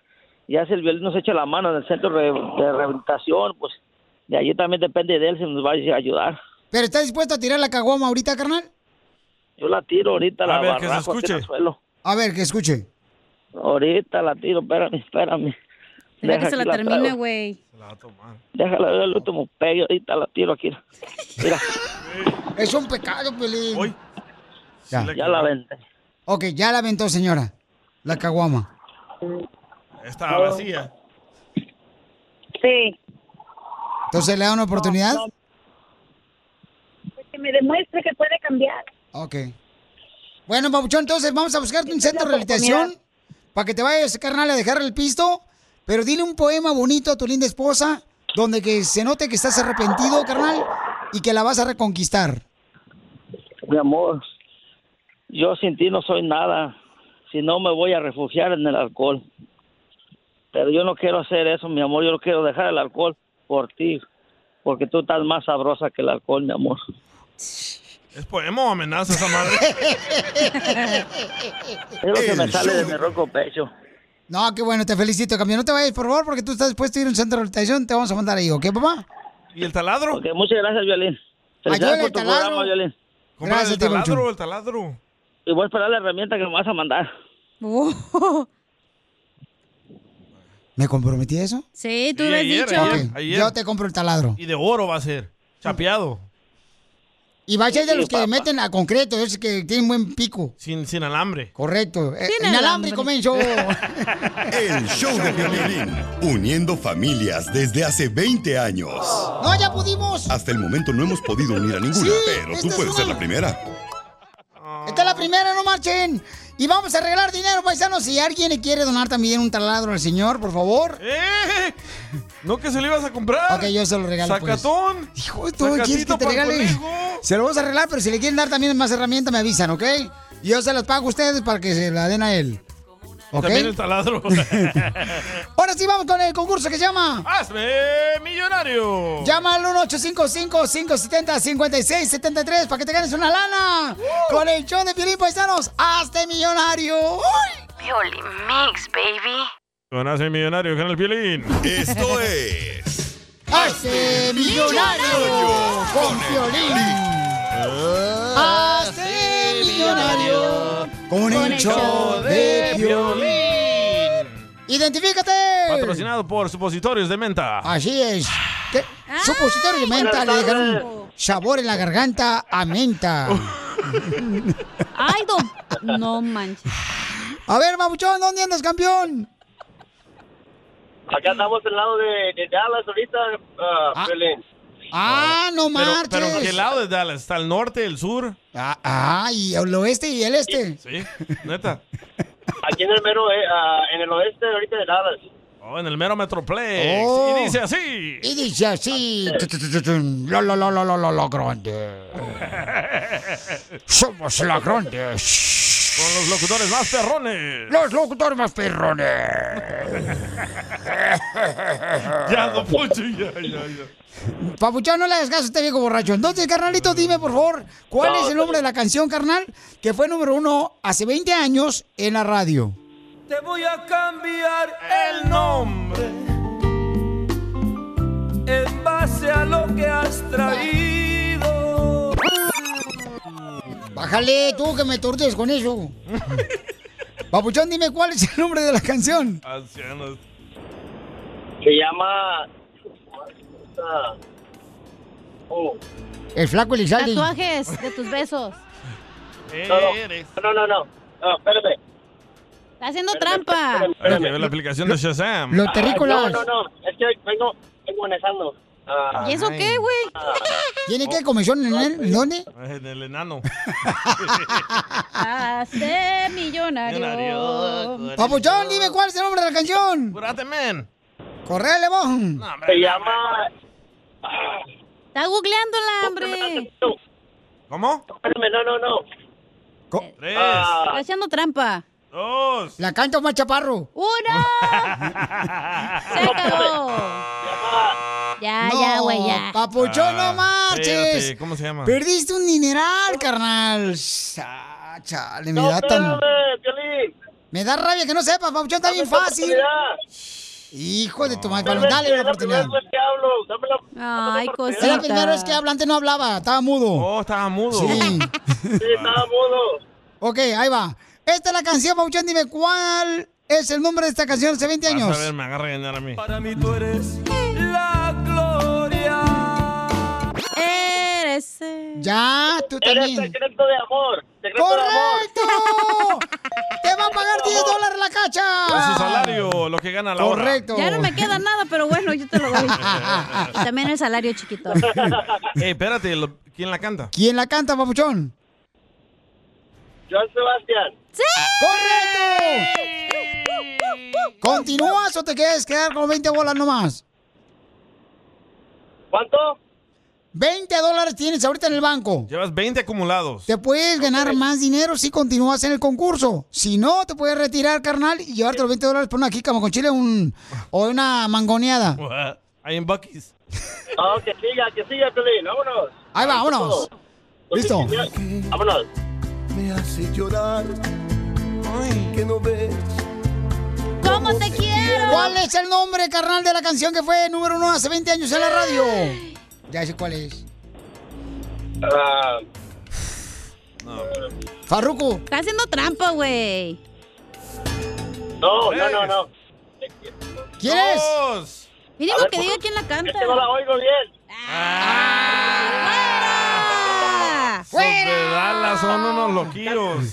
Speaker 27: Ya si el violín nos echa la mano en el centro de, de rehabilitación, pues de allí también depende de él si nos va a ayudar.
Speaker 1: ¿Pero está dispuesto a tirar la caguama ahorita, carnal?
Speaker 27: Yo la tiro ahorita, la
Speaker 1: A ver, que se
Speaker 27: barrajo aquí en el
Speaker 1: escuche.
Speaker 27: suelo.
Speaker 1: A ver, que escuche.
Speaker 27: Ahorita la tiro, espérame, espérame.
Speaker 28: Deja que
Speaker 27: Deja
Speaker 28: se
Speaker 27: aquí
Speaker 28: la termine,
Speaker 27: traigo.
Speaker 28: güey.
Speaker 27: Déjala ver el último pegue, ahorita la tiro aquí. Mira,
Speaker 1: Es un pecado, Pelín.
Speaker 27: ya, la vente.
Speaker 1: Ok, ya la aventó, señora. La caguama.
Speaker 2: Está vacía.
Speaker 10: Sí,
Speaker 1: Entonces, ¿le da una oportunidad?
Speaker 10: Pues que me demuestre que puede cambiar.
Speaker 1: Ok. Bueno, Papuchón, entonces vamos a buscarte un centro de rehabilitación para que te vayas, carnal, a dejar el pisto. Pero dile un poema bonito a tu linda esposa donde que se note que estás arrepentido, carnal, y que la vas a reconquistar.
Speaker 27: Mi amor, yo sin ti no soy nada. Si no, me voy a refugiar en el alcohol. Pero yo no quiero hacer eso, mi amor. Yo no quiero dejar el alcohol por ti. Porque tú estás más sabrosa que el alcohol, mi amor.
Speaker 2: ¿Es poema o amenaza esa madre?
Speaker 27: Es lo que me sale de mi roco pecho.
Speaker 1: No, qué bueno, te felicito, campeón. No te vayas, por favor, porque tú estás dispuesto a ir a un centro de rehabilitación. Te vamos a mandar ahí, ¿ok, papá?
Speaker 27: ¿Y el taladro? Ok, muchas gracias, Violín.
Speaker 1: Ayúdale
Speaker 27: Felicidades
Speaker 1: al
Speaker 27: por tu
Speaker 1: taladro.
Speaker 27: programa, Violín.
Speaker 1: Cómprale Gracias, el tío taladro, Papuchón.
Speaker 27: el taladro. Y voy a esperar la herramienta que me vas a mandar.
Speaker 1: ¿Me comprometí a eso?
Speaker 28: Sí, tú
Speaker 2: Sí,
Speaker 28: lo has
Speaker 2: ayer,
Speaker 28: dicho.
Speaker 2: ayer,
Speaker 1: Ok,
Speaker 2: ayer.
Speaker 1: Yo te compro el taladro.
Speaker 2: Y de oro va a ser. Chapeado.
Speaker 1: Y va a ser de
Speaker 2: Sí,
Speaker 1: los que
Speaker 2: papá.
Speaker 1: meten a concreto, es que tienen buen pico.
Speaker 2: Sin, sin alambre.
Speaker 1: Correcto. Eh,
Speaker 2: Sin
Speaker 1: Inalámbrico,
Speaker 2: alambre.
Speaker 1: menso.
Speaker 6: El show de violín, uniendo familias desde hace 20 años.
Speaker 1: No, ya pudimos.
Speaker 6: Hasta el momento no hemos podido unir a ninguna,
Speaker 1: Sí,
Speaker 6: pero
Speaker 1: esta
Speaker 6: tú
Speaker 1: es
Speaker 6: puedes
Speaker 1: una.
Speaker 6: ser la primera.
Speaker 1: Esta es la primera, no marchen. Y vamos a regalar dinero, paisanos. Si alguien le quiere donar también un taladro al señor, por favor.
Speaker 2: ¡Eh! ¿No que se lo ibas a comprar?
Speaker 1: Ok, yo se lo regalo. pues.
Speaker 2: ¡Sacatón!
Speaker 1: Hijo de todo, ¿quieres que te regale? Se lo vamos a arreglar, pero si le quieren dar también más herramientas, me avisan, ¿ok? Yo se las pago a ustedes para que se la den a él. ¿Ok?
Speaker 2: También el taladro.
Speaker 1: Ahora sí, vamos con el concurso que se llama.
Speaker 2: ¡Hazme millonario!
Speaker 1: Llama al 1-855-570-5673 para que te ganes una lana. Con el show de Piolín Paisanos, hazte millonario. ¡Uy!
Speaker 3: Pioli Mix, baby.
Speaker 2: Con Hazme millonario, con el violín.
Speaker 6: Esto es...
Speaker 1: ¡Hazte millonario con Piolín!
Speaker 7: Ah.
Speaker 1: ¡Hazte millonario con el show de Piolín! ¡Identifícate!
Speaker 2: Patrocinado por supositorios de menta.
Speaker 1: Así es. ¿Qué? Supositorio de menta le dejaron sabor en la garganta a menta.
Speaker 28: Ay, don. No manches.
Speaker 1: A ver, babuchón, ¿dónde andas, campeón?
Speaker 7: Acá estamos del lado de, de Dallas ahorita, ah, Piolín.
Speaker 1: Ah, no
Speaker 2: Pero,
Speaker 1: marches.
Speaker 2: pero ¿qué lado de Dallas? ¿Está el norte, el sur?
Speaker 1: Ah, ah, y el oeste y el este.
Speaker 2: Sí, neta.
Speaker 7: Aquí en el mero, eh, ah, en el oeste ahorita de Dallas.
Speaker 2: Oh, en el mero Metroplex.
Speaker 1: Oh.
Speaker 2: Y dice así.
Speaker 1: Y dice así. tu, tu, tu, tu, tu, Lo, lo, lo, lo, lo, lo, lo grande. Somos la grande.
Speaker 2: Con los locutores más perrones.
Speaker 1: Los locutores más perrones.
Speaker 2: ya, don Poncho, ya, ya, ya.
Speaker 1: Papuchón, no le hagas caso a este viejo borracho. Entonces, carnalito, dime por favor, ¿cuál
Speaker 2: No,
Speaker 1: es el nombre de la canción, carnal? Que fue número uno hace 20 años en la radio.
Speaker 7: Te voy a cambiar el nombre en base a lo que has traído.
Speaker 1: Bájale, tú que me tortes con eso. Papuchón, dime cuál es el nombre de la canción.
Speaker 2: Ancianos.
Speaker 15: Se llama... ah, Oh.
Speaker 1: El flaco Elizalde.
Speaker 3: Tatuajes de tus besos.
Speaker 15: No, no, no, no. No, espérate.
Speaker 3: Está haciendo trampa.
Speaker 2: Hay que ver la aplicación de Shazam.
Speaker 1: Los terrícolas.
Speaker 15: Ah, No, no, no. Es que vengo Ah. enguanezando. Ah.
Speaker 3: ¿Y eso qué, güey?
Speaker 1: ¿Tiene qué? ¿Comisión
Speaker 2: Ah,
Speaker 1: en el? ¿Dónde?
Speaker 2: En el enano.
Speaker 3: Hazte millonario.
Speaker 2: Millonario.
Speaker 1: Papuchón, dime cuál es el nombre de la canción.
Speaker 2: Curate, men.
Speaker 1: Correle, vos.
Speaker 15: Se llama...
Speaker 3: Está googleándola, hombre.
Speaker 2: ¿Cómo?
Speaker 15: Espérame, no, no, no. Eh, ah.
Speaker 2: Tres.
Speaker 3: Está haciendo trampa.
Speaker 2: Dos.
Speaker 1: La canta Omar Chaparro.
Speaker 3: ¡Uno! ¡Se acabó! Ya, ya, güey, ya.
Speaker 1: Papuchón,
Speaker 2: Ah,
Speaker 1: Pues no marches.
Speaker 2: espérate, ¿cómo se llama?
Speaker 1: Perdiste un dineral, carnal. Ah, chale, me
Speaker 7: No,
Speaker 1: da tan.
Speaker 7: espérame,
Speaker 1: Me da rabia que no sepas, Papuchón, está bien
Speaker 7: Dame
Speaker 1: fácil.
Speaker 7: oportunidad.
Speaker 1: Hijo de tu madre, Paloma, dale una oportunidad.
Speaker 3: Ay,
Speaker 1: Es la primera vez que habla, antes no hablaba, estaba mudo.
Speaker 2: Oh, estaba mudo.
Speaker 1: Sí.
Speaker 15: Sí, estaba mudo.
Speaker 1: ok, ahí va. Esta es la canción, Papuchón, dime cuál es el nombre de esta canción hace 20 años.
Speaker 2: Vas a ver, me agarra a ganar a mí.
Speaker 7: Para mí tú eres la gloria.
Speaker 3: Eres.
Speaker 1: Ya, tú
Speaker 15: Eres
Speaker 1: también.
Speaker 15: secreto de amor. Secreto de amor.
Speaker 1: ¡Correcto! ¡Te va a pagar 10 dólares la
Speaker 2: Es
Speaker 1: cacha!
Speaker 2: su salario, lo que gana la hora.
Speaker 1: Correcto.
Speaker 3: Ya no me queda nada, pero bueno, yo te lo doy. Y también el salario chiquito.
Speaker 2: Eh, espérate, lo- ¿quién la canta?
Speaker 1: ¿Quién la canta, Papuchón?
Speaker 15: Joan Sebastián.
Speaker 3: ¡Sí!
Speaker 1: ¡Correcto! ¿Continúas o te quieres quedar con 20 bolas nomás?
Speaker 15: ¿Cuánto?
Speaker 1: 20 dólares tienes ahorita en el banco.
Speaker 2: Llevas 20 acumulados.
Speaker 1: Te puedes ganar más dinero si continúas en el concurso. Si no, te puedes retirar, carnal, y llevarte los 20 dólares por una jícama con chile un, o una mangoneada.
Speaker 2: Ahí en Bucky's.
Speaker 15: Ah, que siga, que siga, Pelín. Vámonos. Pues
Speaker 1: Ahí va, vámonos. Listo.
Speaker 15: Vámonos.
Speaker 7: Me hace llorar. que no ves.
Speaker 3: ¿Cómo te quiero?
Speaker 1: ¿Cuál es el nombre, carnal, de la canción que fue número uno hace 20 años en la radio? Ya sé cuál es.
Speaker 15: Ah,
Speaker 1: Farruko.
Speaker 3: Está haciendo trampa, güey.
Speaker 15: no, no, no, no.
Speaker 1: ¿Quién es?
Speaker 3: Mínimo que diga quién la canta.
Speaker 15: Es que no la oigo bien.
Speaker 1: Ah.
Speaker 2: Los de Dallas son unos loquiros.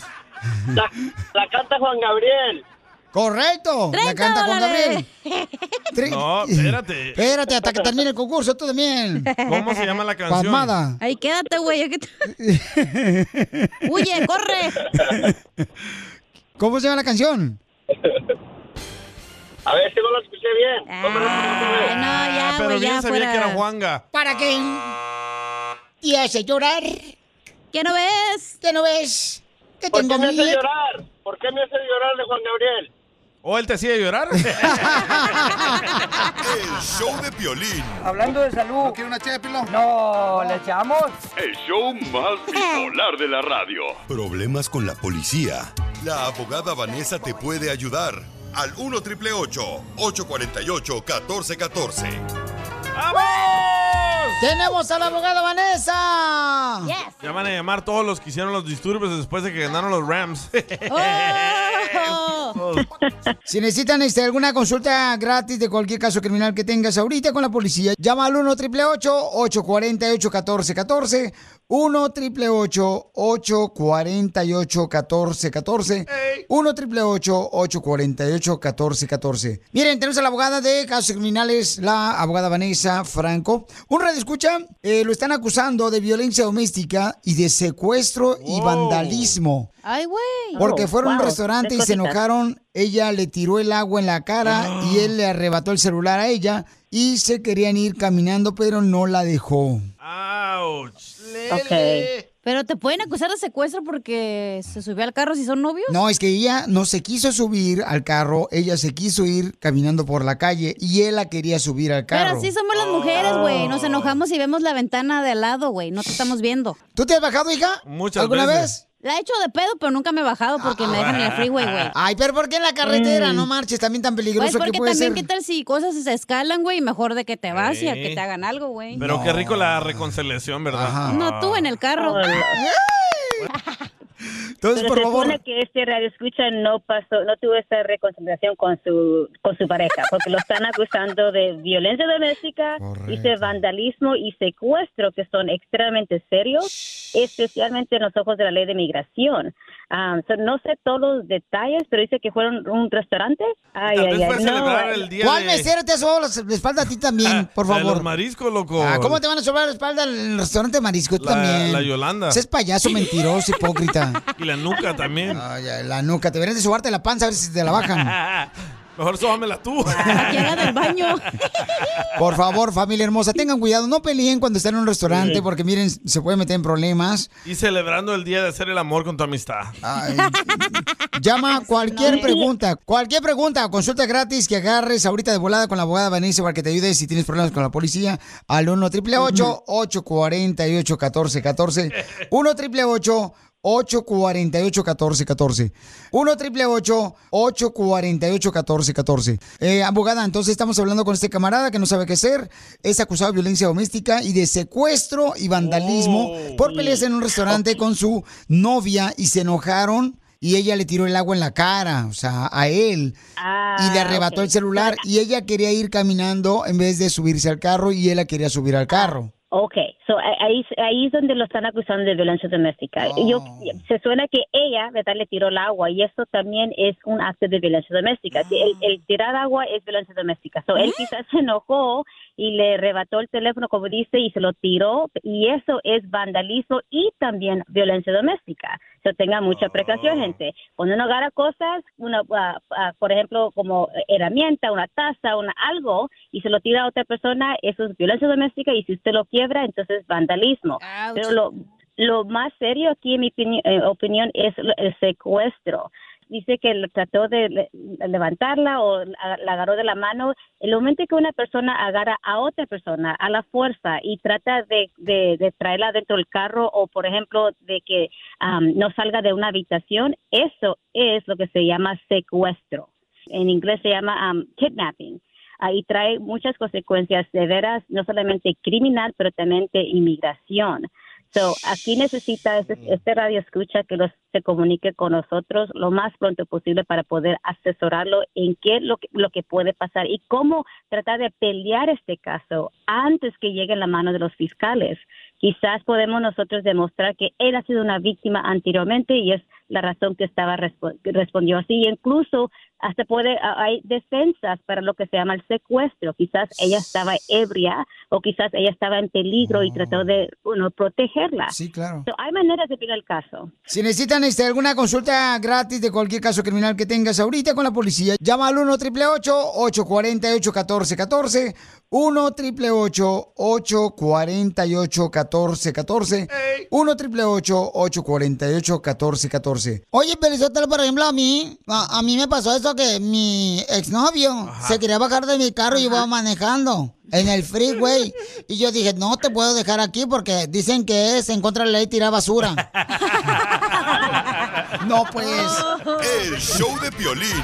Speaker 15: La, la canta Juan Gabriel.
Speaker 1: Correcto. La
Speaker 15: 30
Speaker 1: canta Juan
Speaker 15: dólares.
Speaker 1: Gabriel. Tre-
Speaker 2: No, espérate.
Speaker 1: Espérate, hasta que termine el concurso, tú también.
Speaker 2: ¿Cómo se llama la canción?
Speaker 1: Palmada.
Speaker 3: Ahí quédate, güey. ya que te- Huye, corre.
Speaker 1: ¿Cómo se llama la canción?
Speaker 15: A ver, si no la escuché bien.
Speaker 2: Ah,
Speaker 1: ya,
Speaker 2: pero
Speaker 1: güey,
Speaker 2: bien
Speaker 1: ya
Speaker 2: sabía
Speaker 1: fuera.
Speaker 2: que era Juanga.
Speaker 1: ¿Para qué? Te hace llorar.
Speaker 3: ¿Qué no ves?
Speaker 1: ¿Qué no ves? Que
Speaker 15: ¿Por
Speaker 1: tengo
Speaker 15: qué me hace
Speaker 1: miedo.
Speaker 15: llorar? ¿Por qué me hace llorar de Juan Gabriel?
Speaker 2: ¿O Oh, él te hacía llorar?
Speaker 6: El show de Piolín.
Speaker 23: Hablando de salud. ¿No quiere una ché No, ¿le echamos?
Speaker 8: El show más bipolar de la radio.
Speaker 6: Problemas con la policía. La abogada Vanessa te puede ayudar. Al 1 triple 848 1414.
Speaker 1: Tenemos a la abogada Vanessa.
Speaker 2: Ya van a llamar todos los que hicieron los disturbios después de que ganaron los Rams.
Speaker 1: Si necesitan este, alguna consulta gratis de cualquier caso criminal que tengas ahorita con la policía, llama al 1 848 1414 1 triple 848 1414 1 triple 848 1414 Miren, tenemos a la abogada de casos criminales, la abogada Vanessa Franco. Un radio escucha, eh, lo están acusando de violencia doméstica y de secuestro y vandalismo.
Speaker 3: Ay, güey.
Speaker 2: Oh,
Speaker 1: Porque fueron a un
Speaker 3: Wow,
Speaker 1: restaurante
Speaker 3: tres
Speaker 1: y se
Speaker 3: cositas. Ah.
Speaker 1: enojaron. Ella le tiró el agua en la cara y él le arrebató el celular a ella y se querían ir caminando, pero no la dejó.
Speaker 3: Pero te pueden acusar de secuestro porque se subió al carro si son novios.
Speaker 1: No, es que ella no se quiso subir al carro, ella se quiso ir caminando por la calle y él la quería subir al
Speaker 3: Pero
Speaker 1: carro.
Speaker 3: así somos las mujeres, güey.
Speaker 1: Oh.
Speaker 3: Nos enojamos y vemos la ventana de al lado, güey. No te estamos viendo.
Speaker 1: ¿Tú te has bajado, hija?
Speaker 2: Muchas
Speaker 1: ¿Alguna veces.
Speaker 3: La he hecho de pedo, pero nunca me he bajado porque me dejan en el freeway, güey.
Speaker 1: Ay, pero ¿por qué en la carretera?
Speaker 3: Mm.
Speaker 1: No marches, también tan
Speaker 3: Pues
Speaker 1: peligroso
Speaker 3: porque
Speaker 1: que puede
Speaker 3: también,
Speaker 1: ser.
Speaker 3: ¿qué tal si cosas se escalan, güey? Mejor de que te vas y a
Speaker 2: Sí.
Speaker 3: que te hagan algo, güey.
Speaker 2: Pero qué rico la reconciliación, ¿verdad?
Speaker 3: No, tú en el carro. Ah.
Speaker 2: Pues,
Speaker 1: Entonces,
Speaker 15: Ah, Pero
Speaker 1: por
Speaker 15: se
Speaker 1: favor.
Speaker 15: supone que este radio escucha no pasó, no tuvo esa reconciliación con su con su pareja, porque lo están acusando de violencia doméstica, dice vandalismo y secuestro, que son extremadamente serios, especialmente en los ojos de la ley de migración. Ah, so, no sé todos los detalles, pero dice que fueron a un restaurante. Ay,
Speaker 2: Tal vez
Speaker 15: ay,
Speaker 2: fue
Speaker 15: ay,
Speaker 2: a celebrar
Speaker 15: no.
Speaker 2: el día
Speaker 1: ¿Cuál
Speaker 2: de-
Speaker 1: mesero te ha sobado la la espalda a ti también, por
Speaker 2: La de
Speaker 1: favor?
Speaker 2: los mariscos, loco.
Speaker 1: Ah, ¿Cómo te van a sobar la espalda el restaurante de marisco? Tú
Speaker 2: La-
Speaker 1: también.
Speaker 2: la Yolanda.
Speaker 1: Ese es payaso, mentiroso, hipócrita.
Speaker 2: Y la nuca también.
Speaker 1: Ah, La nuca, te deberías de sobarte la panza a ver si te la bajan.
Speaker 2: Mejor sóbamela tú.
Speaker 3: del baño.
Speaker 1: Por favor, familia hermosa, tengan cuidado. No peleen cuando estén en un restaurante
Speaker 2: Sí.
Speaker 1: porque, miren, se pueden meter en problemas.
Speaker 2: Y celebrando el día de hacer el amor con tu amistad.
Speaker 1: Llama cualquier pregunta, cualquier pregunta, consulta gratis que agarres ahorita de volada con la abogada Vanessa para que te ayude si tienes problemas con la policía al 1 888 848 1414 1 888 848 1414 1 888 848 1414 eh, Abogada, entonces estamos hablando con este camarada que no sabe qué hacer. Es acusado de violencia doméstica y de secuestro y vandalismo por peleas en un restaurante con su novia y se enojaron y ella le tiró el agua en la cara, o sea, a él. y le arrebató
Speaker 15: ok.
Speaker 1: el celular y ella quería ir caminando en vez de subirse al carro y él la quería subir al carro.
Speaker 15: Ok, so, a- ahí, ahí es donde lo están acusando de violencia doméstica. Yo, se suena que ella, ¿verdad?, le tiró el agua y esto también es un acto de violencia doméstica. Sí, El, el tirar agua es violencia doméstica. So, él
Speaker 10: ¿Eh?
Speaker 15: quizás se enojó y le arrebató el teléfono, como dice, y se lo tiró. Y eso es vandalismo y también violencia doméstica. So, tenga mucha precaución, gente. Cuando uno agarra cosas, una, ah, ah, por ejemplo, como herramienta, una taza, una algo, y se lo tira a otra persona, eso es violencia doméstica y si usted lo quiebra, entonces es vandalismo. Pero lo, lo más serio aquí, en mi opini- eh, opinión, es lo- el secuestro. Dice que lo trató de le- levantarla o la la agarró de la mano. El momento que una persona agarra a otra persona a la fuerza y trata de, de- de traerla dentro del carro o, por ejemplo, de que am, no salga de una habitación, eso es lo que se llama secuestro. En inglés se llama am, kidnapping ahí trae muchas consecuencias severas, no solamente criminal, pero también de inmigración. So, aquí necesita este, este radio escucha que los, se comunique con nosotros lo más pronto posible para poder asesorarlo en qué lo que, lo que puede pasar y cómo tratar de pelear este caso antes que llegue en la mano de los fiscales. Quizás podemos nosotros demostrar que él ha sido una víctima anteriormente y es la razón que estaba respo- que respondió así. Incluso hasta puede a- hay defensas para lo que se llama el secuestro. Quizás ella estaba ebria o quizás ella estaba en peligro y trató de bueno, protegerla.
Speaker 1: Mm. Sí, claro.
Speaker 15: So, hay maneras de pelear el caso.
Speaker 1: Si necesitan este, alguna consulta gratis de cualquier caso criminal que tengas ahorita con la policía, llama al 1 888 848 1414 1 888 848 1414 1 888 848 1414 Oye, Pelizotelo, por ejemplo, a mí, a, a mí me pasó eso que mi exnovio se quería bajar de mi carro y yo iba manejando en el freeway. Y yo dije, no te puedo dejar aquí porque dicen que es en contra de la ley tirar basura. No, pues.
Speaker 6: El show de violín.